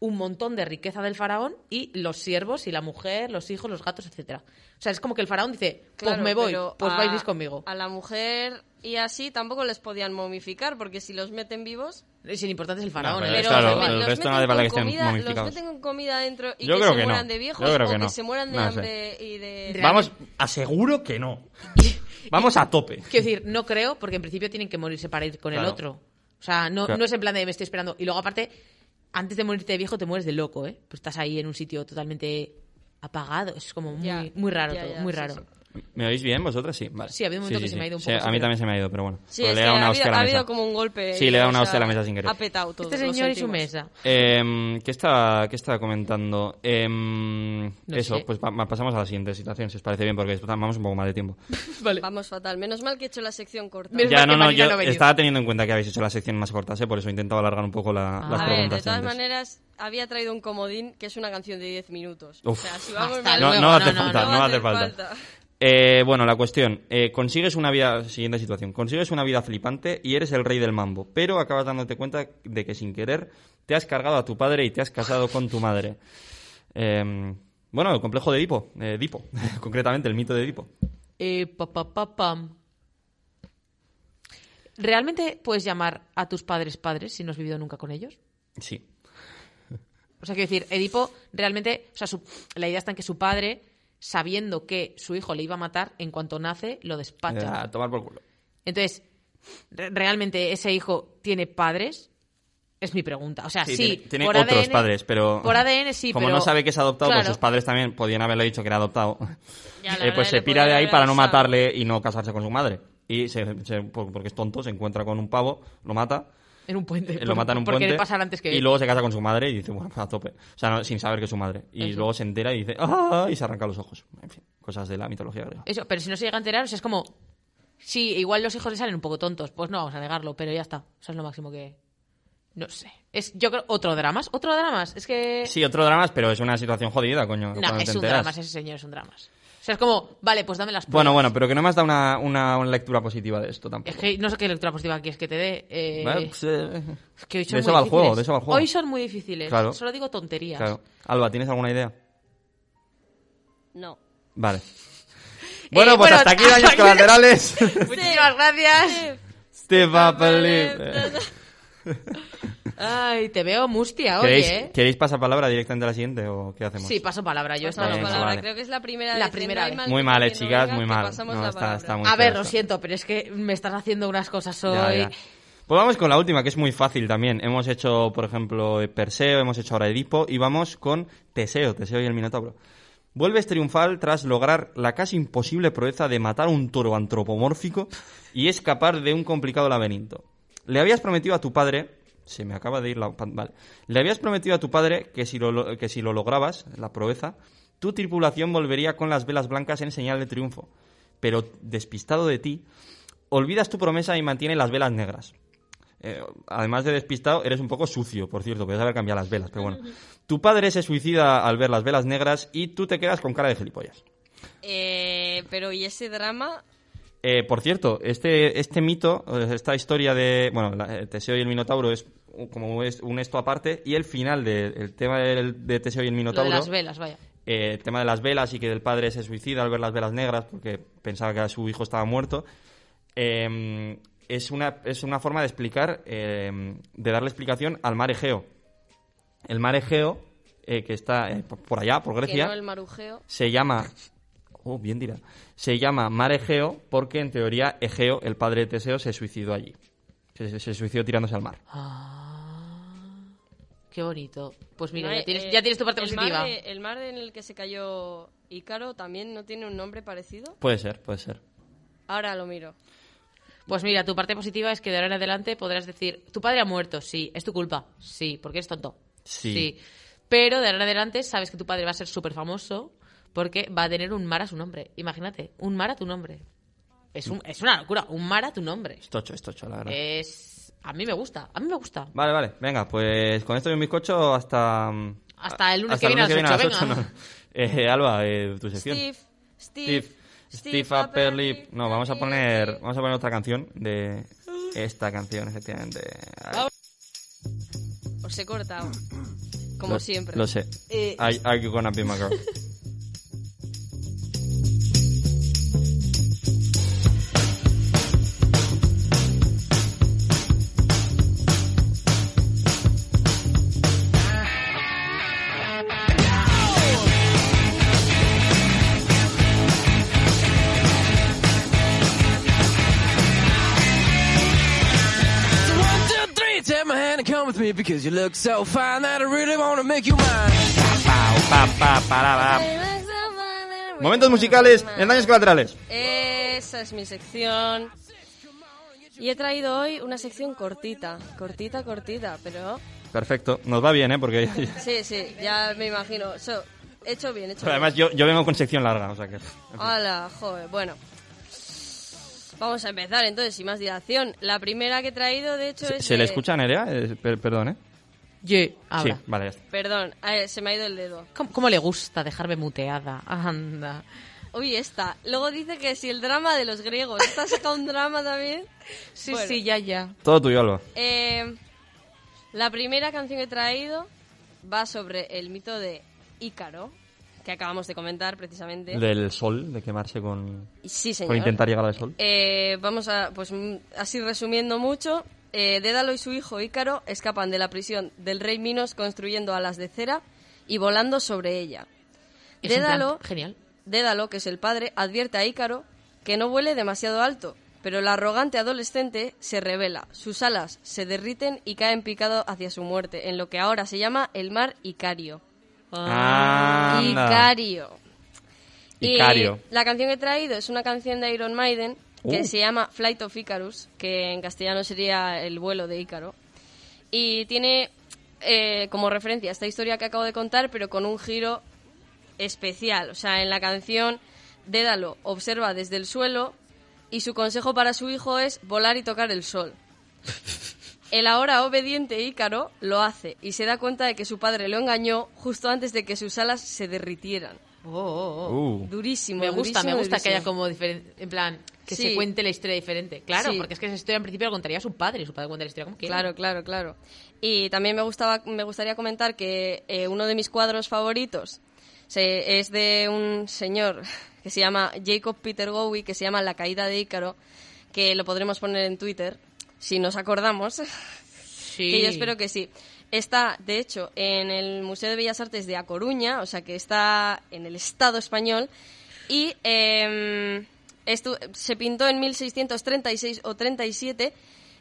S3: un montón de riqueza del faraón y los siervos y la mujer, los hijos, los gatos, etcétera. O sea, es como que el faraón dice, pues
S4: Claro,
S3: me voy,
S4: pero
S3: pues
S4: a-
S3: vais conmigo.
S4: A la mujer y así tampoco les podían momificar, porque si los meten vivos...
S3: Sin importancia es el faraón.
S2: No,
S3: ¿eh?
S2: pero
S4: Pero
S2: Pues claro,
S4: los
S2: el
S4: los
S2: resto no
S4: meten
S2: hace falta
S4: con
S2: que estén
S4: comida-
S2: momificados.
S4: Los meten con comida dentro y
S2: Yo
S4: que
S2: creo
S4: se
S2: que no.
S4: mueran de viejos
S2: Yo creo
S4: o
S2: que
S4: que
S2: no.
S4: se mueran de
S2: No sé.
S4: hambre y de...
S3: Real-
S2: Vamos, aseguro que no. Vamos a tope.
S3: Quiero decir, no creo, porque en principio tienen que morirse para ir con el
S2: Claro.
S3: otro. O sea, no,
S2: Claro.
S3: no es en plan de me estoy esperando. Y luego, aparte, antes de morirte de viejo, te mueres de loco, ¿eh? Pues estás ahí en un sitio totalmente apagado. Es como muy,
S4: Ya,
S3: muy raro
S4: ya,
S3: todo,
S4: ya,
S3: muy
S4: sí,
S3: raro.
S4: sí.
S2: ¿Me oís bien vosotras? Sí, vale.
S3: Sí, ha habido un momento que se me ha ido un poco,
S2: a
S3: sí,
S2: mí
S3: pero-
S2: también se me ha ido, pero bueno.
S4: Sí,
S2: Porque
S4: es
S2: Pues le he
S4: que
S2: dado
S4: ha
S2: una
S4: habido,
S2: hostia a
S4: ha
S2: la
S4: habido
S2: mesa.
S4: como un golpe.
S2: Sí,
S4: y
S2: le he dado
S4: o
S2: una hostia a la
S4: sea,
S2: mesa sin querer.
S4: Ha petado todo.
S3: Este
S4: lo
S3: señor y su
S4: sentimos.
S3: mesa.
S2: Em, ¿qué, está, ¿Qué está comentando? Em,
S3: No
S2: eso,
S3: sé.
S2: pues pa- pa- pasamos a la siguiente situación, si os parece bien, porque vamos un poco más de tiempo.
S3: Vale.
S4: Vamos fatal. Menos mal que he hecho la sección corta.
S3: Menos Es
S2: ya,
S3: mal
S2: no,
S3: que
S2: no,
S3: Marina
S2: yo
S3: no ha venido.
S2: estaba teniendo en cuenta que habéis hecho la sección más corta, ¿eh? por eso he intentado alargar un poco la,
S3: Ah.
S2: las
S4: a ver,
S2: preguntas.
S4: de todas
S2: antes.
S4: maneras, había traído un comodín que es una canción de 10 minutos.
S2: Uf.
S4: O sea, si vamos
S3: Hasta
S4: mal-
S2: no,
S3: luego,
S2: no va a hacer
S3: no, no,
S2: falta,
S3: no
S2: no,
S3: va
S2: va
S4: a
S2: a hacer
S4: hacer
S2: falta.
S4: falta.
S2: Eh, bueno, la cuestión. eh, consigues una vida. Siguiente situación. Consigues una vida flipante y eres el rey del mambo, pero acabas dándote cuenta de que sin querer te has cargado a tu padre y te has casado con tu madre. Eh, bueno, el complejo de Edipo. eh, Edipo, concretamente, el mito de Edipo.
S3: Eh, pa, pa, pa, pam. ¿Realmente puedes llamar a tus padres padres si no has vivido nunca con ellos?
S2: Sí.
S3: O sea, quiero decir, Edipo realmente, o sea, su- la idea está en que su padre, sabiendo que su hijo le iba a matar, en cuanto nace, lo despacha.
S2: eh, A tomar por culo.
S3: Entonces, re- ¿realmente ese hijo tiene padres? Es mi pregunta. O sea, sí,
S2: Sí, tiene, tiene
S3: por
S2: otros
S3: ADN
S2: padres, pero.
S3: Por ADN sí,
S2: Como
S3: pero-
S2: no sabe que es adoptado, pues
S3: Claro.
S2: sus padres también podían haberle dicho que era adoptado.
S4: Ya, la
S2: Eh,
S4: verdad,
S2: pues
S4: le
S2: se pira de
S4: podían
S2: ahí
S4: haber
S2: para no
S4: avisado.
S2: matarle y no casarse con su madre. Y se- se- por- porque es tonto, se encuentra con un pavo, lo mata,
S3: en un puente.
S2: eh, lo
S3: por-
S2: mata en un
S3: por
S2: puente.
S3: querer pasar antes que
S2: Y luego se casa con su madre y dice, bueno, pues, a tope. O sea, no- sin saber que es su madre. Y
S3: Eso.
S2: luego se entera y dice, ¡ah! Y se arranca los ojos. En fin, cosas de la mitología griega.
S3: Eso, pero si no se llega a enterar, o sea, es como. Sí, igual los hijos le salen un poco tontos, pues no vamos a negarlo, pero ya está. Eso es lo máximo que. No sé. Es, yo creo. ¿Otro dramas? ¿Otro dramas? Es que.
S2: Sí, otro drama, pero es una situación jodida, coño.
S3: no,
S2: cuando te
S3: es un
S2: enteras.
S3: dramas, ese señor es un dramas. O sea, es como, vale, pues dame las
S2: Bueno,
S3: pruebas.
S2: bueno, pero que no me has dado una, una- una lectura positiva de esto tampoco.
S3: Es que no sé qué lectura positiva quieres que te dé. eh,
S2: Bueno, pues, eh,
S3: es que hoy son
S2: de eso
S3: muy
S2: va el juego,
S3: difíciles.
S2: de eso va el juego.
S3: Hoy son muy difíciles.
S2: Claro.
S3: Solo digo tonterías.
S2: Claro. Alba, ¿tienes alguna idea?
S4: No.
S2: Vale. Bueno, pues
S3: Eh, bueno,
S2: hasta aquí
S3: hasta
S2: daños
S3: aquí-
S2: colaterales. Este
S3: Muchísimas gracias.
S2: Step up and live.
S3: Ay, te veo mustia hoy,
S2: ¿Queréis,
S3: ¿eh?
S2: ¿Queréis pasar palabra directamente a la siguiente o qué hacemos?
S3: Sí, paso palabra. Yo
S4: Pasamos
S2: Venga,
S3: esta no.
S4: palabra.
S2: vale.
S4: Creo que es la primera
S3: La
S4: vez.
S3: primera
S4: No hay
S3: vez.
S2: Muy
S4: que
S2: mal, eh,
S4: quien no
S2: chicas,
S4: diga
S2: muy
S4: que
S2: mal.
S4: pasamos
S2: No,
S4: la
S2: está-
S4: palabra.
S2: está muy-
S3: A ver,
S2: feo
S3: lo
S2: esto.
S3: siento, pero es que me estás haciendo unas cosas hoy.
S2: Ya, ya. Pues vamos con la última, que es muy fácil también. Hemos hecho, por ejemplo, Perseo, hemos hecho ahora Edipo y vamos con Teseo, Teseo y el Minotauro. Vuelves triunfal tras lograr la casi imposible proeza de matar a un toro antropomórfico y escapar de un complicado laberinto. Le habías prometido a tu padre, se me acaba de ir la... pan- Vale. Le habías prometido a tu padre que si lo, lo- que si lo lograbas, la proeza, tu tripulación volvería con las velas blancas en señal de triunfo. Pero despistado de ti, olvidas tu promesa y mantienes las velas negras. Eh, además de despistado, eres un poco sucio, por cierto, podrías haber cambiado las velas, pero bueno. Tu padre se suicida al ver las velas negras y tú te quedas con cara de gilipollas.
S4: Eh, pero ¿y ese drama?
S2: Eh, por cierto, este, este mito, eh, esta historia de, bueno, la- eh, Teseo y el Minotauro es un- como es un esto aparte y el final del tema del- de Teseo y el
S3: Lo de
S2: Minotauro,
S3: las velas, vaya.
S2: eh, el tema de las velas y que el padre se suicida al ver las velas negras porque pensaba que su hijo estaba muerto, eh, es, una, es una forma de explicar, eh, de darle explicación al mar Egeo. El mar Egeo, eh, que está eh, por- por allá, por
S4: Que
S2: Grecia,
S4: no el marujeo.
S2: se llama. Oh, bien dirá. Se llama Mar Egeo porque en teoría Egeo, el padre de Teseo, se suicidó allí. Se, se suicidó tirándose al mar.
S4: Ah.
S3: Qué bonito. Pues mira,
S4: No,
S3: ya,
S4: eh,
S3: tienes, ya tienes tu parte
S4: el
S3: positiva.
S4: Mar eh. de- el mar en el que se cayó Ícaro también no tiene un nombre parecido.
S2: Puede ser, puede ser.
S4: Ahora lo miro.
S3: Pues mira, tu parte positiva es que de ahora en adelante podrás decir, tu padre ha muerto, sí, es tu culpa, sí, porque eres tonto.
S2: Sí.
S3: Pero de ahora en adelante sabes que tu padre va a ser súper famoso porque va a tener un mar a su nombre. Imagínate, un mar a tu nombre. Es, un- es una locura, un mar a tu nombre.
S2: Es tocho, es tocho, la
S4: Eh,
S2: verdad.
S3: Es... A mí me gusta, a mí me gusta.
S2: Vale, vale. Venga, pues con esto y un bizcocho hasta.
S3: Hasta el lunes que viene a las ocho, venga.
S2: no. Eh, Alba, eh, tu sección.
S4: Steve, Steve,
S2: Steve. Steve Upperlip. No, vamos a poner. Vamos a poner otra canción de esta canción, efectivamente.
S4: Os he cortado. Como
S2: Lo-
S4: siempre.
S2: Lo sé.
S4: Eh,
S2: I- are you gonna be my girl?
S6: So one, two, three, take my hand and come with me because you look so fine that I really wanna make you mine.
S2: Pa, pa, pa, para, para.
S4: Relax, I'm fine,
S2: Ah. Momentos musicales en daños colaterales.
S4: Esa es mi sección. Y he traído hoy una sección cortita, cortita, cortita, pero...
S2: Perfecto, nos va bien, ¿eh? Porque
S4: Sí, sí, ya me imagino. So, hecho bien, hecho bien.
S2: además yo, yo vengo con sección larga, o sea que...
S4: Hola, joder. Bueno, vamos a empezar entonces, sin más dilación. La primera que he traído, de hecho,
S2: ¿Se,
S4: es.
S2: se le
S4: de-
S2: escucha a Nerea? Eh, per- perdón, ¿eh?
S3: Ye, habla.
S2: Sí, vale, ya está.
S4: Perdón, a ver, se me ha ido el dedo.
S3: ¿Cómo, cómo le gusta dejarme muteada? Anda.
S4: Uy, esta. Luego dice que si el drama de los griegos. ¿Esta saca un drama también?
S3: Sí,
S4: Bueno.
S3: sí, ya, ya.
S2: Todo tuyo, Alba.
S4: Eh, la primera canción que he traído va sobre el mito de Ícaro, que acabamos de comentar precisamente.
S2: Del sol, de quemarse con,
S4: Sí, señor.
S2: con intentar llegar al sol.
S4: Eh, vamos a, pues mm, así resumiendo mucho, eh, Dédalo y su hijo Ícaro escapan de la prisión del rey Minos construyendo alas de cera y volando sobre ella.
S3: Es un plan
S4: Dédalo,
S3: Genial.
S4: Dédalo, que es el padre, advierte a Ícaro que no vuele demasiado alto, pero el arrogante adolescente se revela, sus alas se derriten y caen picado hacia su muerte, en lo que ahora se llama el mar Icario.
S2: Anda.
S4: Icario. Y
S2: Icario.
S4: la canción que he traído es una canción de Iron Maiden que
S2: Uh.
S4: se llama Flight of Icarus, que en castellano sería El vuelo de Ícaro. Y tiene eh, como referencia esta historia que acabo de contar, pero con un giro especial. O sea, en la canción Dédalo observa desde el suelo y su consejo para su hijo es volar y tocar el sol. El ahora obediente Ícaro lo hace y se da cuenta de que su padre lo engañó justo antes de que sus alas se derritieran.
S3: Oh, oh, oh.
S2: Uh.
S4: Durísimo.
S3: Me gusta, me
S4: durísimo,
S3: gusta que haya
S4: durísimo.
S3: como diferente. En plan, que
S4: Sí.
S3: se cuente la historia diferente. Claro,
S4: Sí.
S3: porque es que esa historia en principio la contaría su padre y su padre cuenta la historia como quiere.
S4: Claro, claro, claro. Y también me, gustaba, me gustaría comentar que eh, uno de mis cuadros favoritos se- es de un señor que se llama Jacob Peter Gowie, que se llama La caída de Ícaro, que lo podremos poner en Twitter, si nos acordamos.
S3: Sí.
S4: Que yo espero que sí. Está, de hecho, en el Museo de Bellas Artes de A Coruña, o sea que está en el Estado español. Y em, estu- se pintó en 1636 o 37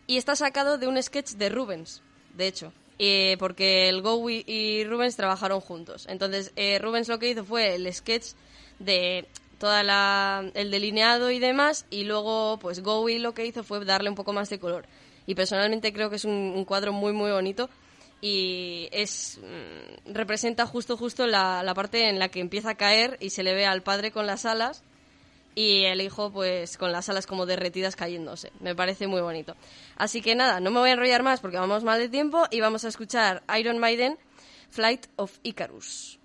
S4: y está sacado de un sketch de Rubens, de hecho. eh, porque el Gowie y Rubens trabajaron juntos. Entonces, eh, Rubens lo que hizo fue el sketch de toda la el delineado y demás y luego pues Gowie lo que hizo fue darle un poco más de color y personalmente creo que es un, un cuadro muy muy bonito y es mm, representa justo justo la, la parte en la que empieza a caer y se le ve al padre con las alas y el hijo pues con las alas como derretidas cayéndose me parece muy bonito así que nada no me voy a enrollar más porque vamos mal de tiempo y vamos a escuchar Iron Maiden Flight of Icarus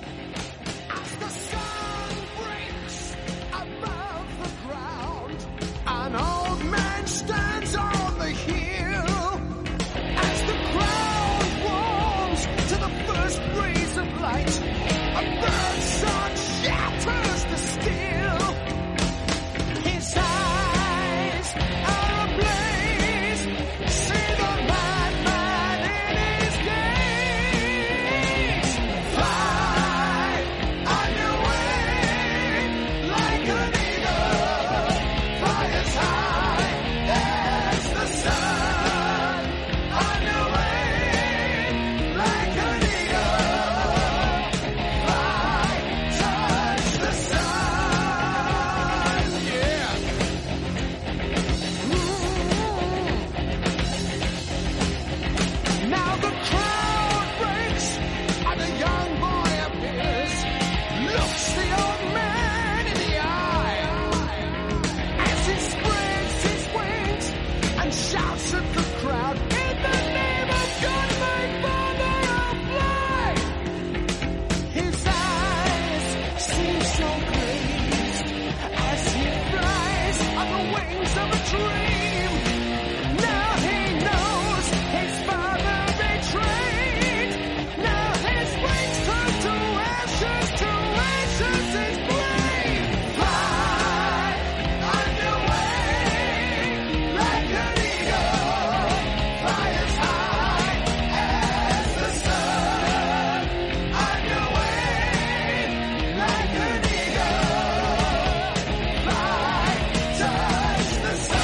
S1: The sun breaks above the ground. An old man stands on the hill. As the crowd warms to the first rays of light, a bird's song shatters the still. His eyes are ablaze. See the madman in his gaze. Fly on your way like an eagle. Fly as high as the sun. On your way like an eagle. Fly, touch the sun. Yeah. Ooh. Now the crowd breaks and a young boy appears. Looks the old man in the eye as he spreads his wings and shouts at the crowd. In the name of God, my father, I'll fly. His eyes seem so glazed as he flies on the wings of a dream. Now he knows his father betrayed. Now his wings turn to ashes, to ashes his brain. Fly on your way like an eagle. Fly as high as the sun. On your way like an eagle. Fly, touch the sun.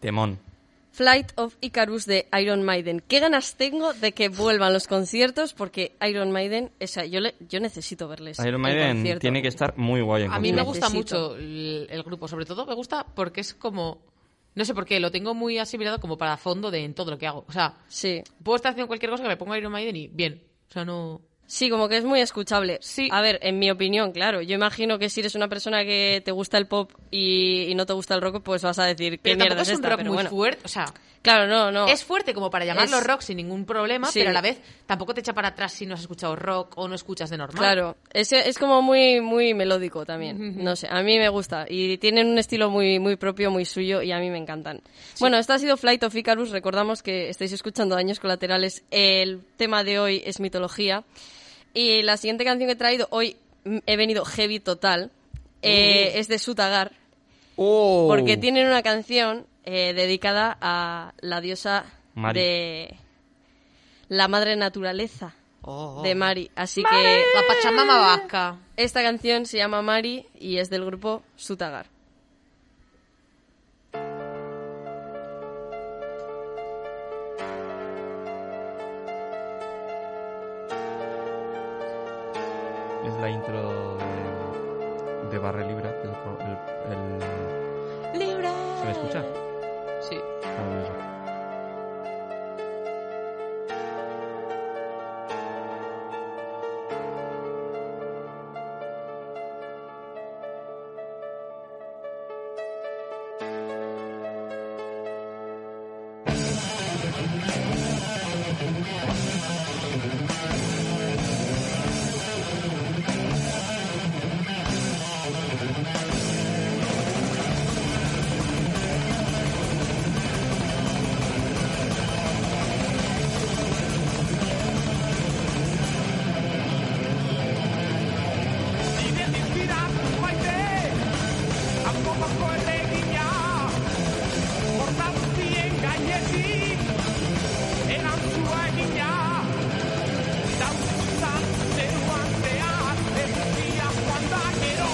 S2: Temón.
S4: Flight of Icarus de Iron Maiden. Qué ganas tengo de que vuelvan los conciertos porque Iron Maiden, o sea, yo, le- yo necesito verles.
S2: Iron
S4: en
S2: Maiden
S4: concierto.
S2: tiene que estar muy guay en
S3: A mí me
S2: concierto.
S3: gusta
S4: Necesito.
S3: mucho el, el grupo, sobre todo me gusta porque es como. No sé por qué, lo tengo muy asimilado como para fondo de en todo lo que hago. O sea,
S4: Sí.
S3: puedo estar haciendo cualquier cosa que me ponga Iron Maiden y bien. O sea, no.
S4: Sí, como que es muy escuchable.
S3: Sí.
S4: A ver, en mi opinión, claro. Yo imagino que si eres una persona que te gusta el pop y, y no te gusta el rock, pues vas a decir qué
S3: Pero
S4: mierda
S3: tampoco
S4: es
S3: es un
S4: esta.
S3: rock
S4: pero
S3: muy
S4: bueno.
S3: fuerte. O sea,
S4: Claro, no, no.
S3: es fuerte como para llamarlo
S4: Es-
S3: rock sin ningún problema,
S4: Sí.
S3: pero a la vez tampoco te echa para atrás si no has escuchado rock o no escuchas de normal.
S4: Claro, es, es como muy, muy melódico también. No sé, a mí me gusta. Y tienen un estilo muy, muy propio, muy suyo, y a mí me encantan. Bueno, esto ha sido Flight of Icarus. Recordamos que estáis escuchando Daños Colaterales. El tema de hoy es mitología. Y la siguiente canción que he traído hoy, mm, he venido heavy total, eh,
S3: Oh.
S4: es de Sutagar. Porque tienen una canción eh, dedicada a la diosa
S2: Mari.
S4: de la madre naturaleza
S3: Oh, oh.
S4: de Mari. Así que
S3: La Pachamama vasca.
S4: esta canción se llama Mari y es del grupo Sutagar.
S2: Es la intro de, de Barre Libra. el pro- el- el- ¿Se me escucha?
S3: Sí.
S2: Ah, bueno.
S7: Zeruan zehar, ez dira joan da gero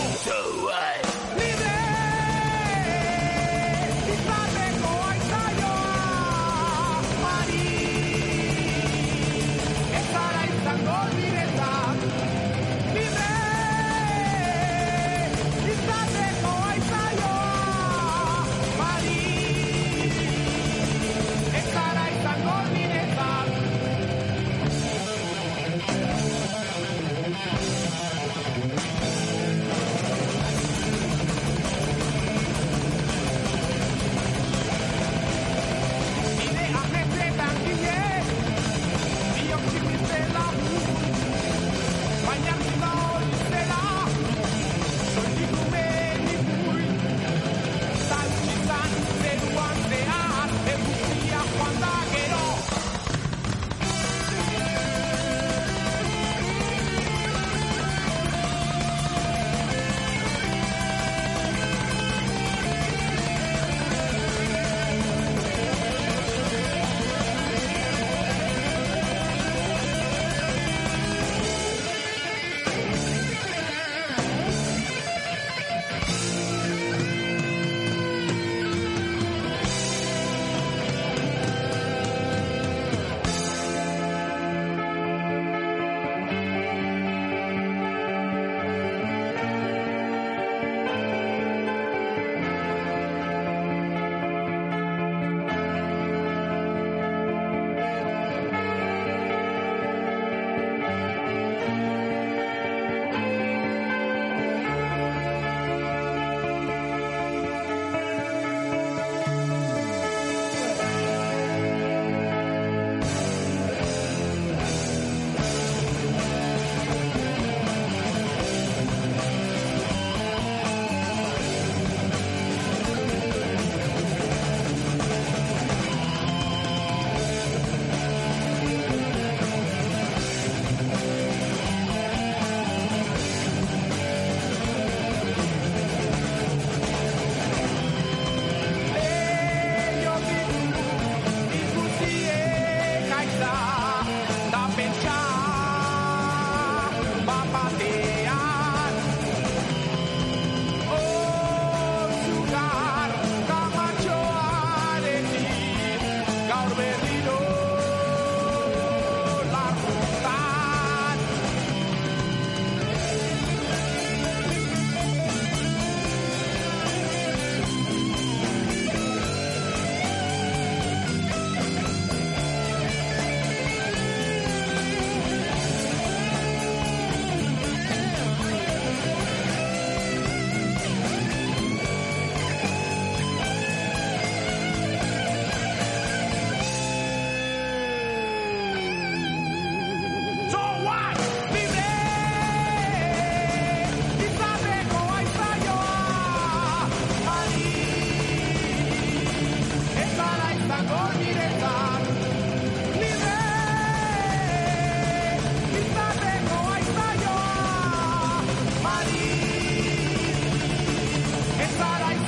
S1: oh, oh,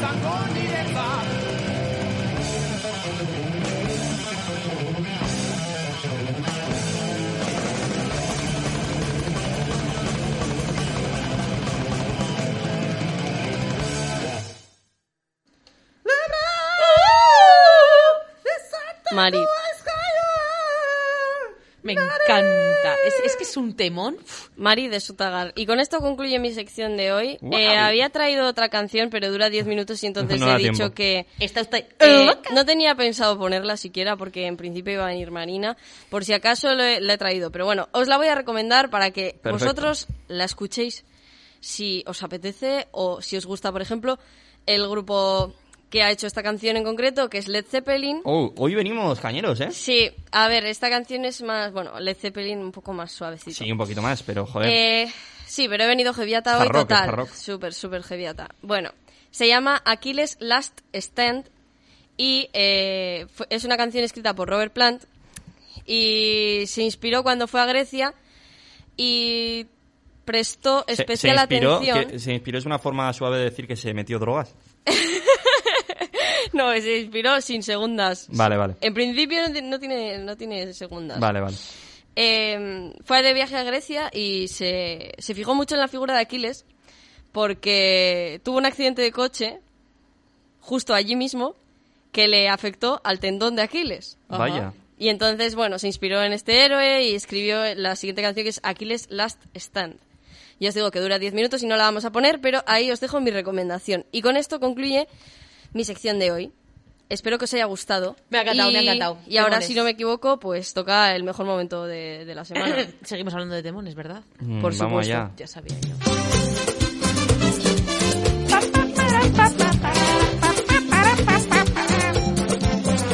S1: I'm gonna need it back.
S4: Mari.
S3: Me encanta. Es, es que es un temón. Uf,
S4: Mari de Sutagar. Y con esto concluye mi sección de hoy. Eh, había traído otra canción, pero dura 10 minutos y entonces
S2: No da
S4: he dicho
S2: tiempo.
S4: que...
S3: Está usted.
S4: eh, no tenía pensado ponerla siquiera porque en principio iba a venir Marina. Por si acaso lo he- la he traído. Pero bueno, os la voy a recomendar para que
S2: Perfecto.
S4: vosotros la escuchéis si os apetece o si os gusta, por ejemplo, el grupo que ha hecho esta canción en concreto, que es Led Zeppelin.
S2: Oh, hoy venimos cañeros, ¿eh?
S4: Sí, a ver, esta canción es más, bueno, Led Zeppelin un poco más suavecito.
S2: Sí, un poquito más, pero joder.
S4: Eh, sí, pero he venido geviata
S2: Hard
S4: hoy
S2: rock, es hard
S4: total.
S2: rock.
S4: Súper, súper geviata. Bueno, se llama Aquiles Last Stand y eh, fu- es una canción escrita por Robert Plant y se inspiró cuando fue a Grecia y prestó
S2: Se- se,
S4: especial
S2: inspiró,
S4: atención.
S2: que- se inspiró es una forma suave de decir que se metió drogas.
S4: No, se inspiró sin segundas.
S2: Vale, vale.
S4: En principio no, ti- no tiene, no tiene segundas.
S2: Vale, vale.
S4: Eh, fue de viaje a Grecia y se, se fijó mucho en la figura de Aquiles porque tuvo un accidente de coche justo allí mismo que le afectó al tendón de Aquiles.
S2: Vaya.
S4: Y entonces, bueno, se inspiró en este héroe y escribió la siguiente canción que es Aquiles Last Stand. Ya os digo que dura 10 minutos y no la vamos a poner, pero ahí os dejo mi recomendación. Y con esto concluye mi sección de hoy. Espero que os haya gustado.
S3: Me ha encantado,
S4: Y-
S3: me ha encantado.
S4: Y ahora,
S3: Temones.
S4: si no me equivoco, pues toca el mejor momento de, de la semana.
S3: Seguimos hablando de temones, ¿verdad?
S2: Mm,
S4: Por
S2: vamos
S4: supuesto.
S2: allá.
S3: Ya sabía yo.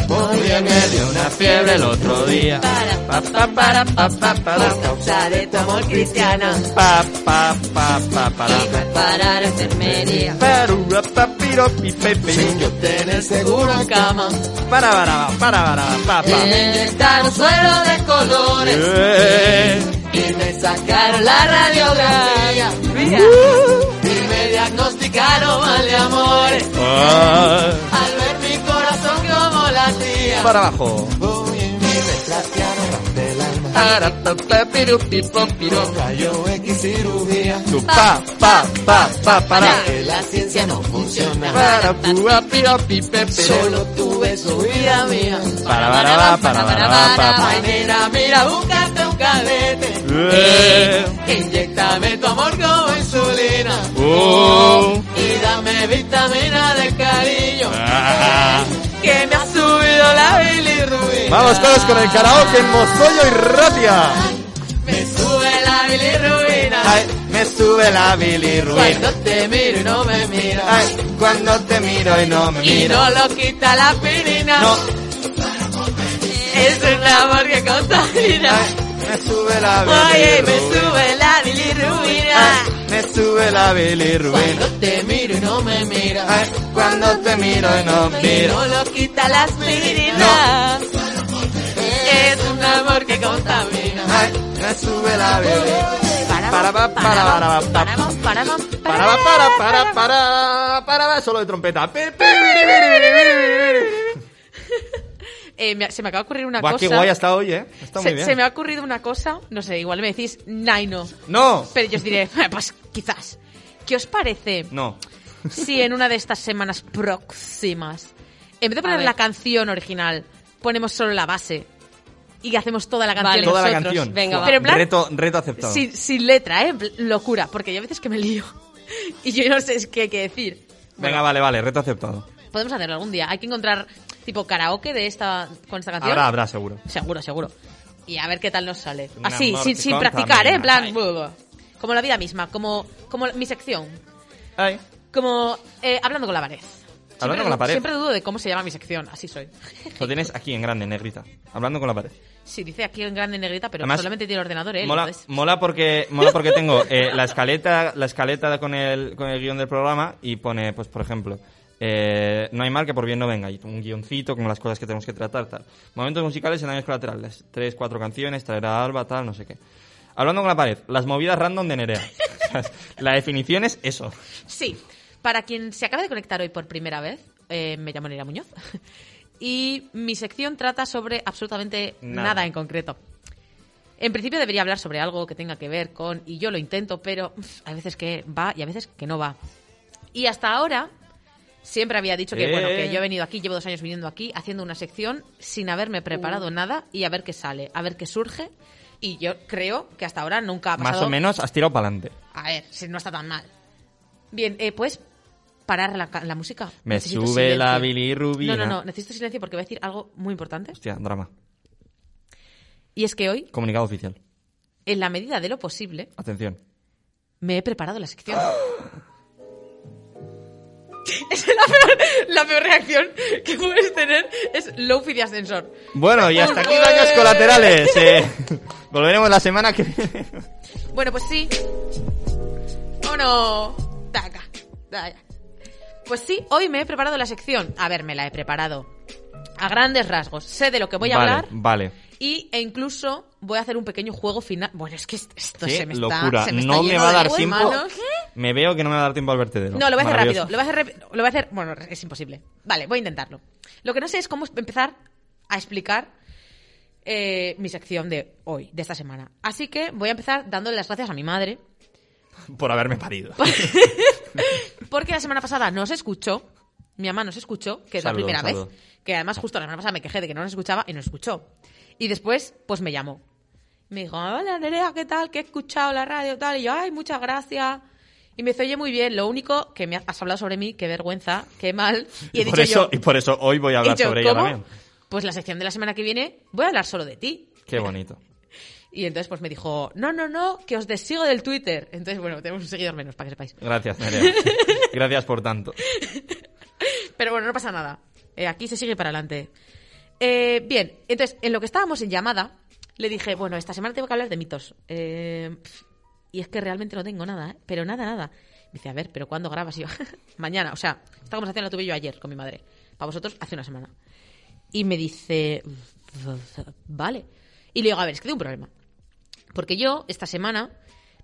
S2: Podría me dio una fiebre el otro día. Pa, pa, para, pa, pa, para.
S4: de tu amor cristiano.
S2: Pa, pa, pa, pa, para.
S4: Parar enfermería.
S2: Pero, ra, pa, piro, pi, pe, pe.
S6: Tienes seguro en cama.
S2: Para, para, para, para, pa, pa.
S4: Estar un suelo de colores.
S2: Eh.
S6: Y me sacaron la radiografía.
S2: Uh,
S6: Y me diagnosticaron mal de amores.
S2: Ah.
S6: Al ver mi corazón como latía.
S2: Para abajo.
S6: Uy, y me trastearon hasta el alma.
S2: Para, pa, pa, piru, pi, po, piro.
S6: Rayo X cirugía.
S2: Tu, pa, pa, pa, pa, para.
S6: Que la ciencia no funciona.
S2: Para, pua, piro, pi, pe, pe.
S6: Solo tuve su vida mía.
S2: Para, para, va, para, para, va, pa, pa.
S6: Ay, nena, mira, búscate un cadete.
S2: Eh.
S6: Inyectame tu amor como insulina.
S2: Oh.
S6: Y dame vitamina de cariño.
S2: Ah.
S6: Que me ha subido la bilirrubina.
S2: Vamos todos con el karaoke en Mozoyo y Ratia.
S6: Me sube la bilirrubina.
S2: Ay, me sube la bilirruina.
S6: Cuando te miro y no me miras.
S2: Ay, cuando te miro y no me
S6: Y
S2: miro.
S6: no lo quita la pirina.
S2: No,
S6: Es un amor que contamina.
S2: ay, me sube la
S6: Oye, me
S2: bilirruina.
S6: sube la bilirrubina.
S2: Ay, me sube la bilirruina.
S6: Cuando te miro y no me miras.
S2: Ay, cuando te miro y no
S6: Y
S2: miro.
S6: no lo quita la aspirina. Es un amor que contamina.
S2: Ay, me sube la bilirruina. Para, para, para, para, para.
S3: Paramos, paramos,
S2: Para, va, para, para, para, para, va, solo de trompeta. Pi, pi, biri, biri, biri, biri, biri.
S3: Eh, me- se me acaba de ocurrir una
S2: Buah,
S3: cosa.
S2: qué guay hasta hoy, eh. Está muy
S3: se, se me
S2: bien.
S3: ha ocurrido una cosa. No sé, igual me decís, "Nay, no.
S2: No,
S3: Pero yo os diré, pues quizás. ¿Qué os parece
S2: no.
S3: si en una de estas semanas próximas, en vez de poner
S4: ver.
S3: la canción original, ponemos solo la base y hacemos toda la canción
S4: Vale.
S2: Toda la
S3: nosotros?
S2: canción.
S4: Venga, va.
S3: Pero en plan,
S2: Reto, reto aceptado.
S3: sin, sin letra, ¿eh? En pl- Locura, porque yo a veces que me lío y yo no sé qué, qué decir.
S2: Venga, vale, vale, reto aceptado.
S3: Podemos hacerlo algún día. Hay que encontrar tipo karaoke de esta con esta canción.
S2: Habrá, habrá, seguro.
S3: Seguro, seguro. Y a ver qué tal nos sale.
S2: Un
S3: Así,
S2: amor
S3: sin,
S2: que
S3: sin
S2: contamina.
S3: practicar, ¿eh? En
S2: Ay.
S3: plan, buh, buh. como la vida misma, como, como mi sección.
S2: Ay.
S3: Como eh, hablando con la pared. Siempre
S2: Hablando con la
S3: du-
S2: pared.
S3: Siempre dudo de cómo se llama mi sección, así soy.
S2: Lo tienes aquí en grande, en negrita. Hablando con la pared.
S3: Sí, dice aquí en grande negrita, pero
S2: Además,
S3: solamente tiene ordenador, ¿eh?
S2: Mola,
S3: Entonces,
S2: mola porque mola porque tengo eh, la escaleta la escaleta con el, con el guión del programa y pone, pues por ejemplo, eh, no hay mal que por bien no venga. Y un guioncito con las cosas que tenemos que tratar, tal. Momentos musicales en años colaterales. Tres, cuatro canciones, traer a Alba, tal, no sé qué. Hablando con la pared, las movidas random de Nerea. O sea, la definición es eso.
S3: sí. Para quien se acaba de conectar hoy por primera vez, eh, me llamo Nira Muñoz y mi sección trata sobre absolutamente
S2: Nada.
S3: nada en concreto. En principio debería hablar sobre algo que tenga que ver con, y yo lo intento, pero uf, hay veces que va y a veces que no va. Y hasta ahora siempre había dicho que,
S2: Eh.
S3: bueno, que yo he venido aquí, llevo dos años viniendo aquí, haciendo una sección sin haberme preparado
S2: Uh.
S3: nada y a ver qué sale, a ver qué surge. Y yo creo que hasta ahora nunca ha pasado.
S2: Más o menos has tirado para adelante.
S3: A ver, si no está tan mal. Bien, eh, ¿puedes parar la, ca- la música?
S2: Me
S3: Necesito
S2: sube la
S3: silencio.
S2: bilirrubina.
S3: No, no, no, necesito silencio porque voy a decir algo muy importante.
S2: Hostia, drama.
S3: Y es que hoy,
S2: Comunicado oficial.
S3: en la medida de lo posible,
S2: Atención.
S3: me he preparado la sección. Es la peor, la peor reacción que puedes tener es Lofi de ascensor.
S2: Bueno, y hasta aquí daños colaterales. eh. Volveremos la semana que viene.
S3: Bueno, pues sí. ¿O no? Taca. Taca. Pues sí, hoy me he preparado la sección. A ver, me la he preparado. A grandes rasgos. Sé de lo que voy a
S2: vale,
S3: hablar.
S2: Vale.
S3: Y, e incluso voy a hacer un pequeño juego final. Bueno, es que est- esto
S2: Qué
S3: se me
S2: locura.
S3: está. se me está
S2: no me
S3: yendo
S2: va a
S3: de
S2: dar
S3: las
S2: tiempo.
S3: manos.
S2: Me veo que no me va a dar tiempo al vertedero.
S3: No, lo voy a hacer
S2: Maravilloso.
S3: rápido. Lo voy a hacer, rep- lo voy a hacer. Bueno, es imposible. Vale, voy a intentarlo. Lo que no sé es cómo empezar a explicar eh, mi sección de hoy, de esta semana. Así que voy a empezar dándole las gracias a mi madre,
S2: Por haberme parido.
S3: porque la semana pasada nos escuchó. Mi mamá nos escuchó, que es
S2: Saludo,
S3: la primera
S2: saludo.
S3: vez. Que además, justo la semana pasada me quejé de que no nos escuchaba y nos escuchó. Y después, pues me llamó. Me dijo, hola Nerea, ¿qué tal? Que he escuchado la radio, tal. Y yo, ay, muchas gracias. Y me dice, oye, muy bien. Lo único que me has hablado sobre mí, qué vergüenza, qué mal. Y he
S2: por
S3: dicho
S2: eso, y
S3: yo,
S2: por eso hoy voy a hablar
S3: Y yo,
S2: sobre
S3: ¿cómo?
S2: ella también.
S3: Pues la sección de la semana que viene voy a hablar solo de ti.
S2: Qué bonito.
S3: Y entonces pues me dijo, no, no, no, que os desigo del Twitter. Entonces, bueno, tenemos un seguidor menos, para que sepáis.
S2: Gracias, Nerea. Gracias por tanto.
S3: Pero bueno, no pasa nada. Eh, aquí se sigue para adelante. Eh, bien, entonces, en lo que estábamos en llamada, le dije, bueno, esta semana tengo que hablar de mitos. Eh, pf, y es que realmente no tengo nada, ¿eh? pero nada, nada. Me dice, a ver, ¿pero cuándo grabas? Y yo, mañana. O sea, esta conversación la tuve yo ayer con mi madre. Para vosotros, hace una semana. Y me dice, vale. Y le digo, a ver, es que tengo un problema. Porque yo, esta semana,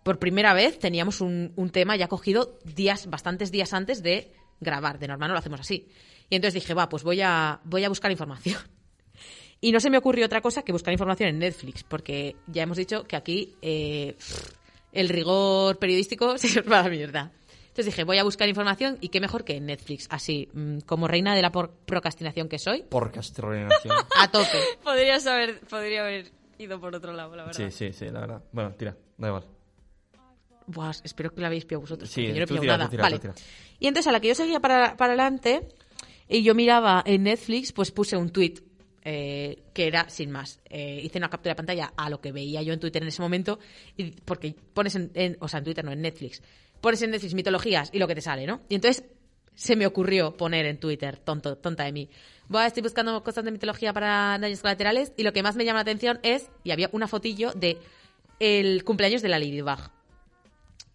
S3: por primera vez teníamos un, un tema ya cogido días, bastantes días antes de grabar. De normal no lo hacemos así. Y entonces dije, va, pues voy a, voy a buscar información. Y no se me ocurrió otra cosa que buscar información en Netflix, porque ya hemos dicho que aquí eh, el rigor periodístico se nos va a la mierda. Entonces dije, voy a buscar información y qué mejor que en Netflix. Así, mm, como reina de la por- procrastinación que soy,
S2: Por castrolinación.
S3: a tope.
S4: Podría, saber, podría haber ido por otro lado, la verdad.
S2: Sí, sí, sí, la verdad. Bueno, tira, da igual.
S3: Buah, espero que la habéis pillado vosotros.
S2: Sí,
S3: porque yo no he
S2: tú
S3: pillado
S2: tira, tú
S3: nada.
S2: tira,
S3: vale.
S2: tú tira.
S3: Y entonces a la que yo seguía para, para adelante y yo miraba en Netflix, pues puse un tweet que era sin más. Eh, hice una captura de pantalla a lo que veía yo en Twitter en ese momento, y, porque pones en, en- o sea, en Twitter no, en Netflix, pones en Netflix mitologías y lo que te sale, ¿no? Y entonces se me ocurrió poner en Twitter, tonto, tonta de mí, Buah, estoy buscando cosas de mitología para daños colaterales y lo que más me llama la atención es, y había una fotillo de el cumpleaños de la Ladybug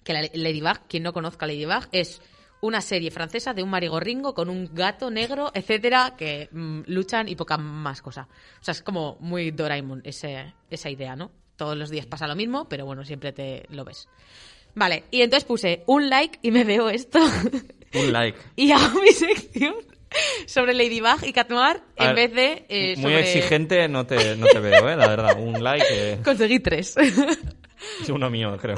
S3: que la Ladybug, quien no conozca Ladybug, es una serie francesa de un marigorringo con un gato negro, etcétera, que mm, luchan y poca más cosa. O sea, es como muy Doraemon ese, esa idea, ¿no? Todos los días pasa lo mismo, pero bueno, siempre te lo ves. Vale, y entonces puse un like y me veo esto.
S2: Un like.
S3: y hago mi sección sobre Ladybug y Cat Noir
S2: A
S3: en
S2: ver,
S3: vez de... eh,
S2: Muy
S3: sobre-
S2: exigente, no te, no te veo, ¿eh? La verdad, un like eh,
S3: Conseguí tres.
S2: es uno mío, creo.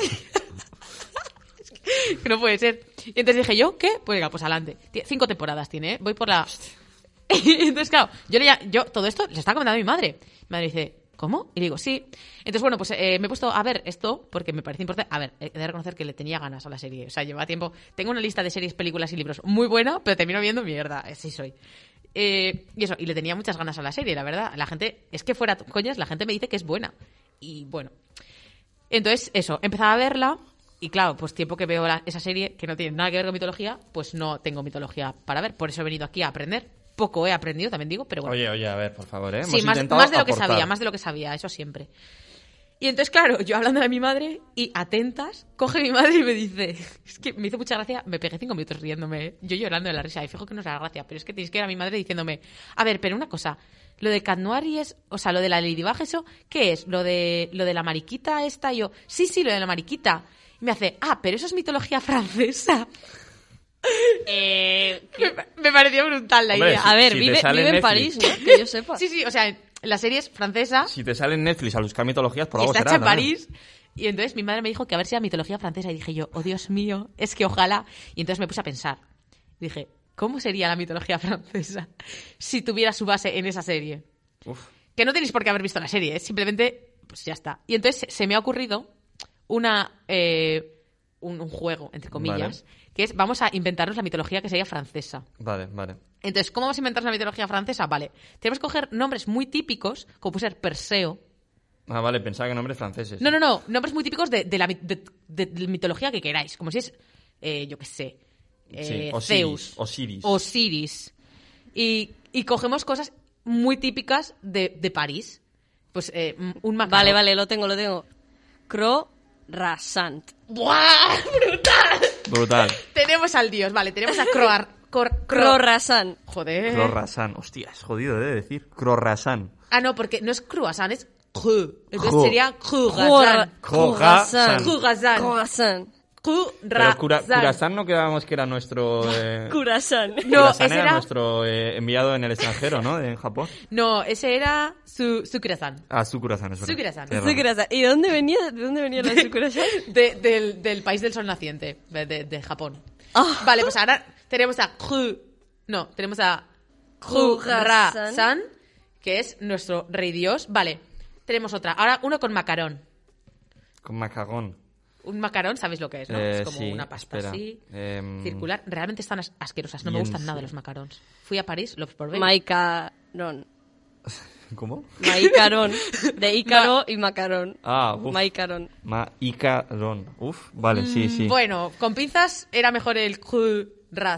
S3: que no puede ser. Y entonces dije yo, ¿qué? Pues venga, pues adelante. Tie- Cinco temporadas tiene, ¿eh? Voy por la... entonces, claro, yo, le, ya- yo todo esto le estaba comentando a mi madre. Mi madre dice, ¿cómo? Y le digo, sí. Entonces, bueno, pues eh, me he puesto a ver esto porque me parece importante. A ver, he de reconocer que le tenía ganas a la serie. O sea, llevaba tiempo... Tengo una lista de series, películas y libros muy buena, pero termino viendo mierda. Así soy. Eh, y eso, y le tenía muchas ganas a la serie, la verdad. La gente, es que fuera coñas, la gente me dice que es buena. Y bueno, entonces, eso, empezaba a verla y claro, pues tiempo que veo la- esa serie que no tiene nada que ver con mitología, pues no tengo mitología para ver. Por eso he venido aquí a aprender. Poco he aprendido, también digo, pero bueno.
S2: Oye, oye, a ver, por favor, ¿eh?
S3: sí,
S2: Hemos
S3: más,
S2: intentado
S3: más de lo que
S2: aportar.
S3: sabía, más de lo que sabía, eso siempre. Y entonces, claro, yo hablando de mi madre y atentas, coge mi madre y me dice, es que me hizo mucha gracia, me pegué cinco minutos riéndome, yo llorando de la risa, y fijo que no era gracia, pero es que tenéis que ir a mi madre diciéndome, a ver, pero una cosa, lo de Cat Noir y es, o sea, lo de la Ladybug, eso, ¿qué es? Lo de, lo de la mariquita esta, Y yo, sí, sí, lo de la mariquita. Y me hace, ah, pero eso es mitología francesa. Eh, que- me pareció brutal la
S2: Hombre,
S3: idea.
S4: A ver,
S2: Si te
S4: vive,
S2: sale
S4: vive en
S2: Netflix.
S4: París, ¿no? Que yo sepa.
S3: Sí, sí, o sea, la serie es francesa,
S2: Si te sale en Netflix a buscar mitologías, por algo
S3: está
S2: será.
S3: hecha en
S2: también.
S3: París. Y entonces mi madre me dijo que a ver si era mitología francesa. Y dije yo, oh Dios mío, es que ojalá. Y entonces me puse a pensar. Y dije, ¿cómo sería la mitología francesa si tuviera su base en esa serie?
S2: Uf.
S3: Que no tenéis por qué haber visto la serie, ¿eh? simplemente, pues ya está. Y entonces se- se me ha ocurrido una, eh, un, un juego, entre comillas, que es vamos a inventarnos la mitología que sería francesa.
S2: Vale, vale.
S3: Entonces, ¿cómo vamos a inventarnos la mitología francesa? Vale, tenemos que coger nombres muy típicos, como puede ser Perseo.
S2: Ah, vale, pensaba que nombres franceses.
S3: No, no, no, nombres muy típicos de, de la, mit- de- de- de la mitología que queráis, como si es, eh, yo qué sé,
S2: Sí,
S3: eh,
S2: Osiris,
S3: Zeus,
S2: Osiris.
S3: Osiris. Y, y cogemos cosas muy típicas de, de París. Pues eh, un macarrón.
S4: Vale, vale, lo tengo, lo tengo. Cro Rasant.
S3: ¡Buah! ¡Brutal!
S2: Brutal.
S3: Tenemos al dios, vale, tenemos a Croar. Cor,
S4: Cro
S3: Cro-
S4: Rasant.
S3: Joder.
S2: Crorrasan. Hostia, es jodido de decir. Crorrasan.
S3: Ah, no, porque no es croissant, es cru. Entonces
S2: Cru.
S3: sería croissant.
S2: Croissant.
S3: Croissant.
S4: Croissant.
S2: Pero cura,
S3: Croissant.
S2: Curazán no quedábamos que era nuestro... eh,
S4: Curasan.
S3: No,
S2: Curasan
S3: ese
S2: era,
S3: era-
S2: nuestro eh, enviado en el extranjero, ¿no? En Japón.
S3: No, ese era su, su croissant.
S2: Ah, su Curazán, es verdad.
S3: Su Curazán.
S2: Tienes razón.
S4: Curasan. ¿Y de dónde venía, de dónde venía la de Curasan?
S3: De- del, del país del sol naciente, de, de- de Japón.
S4: Ah.
S3: Vale, pues ahora tenemos a cru. No, tenemos a
S4: Croissant.
S3: San, que es nuestro rey dios. Vale, tenemos otra. Ahora uno con macarón.
S2: Con macagón.
S3: Un macarón, ¿sabéis lo que es? ¿no?
S2: Eh,
S3: es como
S2: sí,
S3: una pasta
S2: espera.
S3: así,
S2: Em,
S3: circular. Realmente están as- asquerosas, no me
S2: bien,
S3: gustan
S2: sí.
S3: nada los macarons. Fui a París, los probé.
S4: Maicarón.
S2: ¿Cómo?
S4: Maicarón. De Ícaro y Macarón.
S2: Ah, uf.
S4: Maicarón.
S2: Maicarón. Uf, vale, sí, sí.
S3: Mm, Bueno, con pinzas era mejor el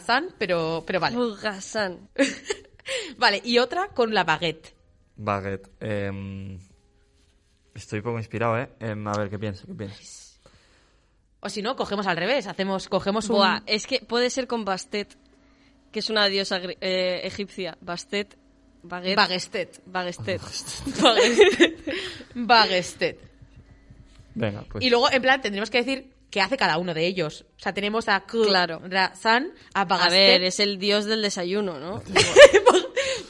S3: San, pero, pero vale.
S4: Curasan.
S3: Vale, y otra con la baguette.
S2: Baguette. em, estoy poco inspirado, ¿eh? Em, a ver, ¿qué pienso? ¿Qué pienso?
S3: O si no, cogemos al revés, hacemos, cogemos un...
S4: Buah, es que puede ser con Bastet, que es una diosa gre- eh, egipcia. Bastet. Baguette.
S3: Baguestet.
S4: Baguestet.
S3: Baguestet.
S2: Venga, pues...
S3: Y luego, en plan, tendremos que decir qué hace cada uno de ellos. O sea, tenemos a
S4: Claro.
S3: San, a
S4: A ver,
S3: Bagastet.
S4: es el dios del desayuno, ¿no?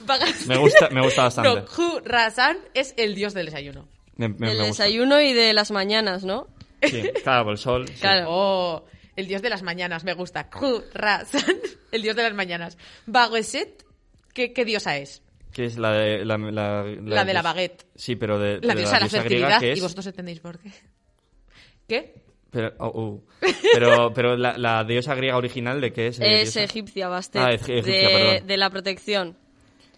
S3: Bagastet-
S2: Me gusta, me gusta bastante.
S3: No, San es el dios del desayuno.
S2: Me, me-
S4: Del
S2: me gusta.
S4: desayuno y de las mañanas, ¿no?
S2: Sí, claro, el sol. sí.
S4: Claro.
S3: Oh, el dios de las mañanas, me gusta. San, el dios de las mañanas. Baguestet, ¿qué, qué diosa es?
S2: Que es la de la, la- la-
S3: La de la baguette.
S2: Sí, pero de
S3: La
S2: de
S3: diosa de la fertilidad,
S2: que es-
S3: y vosotros entendéis por qué. ¿Qué?
S2: Pero, oh, oh. pero, pero la, la diosa griega original de qué es. eh,
S4: Es
S2: diosa?
S4: egipcia, Bastet.
S2: Ah, egipcia,
S4: de,
S2: perdón.
S4: de la protección,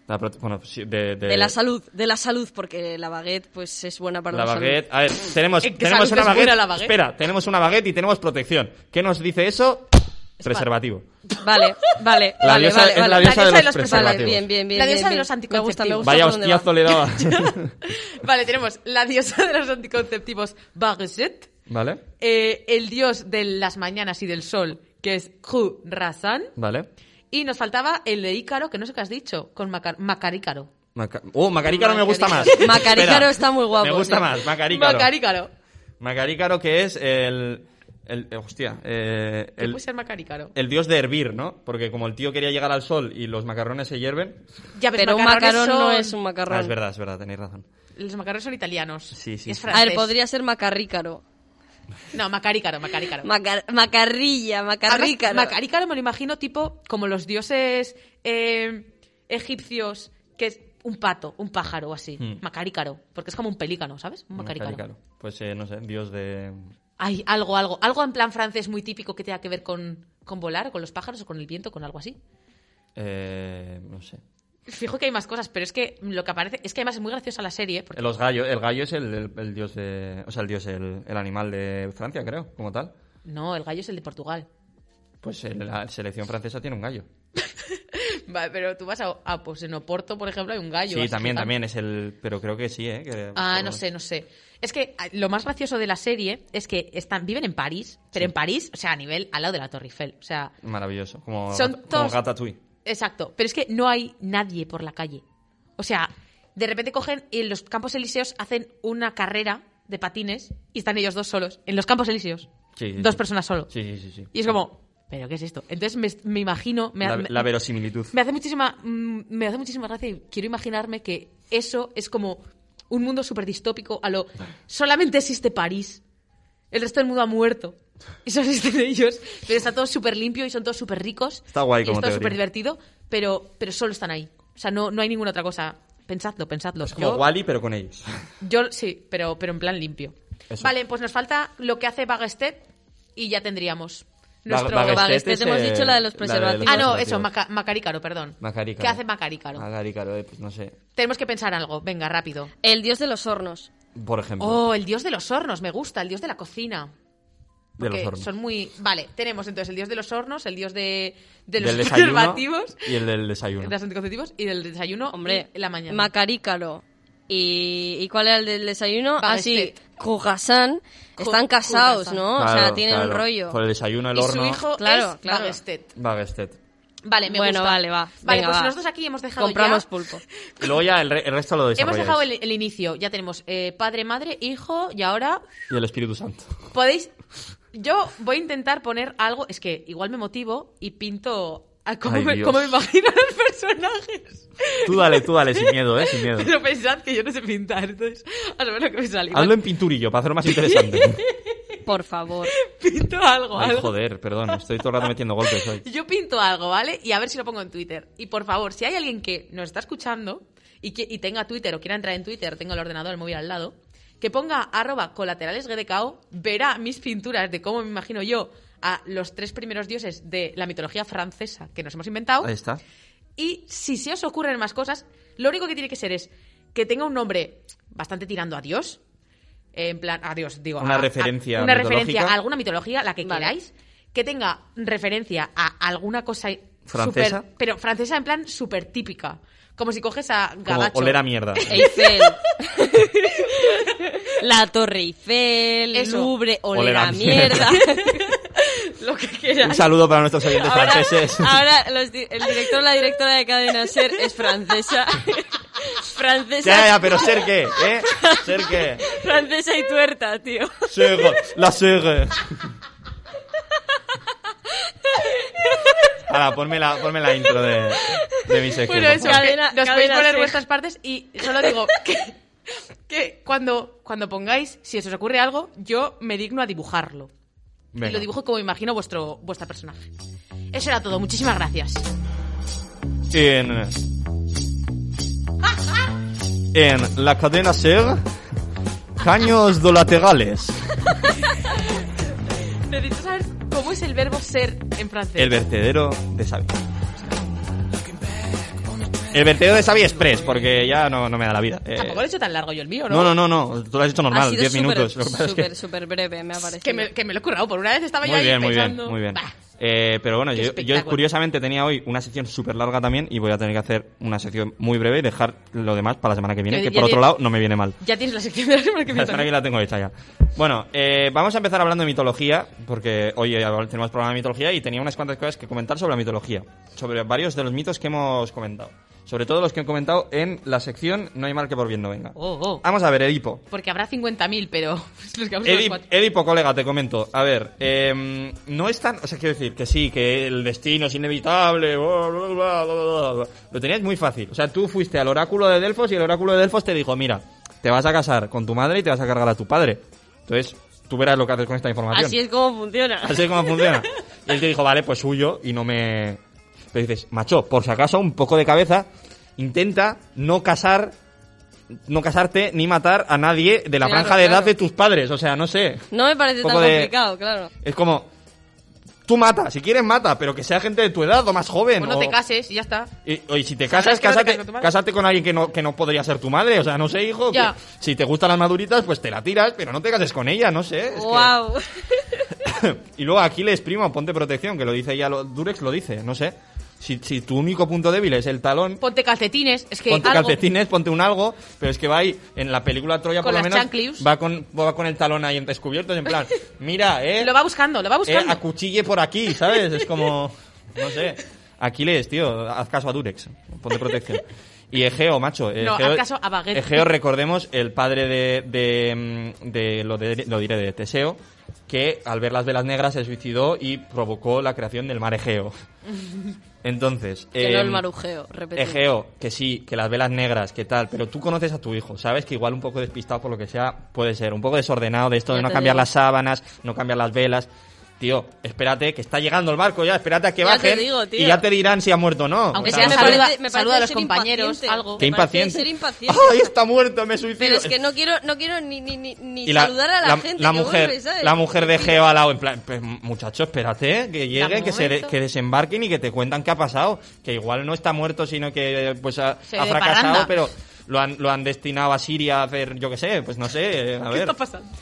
S2: La prote- bueno, pues sí, de, de-
S4: de la salud, de la salud, porque la baguette pues es buena para
S2: La
S4: la
S2: baguette. A ver, tenemos,
S3: ¿En qué
S2: tenemos
S3: salud
S2: una
S3: es buena
S2: baguette.
S3: la baguette?
S2: Espera, tenemos una baguette y tenemos protección. ¿Qué nos dice eso? Preservativo.
S4: salud. Vale, vale,
S2: La
S4: vale,
S2: diosa-
S4: vale,
S2: es
S4: vale.
S2: la diosa de los
S4: Vale,
S2: preservativos.
S4: bien, bien, bien.
S3: La diosa de
S4: bien, bien.
S3: los
S4: Me gusta, me
S3: anticonceptivos.
S4: gusta
S2: Vaya
S4: por dónde
S2: hostiazo
S4: va.
S2: le daba.
S3: Vale, tenemos la diosa de los anticonceptivos, Baguesset,
S2: ¿Vale?
S3: eh, el dios de las mañanas y del sol, que es Rasan,
S2: ¿Vale?
S3: y nos faltaba el de Ícaro, que no sé qué has dicho, con macar Macarícaro.
S2: Maca- oh, Macarícaro me gusta más.
S4: Macarícaro. Macarícaro
S2: Espera.
S4: está muy guapo,
S2: Me gusta
S4: sí.
S2: más, Macarícaro.
S3: Macarícaro.
S2: Macarícaro que es el... el eh, hostia, eh,
S3: ¿Qué
S2: el, Eh,
S3: puede ser Macarícaro?
S2: el dios de hervir, ¿no? Porque como el tío quería llegar al sol y los macarrones se hierven...
S3: Ya ves,
S4: Pero un
S3: macarrones
S4: macarón no
S3: son-
S4: es un macarrón.
S2: Ah, es verdad, es verdad, tenéis razón.
S3: Los macarrones son italianos.
S2: Sí, sí,
S3: Y es
S2: sí.
S4: A
S3: francés.
S4: ver, podría ser macarrícaro.
S3: No, Macarícaro, Macarícaro.
S4: Macar- macarrilla,
S3: Además,
S4: macarrícaro.
S3: Macarícaro me lo imagino tipo como los dioses eh, egipcios, que es un pato, un pájaro o así.
S2: Hmm.
S3: Macarícaro, porque es como un pelícano, ¿sabes? Un macarícaro.
S2: Pues eh, no sé, dios de...
S3: Hay algo, algo, algo en plan francés muy típico que tenga que ver con, con volar, con los pájaros o con el viento, con algo así.
S2: eh, no sé.
S3: Fijo que hay más cosas, pero es que lo que aparece, es que además es muy graciosa la serie, porque
S2: Los gallos, el gallo es el, el- el dios de... O sea, el dios, el, el animal de Francia, creo, como tal.
S3: no, el gallo es el de Portugal.
S2: Pues eh, la selección francesa tiene un gallo.
S3: Vale, pero tú vas a, a, pues en Oporto, por ejemplo, hay un gallo.
S2: Sí,
S3: así
S2: también,
S3: gigante.
S2: también es el... Pero creo que sí, ¿eh? que-
S3: Ah, no sé, no sé. Es que ah, lo más gracioso de la serie es que están, viven en París, pero en París, o sea, a nivel al lado de la Torre Eiffel. O sea,
S2: Maravilloso, como,
S3: Son
S2: gata, como
S3: todos-
S2: Ratatouille.
S3: exacto. Pero es que no hay nadie por la calle. O sea, de repente cogen y en los Campos Elíseos hacen una carrera de patines y están ellos dos solos. En los Campos Elíseos.
S2: Sí, sí,
S3: dos
S2: sí.
S3: personas solo.
S2: Sí, sí, sí, sí.
S3: Y es como, ¿pero qué es esto? Entonces me, me imagino... Me,
S2: La,
S3: me-
S2: la verosimilitud.
S3: me hace muchísima mm, me hace muchísima gracia y quiero imaginarme que eso es como un mundo súper distópico a lo solamente existe París el resto del mundo ha muerto y solo existen ellos pero está todo súper limpio y son todos súper ricos
S2: Está guay
S3: y
S2: como
S3: es todo
S2: teoría.
S3: súper divertido pero pero solo están ahí o sea no no hay ninguna otra cosa pensadlo pensadlo
S2: Como
S3: Yo-
S2: Wally, pero con ellos.
S3: yo sí, pero, pero en plan limpio.
S2: Eso.
S3: Vale, pues nos falta lo que hace Bagestet y ya tendríamos.
S2: Ba-
S3: Nuestro...
S2: Bagestet
S4: Bagestet,
S2: es,
S4: hemos
S2: eh,
S4: dicho la de los
S2: la
S4: preservativos.
S3: ah, no,
S2: preservativos.
S3: eso, Maca- Macarícaro, perdón.
S2: pues, Macarícaro.
S3: ¿Qué hace Macarícaro?
S2: Macarícaro, eh, pues no sé.
S3: Tenemos que pensar algo, venga, rápido.
S4: El dios de los hornos.
S2: Por ejemplo,
S3: Oh, el dios de los hornos, me gusta, el dios de la cocina.
S2: de los
S3: Porque
S2: hornos.
S3: Son muy... Vale, tenemos entonces el dios de los hornos, el dios de, de los
S2: del desayuno
S3: preservativos,
S2: y el del
S3: de
S2: desayuno.
S3: los anticonceptivos y del desayuno
S4: Hombre,
S3: y la mañana.
S4: Macarícaro. ¿Y, ¿y cuál era el del desayuno? Así,
S3: Bagestet.
S4: Kugasan.
S3: Ku-
S4: Están casados,
S3: Kugasan.
S4: ¿no? o sea,
S2: Claro,
S4: tienen
S2: claro.
S4: un rollo.
S2: Por el desayuno, el
S3: y
S2: horno.
S3: su hijo
S4: Claro,
S3: es este,
S4: claro.
S3: Bagestet.
S2: Bagestet.
S3: Vale, me
S4: Bueno,
S3: gusta.
S4: vale, va.
S3: Vale,
S4: Venga,
S3: pues
S4: va.
S3: nosotros aquí hemos dejado
S4: Compramos
S3: ya...
S4: pulpo.
S2: Y luego ya el, re- el resto lo
S3: Hemos
S2: desarrolláis.
S3: dejado el, el inicio, ya tenemos eh, padre, madre, hijo y ahora
S2: Y el Espíritu Santo.
S3: podéis... Yo voy a intentar poner algo, es que igual me motivo y pinto a cómo,
S2: Ay,
S3: me,
S2: Dios.
S3: cómo me imagino a los personajes.
S2: Tú dale, tú dale, sin miedo, eh, sin miedo.
S3: Pero pensad que yo no sé pintar, entonces a lo mejor que me sale.
S2: Hazlo
S3: Igual
S2: en pinturillo, para hacerlo más interesante.
S4: Por favor.
S3: pinto algo,
S2: Ay,
S3: algo.
S2: joder, perdón, estoy todo el rato metiendo golpes hoy.
S3: Yo pinto algo, ¿vale? Y a ver si lo pongo en Twitter. Y por favor, si hay alguien que nos está escuchando y, que, y tenga Twitter o quiera entrar en Twitter, tengo el ordenador, el móvil al lado, que ponga arroba colaterales GDKO, verá mis pinturas de cómo me imagino yo a los tres primeros dioses de la mitología francesa que nos hemos inventado.
S2: Ahí está.
S3: Y si se os ocurren más cosas, lo único que tiene que ser es que tenga un nombre bastante tirando a Dios. eh, En plan, a Dios, digo.
S2: Una
S3: a- a-
S2: referencia
S3: Una
S2: mitológica.
S3: referencia a alguna mitología, la que
S4: Vale.
S3: queráis. Que tenga referencia a alguna cosa.
S2: Francesa.
S3: súper- pero francesa en plan súper típica. Como si coges a
S2: Como
S3: Gadacho.
S2: oler a mierda.
S4: Eiffel. la Torre Eiffel.
S3: Eso.
S4: Louvre.
S2: Oler
S4: Oler
S2: a
S4: a mierda.
S3: Lo que
S2: Un
S3: queráis.
S2: saludo para nuestros oyentes
S4: Ahora,
S2: franceses.
S4: ahora los di- el director o la directora de Cadena Ser es francesa. francesa,
S2: Ya, ya, pero ser qué, ¿eh? Ser qué.
S4: francesa y tuerta, tío.
S2: Ser, la ser. Ahora, ponme la, ponme la intro de, de mi sección.
S3: Bueno,
S2: por
S3: eso,
S2: favor.
S3: que
S4: Cadena-
S3: nos podéis
S4: cadena
S3: poner
S4: C.
S3: vuestras partes y solo digo que, que cuando, cuando pongáis, si se os ocurre algo, yo me digno a dibujarlo.
S2: Venga.
S3: Y lo dibujo como imagino vuestro vuestra personaje. Eso era todo, muchísimas gracias.
S2: en, en la cadena SER caños dolaterales.
S3: Necesito saber cómo es el verbo ser en francés.
S2: El vertedero de Xavi. El vertedero de Xavi Express, porque ya no, no me da la vida. Eh,
S3: Tampoco lo he hecho tan largo yo el mío, Ah, ¿no?
S2: no, no, no, no, tú lo has hecho
S4: ha
S2: normal,
S4: sido
S2: 10
S4: súper,
S2: minutos. Lo que pasa es que-
S4: Súper, súper breve, me ha parecido.
S3: Que me, que me lo he currado, por una vez estaba yo
S2: Muy
S3: ahí
S2: bien, muy bien,
S3: pensando...
S2: muy bien.
S3: "Bah".
S2: Eh, pero bueno,
S3: Qué
S2: yo, yo
S3: espectáculo.
S2: curiosamente tenía hoy una sección súper larga también y voy a tener que hacer una sección muy breve y dejar lo demás para la semana que viene,
S3: Ya-
S2: que
S3: ya
S2: por otro
S3: di-
S2: lado no me viene mal.
S3: Ya tienes la sección de la semana que
S2: La
S3: viene.
S2: semana que
S3: también.
S2: la tengo hecha ya. Bueno, eh, vamos a empezar hablando de mitología, porque hoy eh, tenemos programa de mitología y tenía unas cuantas cosas que comentar sobre la mitología, sobre varios de los mitos que hemos comentado. Sobre todo los que he comentado en la sección No hay mal que por bien no venga.
S3: Oh, oh.
S2: Vamos a ver, Edipo.
S3: Porque habrá 50.000, pero los que vamos a los
S2: Edip-
S3: cuatro.
S2: Edipo, colega, te comento. A ver, em, no es tan... O sea, quiero decir que sí, que el destino es inevitable, bla, bla, bla, bla, bla, bla. Lo tenías muy fácil. O sea, tú fuiste al oráculo de Delfos y el oráculo de Delfos te dijo, mira, te vas a casar con tu madre y te vas a cargar a tu padre. Entonces, tú verás lo que haces con esta información.
S4: Así es como funciona.
S2: Así es como funciona. Y él te dijo, vale, pues huyo y no me... Pero dices, macho, por si acaso, un poco de cabeza, intenta no casar... No casarte ni matar a nadie de la
S4: Claro,
S2: franja de edad
S4: claro.
S2: de tus padres. O sea, no sé.
S4: No me parece
S2: Un
S4: tan
S2: poco de-
S4: complicado, claro.
S2: Es como, tú mata, si quieres mata, pero que sea gente de tu edad o más joven.
S3: O pues no te
S2: o-
S3: cases y ya está.
S2: Y, o- y si te
S3: Sabrás
S2: casas,
S3: que no
S2: cásate,
S3: te casas con tu madre.
S2: cásate con alguien que no, que no podría ser tu madre. O sea, no sé, hijo. que
S3: Ya.
S2: si te gustan las maduritas, pues te la tiras, pero no te cases con ella, no sé. es que-
S4: Wow.
S2: y luego aquí les primo, ponte protección, que lo dice ya, lo- Durex lo dice, no sé. Si, si tu único punto débil es el talón,
S3: Ponte calcetines, es que
S2: ponte
S3: algo...
S2: calcetines, ponte un algo, pero es que va ahí, en la película Troya por
S3: Con
S2: lo
S3: las
S2: menos,
S3: chanclius.
S2: va con, va con el talón ahí descubierto, en plan, mira, eh,
S3: Lo va buscando, lo va
S2: eh,
S3: buscando.
S2: acuchille por aquí, ¿sabes? Es como, no sé, Aquiles, tío, haz caso a Durex, ponte protección. Y Egeo, macho. Egeo,
S7: No, al caso a Baguette.
S2: Egeo, recordemos, el padre de, de, mm, de- lo, de- lo diré, de Teseo, que al ver las velas negras se suicidó y provocó la creación del mar Egeo. Entonces...
S4: Que no
S2: em,
S4: el marujeo, repetimos.
S2: Egeo, que sí, que las velas negras, que tal, pero tú conoces a tu hijo, sabes que igual un poco despistado por lo que sea puede ser, un poco desordenado de esto de
S4: Ya
S2: no
S4: te
S2: cambiar
S4: digo.
S2: las sábanas, no cambiar las velas. Tío, espérate, que está llegando el barco ya, espérate a que
S4: Ya
S2: bajen
S4: te digo, tío.
S2: y ya te dirán si ha muerto o no.
S7: Aunque
S2: O
S7: sea,
S2: sea,
S4: me
S7: saluda-
S4: parece- me
S7: saluda
S4: parece
S7: a los
S4: ser
S7: compañeros,
S4: impaciente.
S7: algo.
S2: Qué
S4: Me parece
S2: impaciente. Oh,
S4: ser impaciente.
S2: ¡Ay, está muerto, me suicido!
S4: Pero es que no quiero, no quiero ni, ni, ni, ni
S2: Y
S4: saludar a la, gente
S2: la
S4: que
S2: mujer,
S4: vuelve, ¿sabes?
S2: la mujer de Egeo al lado, en plan, pues, muchacho, espérate, eh, que lleguen, que, se,
S7: momento.
S2: que desembarquen y que te cuentan qué ha pasado. Que igual no está muerto, sino que pues ha,
S7: Se
S2: ha
S7: de
S2: fracasado,
S7: parranda.
S2: pero lo han, lo han destinado a Siria a hacer, yo qué sé, pues no sé, a ver.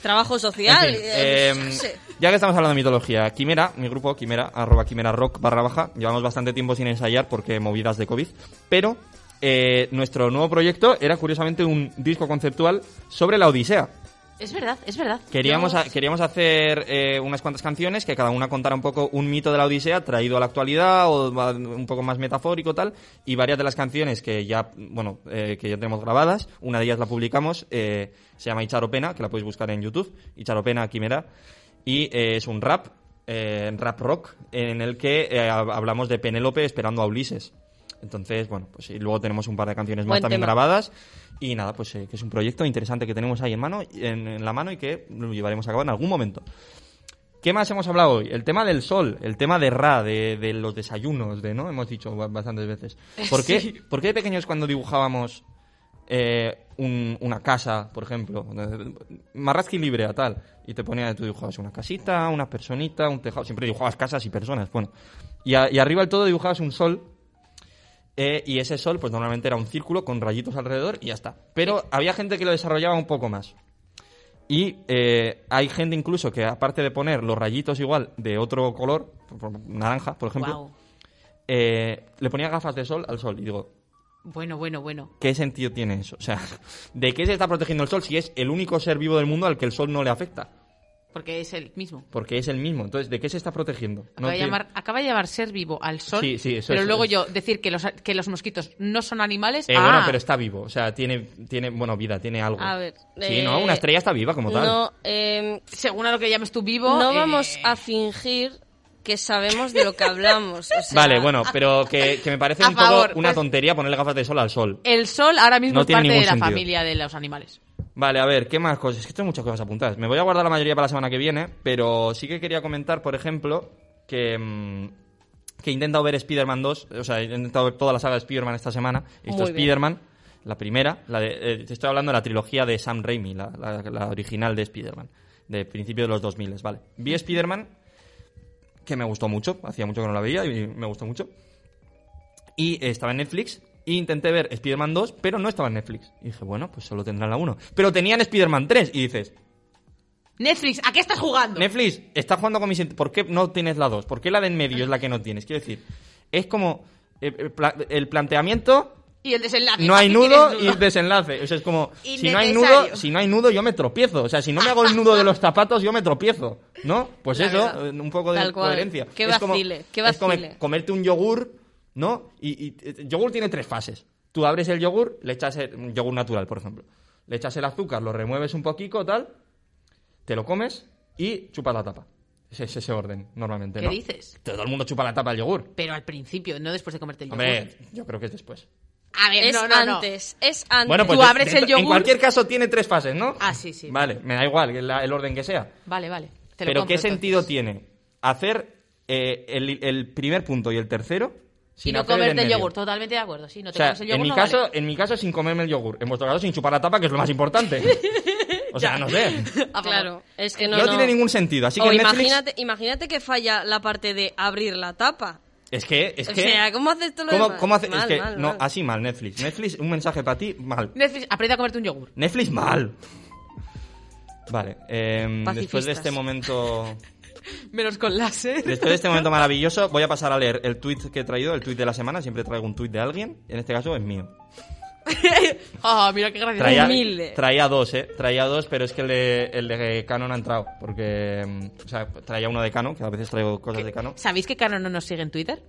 S4: Trabajo
S2: En
S4: social.
S2: fin,
S4: eh,
S2: em,
S4: no sé.
S2: ya que estamos hablando de mitología, Quimera, mi grupo, Quimera, arroba Quimera Rock barra baja, llevamos bastante tiempo sin ensayar porque movidas de COVID, pero eh, nuestro nuevo proyecto era curiosamente un disco conceptual sobre la Odisea.
S7: Es verdad, es verdad.
S2: Queríamos,
S7: Yo-
S2: ha- queríamos hacer eh, unas cuantas canciones que cada una contara un poco un mito de la Odisea traído a la actualidad o va- un poco más metafórico tal y varias de las canciones que ya bueno eh, que ya tenemos grabadas una de ellas la publicamos eh, se llama Icharopena que la podéis buscar en YouTube Icharopena Quimera y eh, es un rap eh, rap rock en el que eh, hab- hablamos de Penélope esperando a Ulises entonces bueno pues y luego tenemos un par de canciones más
S4: Buen
S2: también
S4: tema.
S2: grabadas grabadas. y nada, pues eh, que es un proyecto interesante que tenemos ahí en mano, en, en la mano y que lo llevaremos a cabo en algún momento. ¿Qué más hemos hablado hoy? El tema del sol, el tema de Ra, de, de los desayunos, de no hemos dicho ba- bastantes veces. ¿Por qué, por qué de pequeños cuando dibujábamos eh, un- una casa, por ejemplo, Marrasqui Librea, tal, y te ponía, tú dibujabas una casita, una personita, un tejado, siempre dibujabas casas y personas, bueno. Y, a- y arriba del todo dibujabas un sol eh, y ese sol, pues normalmente era un círculo con rayitos alrededor y ya está. Pero había gente que lo desarrollaba un poco más. Y eh, hay gente incluso que, aparte de poner los rayitos igual de otro color, por- por- naranja, por ejemplo,
S7: Guau.
S2: eh, le ponía gafas de sol al sol. Y digo,
S7: Bueno, bueno, bueno.
S2: ¿qué sentido tiene eso? O sea, ¿de qué se está protegiendo el sol si es el único ser vivo del mundo al que el sol no le afecta?
S7: Porque es el mismo.
S2: Porque es el mismo. Entonces, ¿de qué se está protegiendo? No
S7: Acaba, de
S2: tiene-
S7: llamar, acaba de llamar ser vivo al sol.
S2: Sí, sí, eso
S7: Pero
S2: es-
S7: luego
S2: es-
S7: yo decir que los, que los mosquitos no son animales.
S2: Eh,
S7: ah,
S2: Bueno, pero está vivo. O sea, tiene, tiene bueno, vida, tiene algo.
S4: A ver,
S2: Sí,
S4: eh,
S2: ¿no? Una estrella está viva como tal.
S4: No, em,
S7: según a lo que llames tú vivo.
S4: no
S7: eh,
S4: vamos a fingir que sabemos de lo que hablamos. o sea,
S2: Vale, bueno, pero que, que me parece
S7: a
S2: un poco
S7: favor,
S2: una
S7: pues-
S2: tontería ponerle gafas de sol al sol.
S7: El sol ahora mismo
S2: No
S7: es
S2: tiene
S7: parte de
S2: ningún
S7: la
S2: sentido.
S7: familia de los animales.
S2: Vale, a ver, ¿qué más cosas? Es que tengo muchas cosas apuntadas. Me voy a guardar la mayoría para la semana que viene, pero sí que quería comentar, por ejemplo, que, mm, que he intentado ver Spider-Man 2, o sea, he intentado ver toda la saga de Spider-Man esta semana. He visto
S4: Muy bien.
S2: Spider-Man, la primera, la de- eh, te estoy hablando de la trilogía de Sam Raimi, la, la- la original de Spider-Man, de principio de los 2000, vale. Vi Spider-Man, que me gustó mucho, hacía mucho que no la veía y me gustó mucho. Y eh, estaba en Netflix. E intenté ver Spider-Man 2, pero no estaba en Netflix. Y dije, bueno, pues solo tendrán la 1. Pero tenían Spider-Man 3. Y dices,
S7: Netflix, ¿a qué estás jugando?
S2: Netflix, estás jugando con mis... int- ¿Por qué no tienes la 2? ¿Por qué la de en medio es la que no tienes? Quiero decir, es como... eh, eh, pla- el planteamiento
S7: y el desenlace.
S2: no hay
S7: ¿a qué
S2: nudo
S7: tienes
S2: y desenlace. O sea, es como, si no hay
S7: Innecesario.
S2: nudo, si no hay nudo, yo me tropiezo. O sea, si no me hago el nudo de los zapatos, yo me tropiezo. ¿No? Pues
S4: La
S2: eso,
S4: verdad.
S2: eh, un poco de
S4: Tal cual.
S2: coherencia.
S4: Qué
S2: Es como-
S4: vacile, qué
S2: es como
S4: vacile.
S2: comerte un yogur, ¿no? Y, y- eh, yogur tiene tres fases. Tú abres el yogur, le echas el, un yogur natural, por ejemplo. Le echas el azúcar, lo remueves un poquito, tal, te lo comes y chupas la tapa. Es, es ese orden, normalmente,
S7: ¿Qué
S2: ¿no?
S7: dices?
S2: Todo el mundo chupa la tapa del yogur.
S7: Pero al principio, no después de comerte el yogur.
S2: Hombre, yo creo que es después.
S7: A ver,
S4: Es
S7: no, no, no.
S4: antes, es antes.
S2: Bueno, pues
S7: Tú
S2: de-
S7: abres
S2: de-
S7: el yogur.
S2: En cualquier caso tiene tres fases, ¿no?
S7: Ah, sí, sí.
S2: Vale, me da igual el, el orden que sea.
S7: Vale, vale. Te lo
S2: Pero
S7: compro,
S2: ¿qué
S7: entonces.
S2: sentido tiene hacer eh, el, el primer punto y el tercero sin
S7: Y no
S2: hacer el
S7: comerte
S2: en
S7: el
S2: medio?
S7: yogur, totalmente de acuerdo. Sí, no
S2: O
S7: te
S2: sea,
S7: comes el yogur.
S2: en mi
S7: no
S2: caso,
S7: vale.
S2: en mi caso sin comerme el yogur. En vuestro caso sin chupar la tapa, que es lo más importante. O sea, no sé.
S7: A favor. Eh,
S4: Claro, es que no,
S2: No, tiene ningún sentido. Así que
S4: o
S2: en Netflix-
S4: imagínate, imagínate que falla la parte de abrir la tapa.
S2: Es que, es
S4: O
S2: que.
S4: sea, ¿cómo haces tú lo
S2: ¿Cómo,
S4: demás?
S2: cómo hace- es
S4: Mal,
S2: que,
S4: mal,
S2: no,
S4: mal.
S2: así mal, Netflix. Netflix, un mensaje para ti, mal.
S7: Netflix, aprende a comerte un yogur.
S2: Netflix mal. Vale, em, después de
S4: Pacifistas.
S2: este momento
S7: Menos con
S4: ¿eh?
S7: láser.
S2: Después de este momento maravilloso, voy a pasar a leer el tweet que he traído, el tweet de la semana. Siempre traigo un tweet de alguien. En este caso es mío.
S7: Ah, mira qué gracioso.
S2: Traía,
S4: Humilde.
S2: traía dos, eh. Traía dos, pero es que el de, el de Canon ha entrado. em, Porque. mm, O sea, traía uno de Canon, que a veces traigo cosas de Canon.
S7: ¿Sabéis que Cano no nos sigue en Twitter?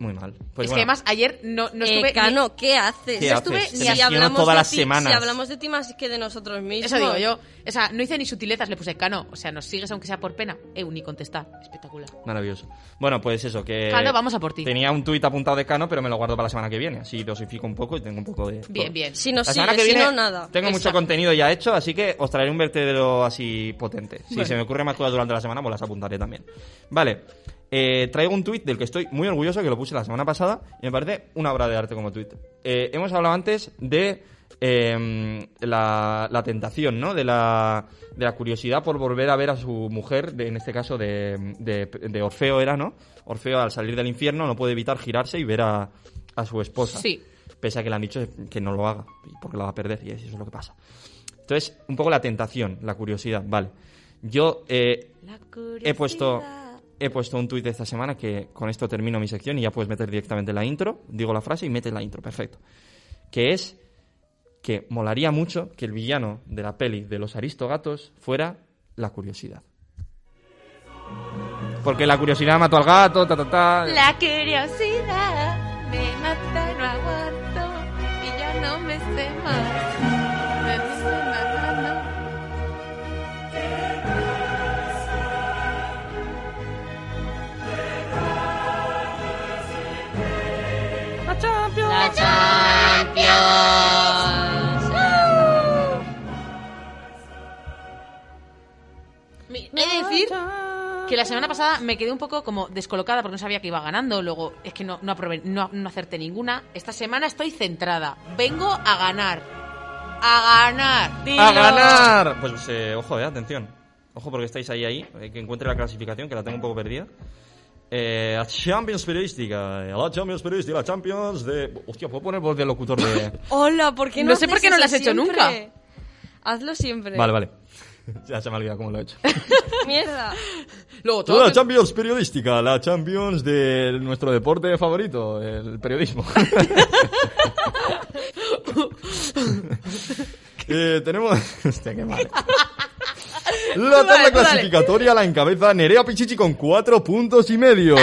S2: Muy mal.
S7: es
S2: Pues
S7: que
S2: bueno,
S7: además ayer no, no
S4: Eh,
S7: estuve. ni-
S4: Cano, ¿qué haces?
S2: ¿Qué
S7: no estuve
S2: haces?
S7: ni
S2: Te
S7: si
S2: lesionas
S4: hablamos
S2: todas
S4: de
S2: las
S4: ti-
S2: semanas.
S4: Si hablamos de ti más que de nosotros mismos.
S7: Eso digo yo. O sea, no hice ni sutilezas, le puse Cano. O sea, nos sigues aunque sea por pena. Eh, ni contestar. Espectacular.
S2: Maravilloso. Bueno, pues eso, que...
S7: Cano, vamos a por ti.
S2: Tenía un tuit apuntado de Cano, pero me lo guardo para la semana que viene. Así dosifico un poco y tengo un poco de...
S7: Bien,
S2: todo.
S7: bien.
S4: Si nos
S2: la semana
S4: sigues,
S2: que
S4: si
S2: viene
S4: no, nada.
S2: tengo mucho
S7: Exacto.
S2: contenido ya hecho, así que os traeré un vertedero así potente. Si se me ocurre más cosas durante la semana, pues las apuntaré también. Vale, eh, traigo un tuit del que estoy muy orgulloso, que lo puse la semana pasada, y me parece una obra de arte como tuit. Eh, hemos hablado antes de eh, la, la tentación, ¿no? De la, de la curiosidad por volver a ver a su mujer, de- en este caso de, de- de Orfeo era, ¿no? Orfeo al salir del infierno no puede evitar girarse y ver a, a su esposa.
S7: Sí.
S2: Pese a que le han dicho que no lo haga, porque la va a perder, y eso es lo que pasa. Entonces, un poco la tentación, la curiosidad, vale. Yo eh, he puesto he puesto un tuit esta semana que con esto termino mi sección y ya puedes meter directamente la intro, digo la frase y metes la intro, perfecto. Que es que molaría mucho que el villano de la peli de los Aristogatos fuera la curiosidad. Porque la curiosidad mató al gato, ta ta ta.
S7: La curiosidad me mata, no aguanto y ya no me sé más. Me puse una mano.
S4: La Champions.
S7: He de decir que la semana pasada me quedé un poco como descolocada porque no sabía que iba ganando. Luego es que no, no, aprobé- no, no acerté ninguna. Esta semana estoy centrada. Vengo a ganar. A ganar.
S2: ¡A ganar! Pues eh, ojo, eh, atención. Ojo porque estáis ahí, ahí. eh, que encuentre la clasificación, que la tengo un poco perdida. Eh, la Champions Periodística. eh, La Champions Periodística, la Champions de... Hostia, ¿puedo poner voz de locutor de...?
S4: Hola, ¿por qué no
S7: No sé por
S4: haces
S7: qué no lo
S4: eso
S7: has hecho
S4: siempre?
S7: nunca.
S4: Hazlo siempre.
S2: vale, vale. ya se me ha olvidado cómo lo he hecho.
S4: Mierda.
S7: Luego todo.
S2: la Champions Periodística, la Champions de nuestro deporte favorito, el periodismo. Eh, tenemos... Hostia, qué mal. La
S7: Tú dale,
S2: tabla
S7: tú dale.
S2: clasificatoria la encabeza Nerea Pichichi con cuatro puntos y medio.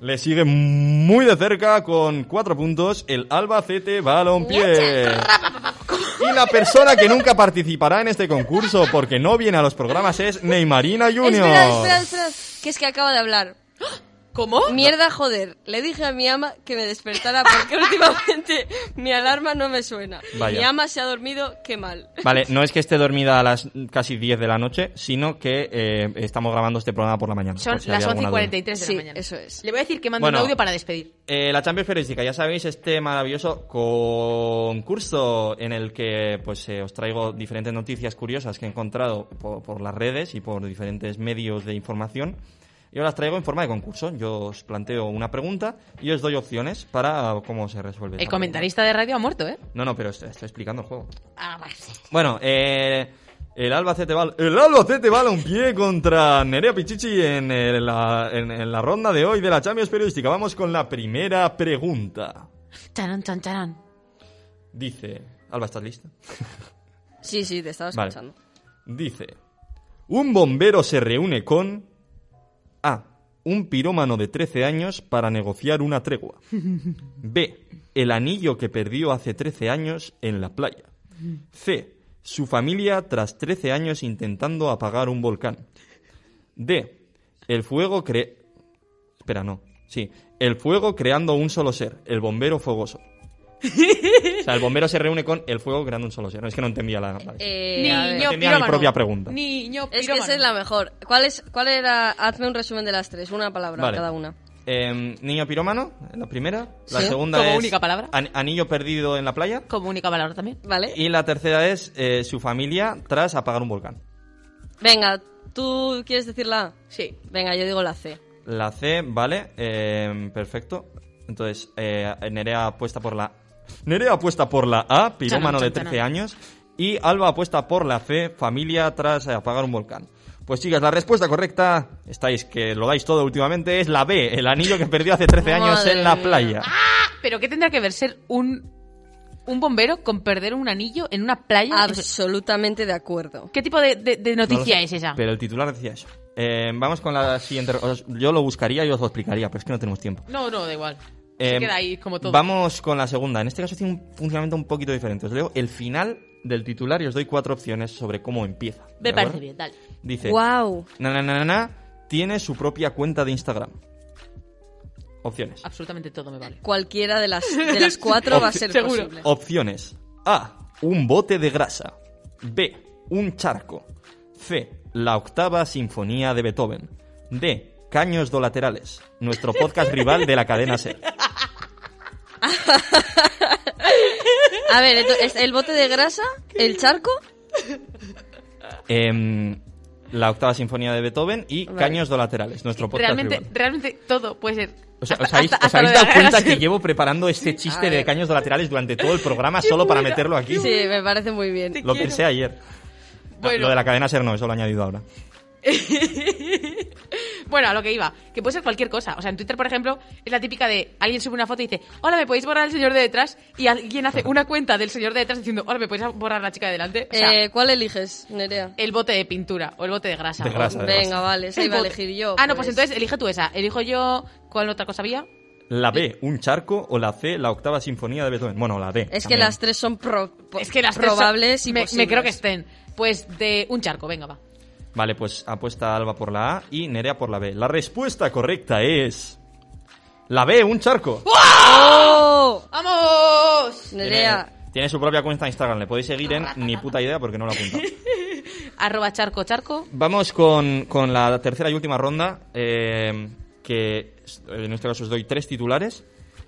S2: Le sigue muy de cerca con cuatro puntos el Albacete Balompié. Y la persona que nunca participará en este concurso porque no viene a los programas es Neymarina Junior.
S4: Espera, espera, espera. Que es que acaba de hablar.
S7: ¿Cómo?
S4: Mierda, joder. Le dije a mi ama que me despertara porque últimamente mi alarma no me suena.
S2: Vaya.
S4: Mi ama se ha dormido, qué mal.
S2: Vale, no es que esté dormida a las casi 10 de la noche, sino que eh, estamos grabando este programa por la mañana.
S7: Son
S2: por si
S7: las
S2: había
S7: 11 y
S2: alguna duda.
S7: 43 de
S4: Sí,
S7: la mañana.
S4: eso es.
S7: Le voy a decir que mande
S2: Bueno.
S7: un audio para despedir.
S2: Eh, la Champions Periodística, ya sabéis, este maravilloso concurso en el que pues eh, os traigo diferentes noticias curiosas que he encontrado por, por las redes y por diferentes medios de información. Yo las traigo en forma de concurso. Yo os planteo una pregunta y os doy opciones para cómo se resuelve.
S7: El
S2: esa
S7: comentarista de radio ha muerto, ¿eh?
S2: pregunta. No, no, pero estoy, estoy explicando el juego.
S7: Ah, vale.
S2: Bueno, eh, el Albacete va, el Albacete va a un pie contra Nerea Pichichi en, eh, la, en- en la ronda de hoy de la Champions Periodística. Vamos con la primera pregunta.
S7: Charan, chan, charan.
S2: Dice. Alba, ¿estás lista?
S4: Sí, sí, te estaba
S2: Vale.
S4: escuchando.
S2: Dice. Un bombero se reúne con. A. Un pirómano de 13 años para negociar una tregua. B. El anillo que perdió hace 13 años en la playa. C. Su familia tras 13 años intentando apagar un volcán. D. El fuego cre. Espera, no. Sí. El fuego creando un solo ser. El bombero fogoso. O sea, el bombero se reúne con el fuego creando un solo ser. No, es que no entendía la. la-
S4: Eh, a ver.
S7: Niño
S2: Tenía mi
S7: pirómano.
S2: propia pregunta.
S7: Niño
S4: Es que
S7: pirómano.
S4: esa es la mejor. ¿Cuál, es, ¿Cuál era? Hazme un resumen de las tres, una palabra
S2: Vale.
S4: cada una.
S2: Eh, niño piromano, la primera. La
S4: Sí.
S2: segunda
S7: Como
S2: es
S7: única palabra.
S2: an- anillo perdido en la playa.
S7: Como única palabra también.
S4: ¿Vale?
S2: Y la tercera es eh, su familia tras apagar un volcán.
S4: Venga, ¿tú quieres decir la A?
S7: Sí.
S4: Venga, yo digo la C.
S2: La C, vale, eh, perfecto. Entonces, eh, Nerea apuesta por la... Nerea apuesta por la A, pirómano
S7: Chanan,
S2: de
S7: chan,
S2: 13
S7: chanan.
S2: años. Y Alba apuesta por la C, familia tras eh, apagar un volcán. Pues chicas, la respuesta correcta, estáis que lo dais todo últimamente, es la B, el anillo que perdió hace 13 años
S4: Madre
S2: en la
S4: mía.
S2: playa.
S7: ¿Pero qué tendrá que ver ser un, un bombero con perder un anillo en una playa? Eso-
S4: Absolutamente de acuerdo.
S7: ¿Qué tipo de, de- de
S2: No lo
S7: noticia
S2: sé,
S7: es esa?
S3: Ah.
S2: Pero el titular decía eso. Eh, vamos con la siguiente. os- Yo lo buscaría y os lo explicaría, pero es que no tenemos tiempo.
S3: No, no, da igual.
S2: Eh,
S3: Se queda ahí como todo.
S2: Vamos con la segunda. En este caso tiene un funcionamiento un poquito diferente. Os leo el final del titular y os doy cuatro opciones sobre cómo empieza. ¿de
S8: Me parece
S2: acuerdo?
S8: bien, dale.
S2: Dice,
S4: Wow.
S2: na, na, na, na, na, tiene su propia cuenta de Instagram. Opciones.
S3: Absolutamente todo me vale.
S4: Cualquiera de las, de las cuatro va a ser
S3: Seguro.
S4: posible.
S2: Opciones. A. Un bote de grasa. B. Un charco. C. La octava sinfonía de Beethoven. D. Caños dolaterales. Nuestro podcast rival de la cadena SER.
S4: A ver, ento- es el bote de grasa, el charco.
S2: Em, la octava sinfonía de Beethoven y
S4: Vale.
S2: Caños dolaterales. Nuestro podcast
S3: Realmente,
S2: rival.
S3: realmente todo puede ser.
S2: O sea,
S3: Hasta-
S2: ¿Os habéis, os
S3: hasta- hasta
S2: habéis
S3: lo de
S2: dado
S3: la
S2: cuenta
S3: grasa.
S2: que llevo preparando este chiste de Caños dolaterales durante todo el programa solo para meterlo aquí?
S4: Sí, me parece muy bien.
S2: Lo pensé ayer. No,
S3: Bueno.
S2: Lo de la cadena SER no, eso lo he añadido ahora.
S3: Bueno, a lo que iba, que puede ser cualquier cosa. O sea, en Twitter, por ejemplo, es la típica de alguien sube una foto y dice, hola, ¿me podéis borrar el señor de detrás? Y alguien hace una cuenta del señor de detrás diciendo, hola, ¿me podéis borrar la chica de delante? O sea,
S4: Eh, ¿Cuál eliges, Nerea?
S3: el bote de pintura o el bote de grasa.
S2: De grasa.
S4: Venga, vale, esa
S3: pues, El
S4: iba a
S3: bote-
S4: elegir yo.
S3: Ah, no, pues entonces elige tú esa. Elijo yo, ¿cuál otra cosa había?
S2: La B, un charco, o la C, la octava sinfonía de Beethoven. Bueno, la D.
S4: Es que
S2: también.
S4: las tres son pro- po-
S3: es que las tres son-
S4: Pues, probables y
S3: me, me
S4: posibles.
S3: creo que estén. Pues de un charco, venga, va.
S2: Vale, pues apuesta Alba por la A y Nerea por la B. La respuesta correcta es... La B, un charco.
S4: ¡Oh!
S3: ¡Vamos!
S4: Nerea,
S2: Tiene, tiene su propia cuenta de Instagram. Le podéis seguir en ni puta idea porque no lo apunta.
S3: Arroba charco, charco.
S2: Vamos con, con la tercera y última ronda. eh, que es- en este caso os doy tres titulares.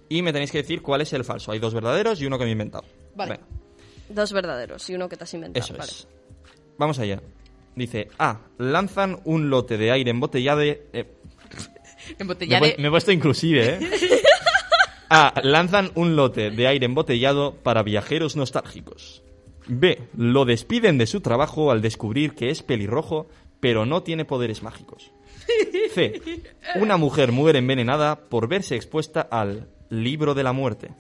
S2: Y me tenéis que decir cuál es el falso. Hay dos verdaderos y uno que me he inventado.
S3: Vale.
S2: Venga.
S4: dos verdaderos y uno que te has inventado.
S3: Ah,
S2: Eso
S4: vale.
S2: es. Vamos allá. Dice, A, lanzan un lote de aire embotellado... eh, me, he
S3: Embotellaré.
S2: pu- me he puesto inclusive, ¿eh? A, lanzan un lote de aire embotellado para viajeros nostálgicos. B, lo despiden de su trabajo al descubrir que es pelirrojo, pero no tiene poderes mágicos. C, una mujer muere envenenada por verse expuesta al libro de la muerte,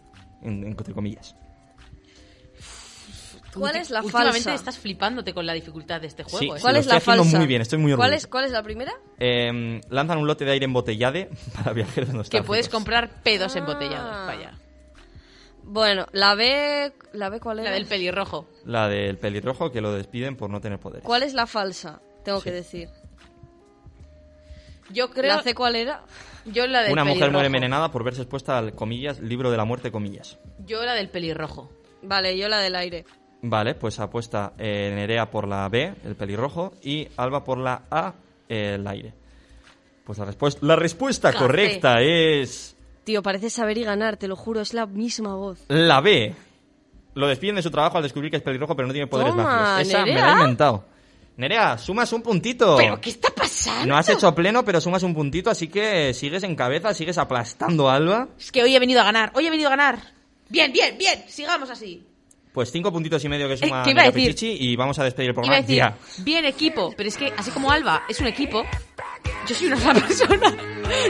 S2: en- entre comillas.
S3: Tú
S4: ¿Cuál
S3: te-
S4: es la
S3: Últimamente
S4: falsa?
S3: estás flipándote con la dificultad de este juego.
S2: Sí,
S3: ¿eh?
S4: ¿Cuál
S2: lo
S4: es
S2: estoy
S4: la
S2: haciendo
S4: falsa?
S2: muy bien, estoy muy
S4: ¿Cuál
S2: orgulloso.
S4: es, ¿Cuál es la primera?
S2: Em, lanzan un lote de aire embotellado para viajeros
S3: Que
S2: nostálgicos.
S3: puedes comprar pedos
S4: Ah.
S3: embotellados. Vaya.
S4: Bueno, la B, la B ¿cuál
S3: La
S4: era?
S3: del pelirrojo.
S2: La del pelirrojo que lo despiden por no tener poderes.
S4: ¿Cuál es la falsa? Tengo
S2: Sí.
S4: que decir.
S3: Yo creo.
S4: ¿La C cuál era?
S3: Yo la del
S2: Una mujer
S3: pelirrojo.
S2: muere envenenada por verse expuesta al, comillas, libro de la muerte, comillas.
S3: Yo la del pelirrojo.
S4: Vale, yo la del aire.
S2: Vale, pues apuesta eh, Nerea por la B, el pelirrojo, y Alba por la A, eh, el aire. Pues la, respues- la respuesta
S3: Café.
S2: correcta es
S4: Tío, parece saber y ganar, te lo juro, es la misma voz.
S2: la B. Lo despiden de su trabajo al descubrir que es pelirrojo, pero no tiene poderes
S4: Toma,
S2: mágicos. Esa me la
S4: Nerea.
S2: he inventado. Nerea, sumas un puntito.
S3: ¿Pero qué está pasando?
S2: No has hecho pleno, pero sumas un puntito, así que sigues en cabeza, sigues aplastando a Alba.
S3: Es que hoy he venido a ganar. Hoy he venido a ganar. Bien, bien, bien. Sigamos así.
S2: Pues cinco puntitos y medio que
S3: Eh,
S2: suma
S3: ¿qué iba a
S2: Nerea
S3: decir?
S2: Pichichi y vamos a despedir el
S3: Iba
S2: programa
S3: a decir,
S2: ya.
S3: bien equipo, pero es que así como Alba es un equipo, yo soy una sola persona.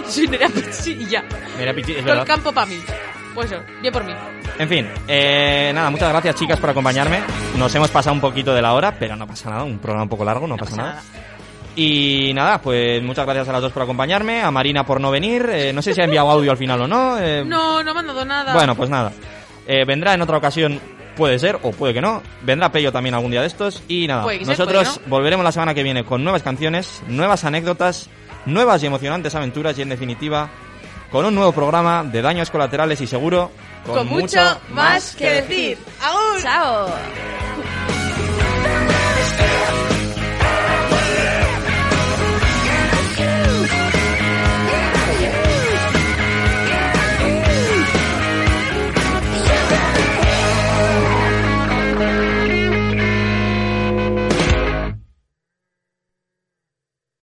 S3: Yo soy Nerea Pichi y ya.
S2: Nerea Pichichi, es
S3: Todo el
S2: verdad.
S3: campo para mí. Pues eso, bien por mí.
S2: En fin, eh, nada, muchas gracias chicas por acompañarme. Nos hemos pasado un poquito de la hora, pero no pasa nada, un programa un poco largo, no, pasa,
S3: pasa
S2: nada. Y nada, pues muchas gracias a las dos por acompañarme, a Marina por no venir, eh, no sé si ha enviado audio al final o no. eh,
S3: No, no me han dado nada.
S2: Bueno, pues nada. Eh, vendrá en otra ocasión, puede ser o puede que no. Vendrá Pello también algún día de estos. Y nada,
S3: Puede que sea,
S2: nosotros
S3: puede que
S2: volveremos la semana que viene con nuevas canciones, nuevas anécdotas, nuevas y emocionantes aventuras y en definitiva con un nuevo programa de daños colaterales y seguro
S3: con, mucho más que decir. ¡Aún!
S4: ¡Chao!
S2: Chao.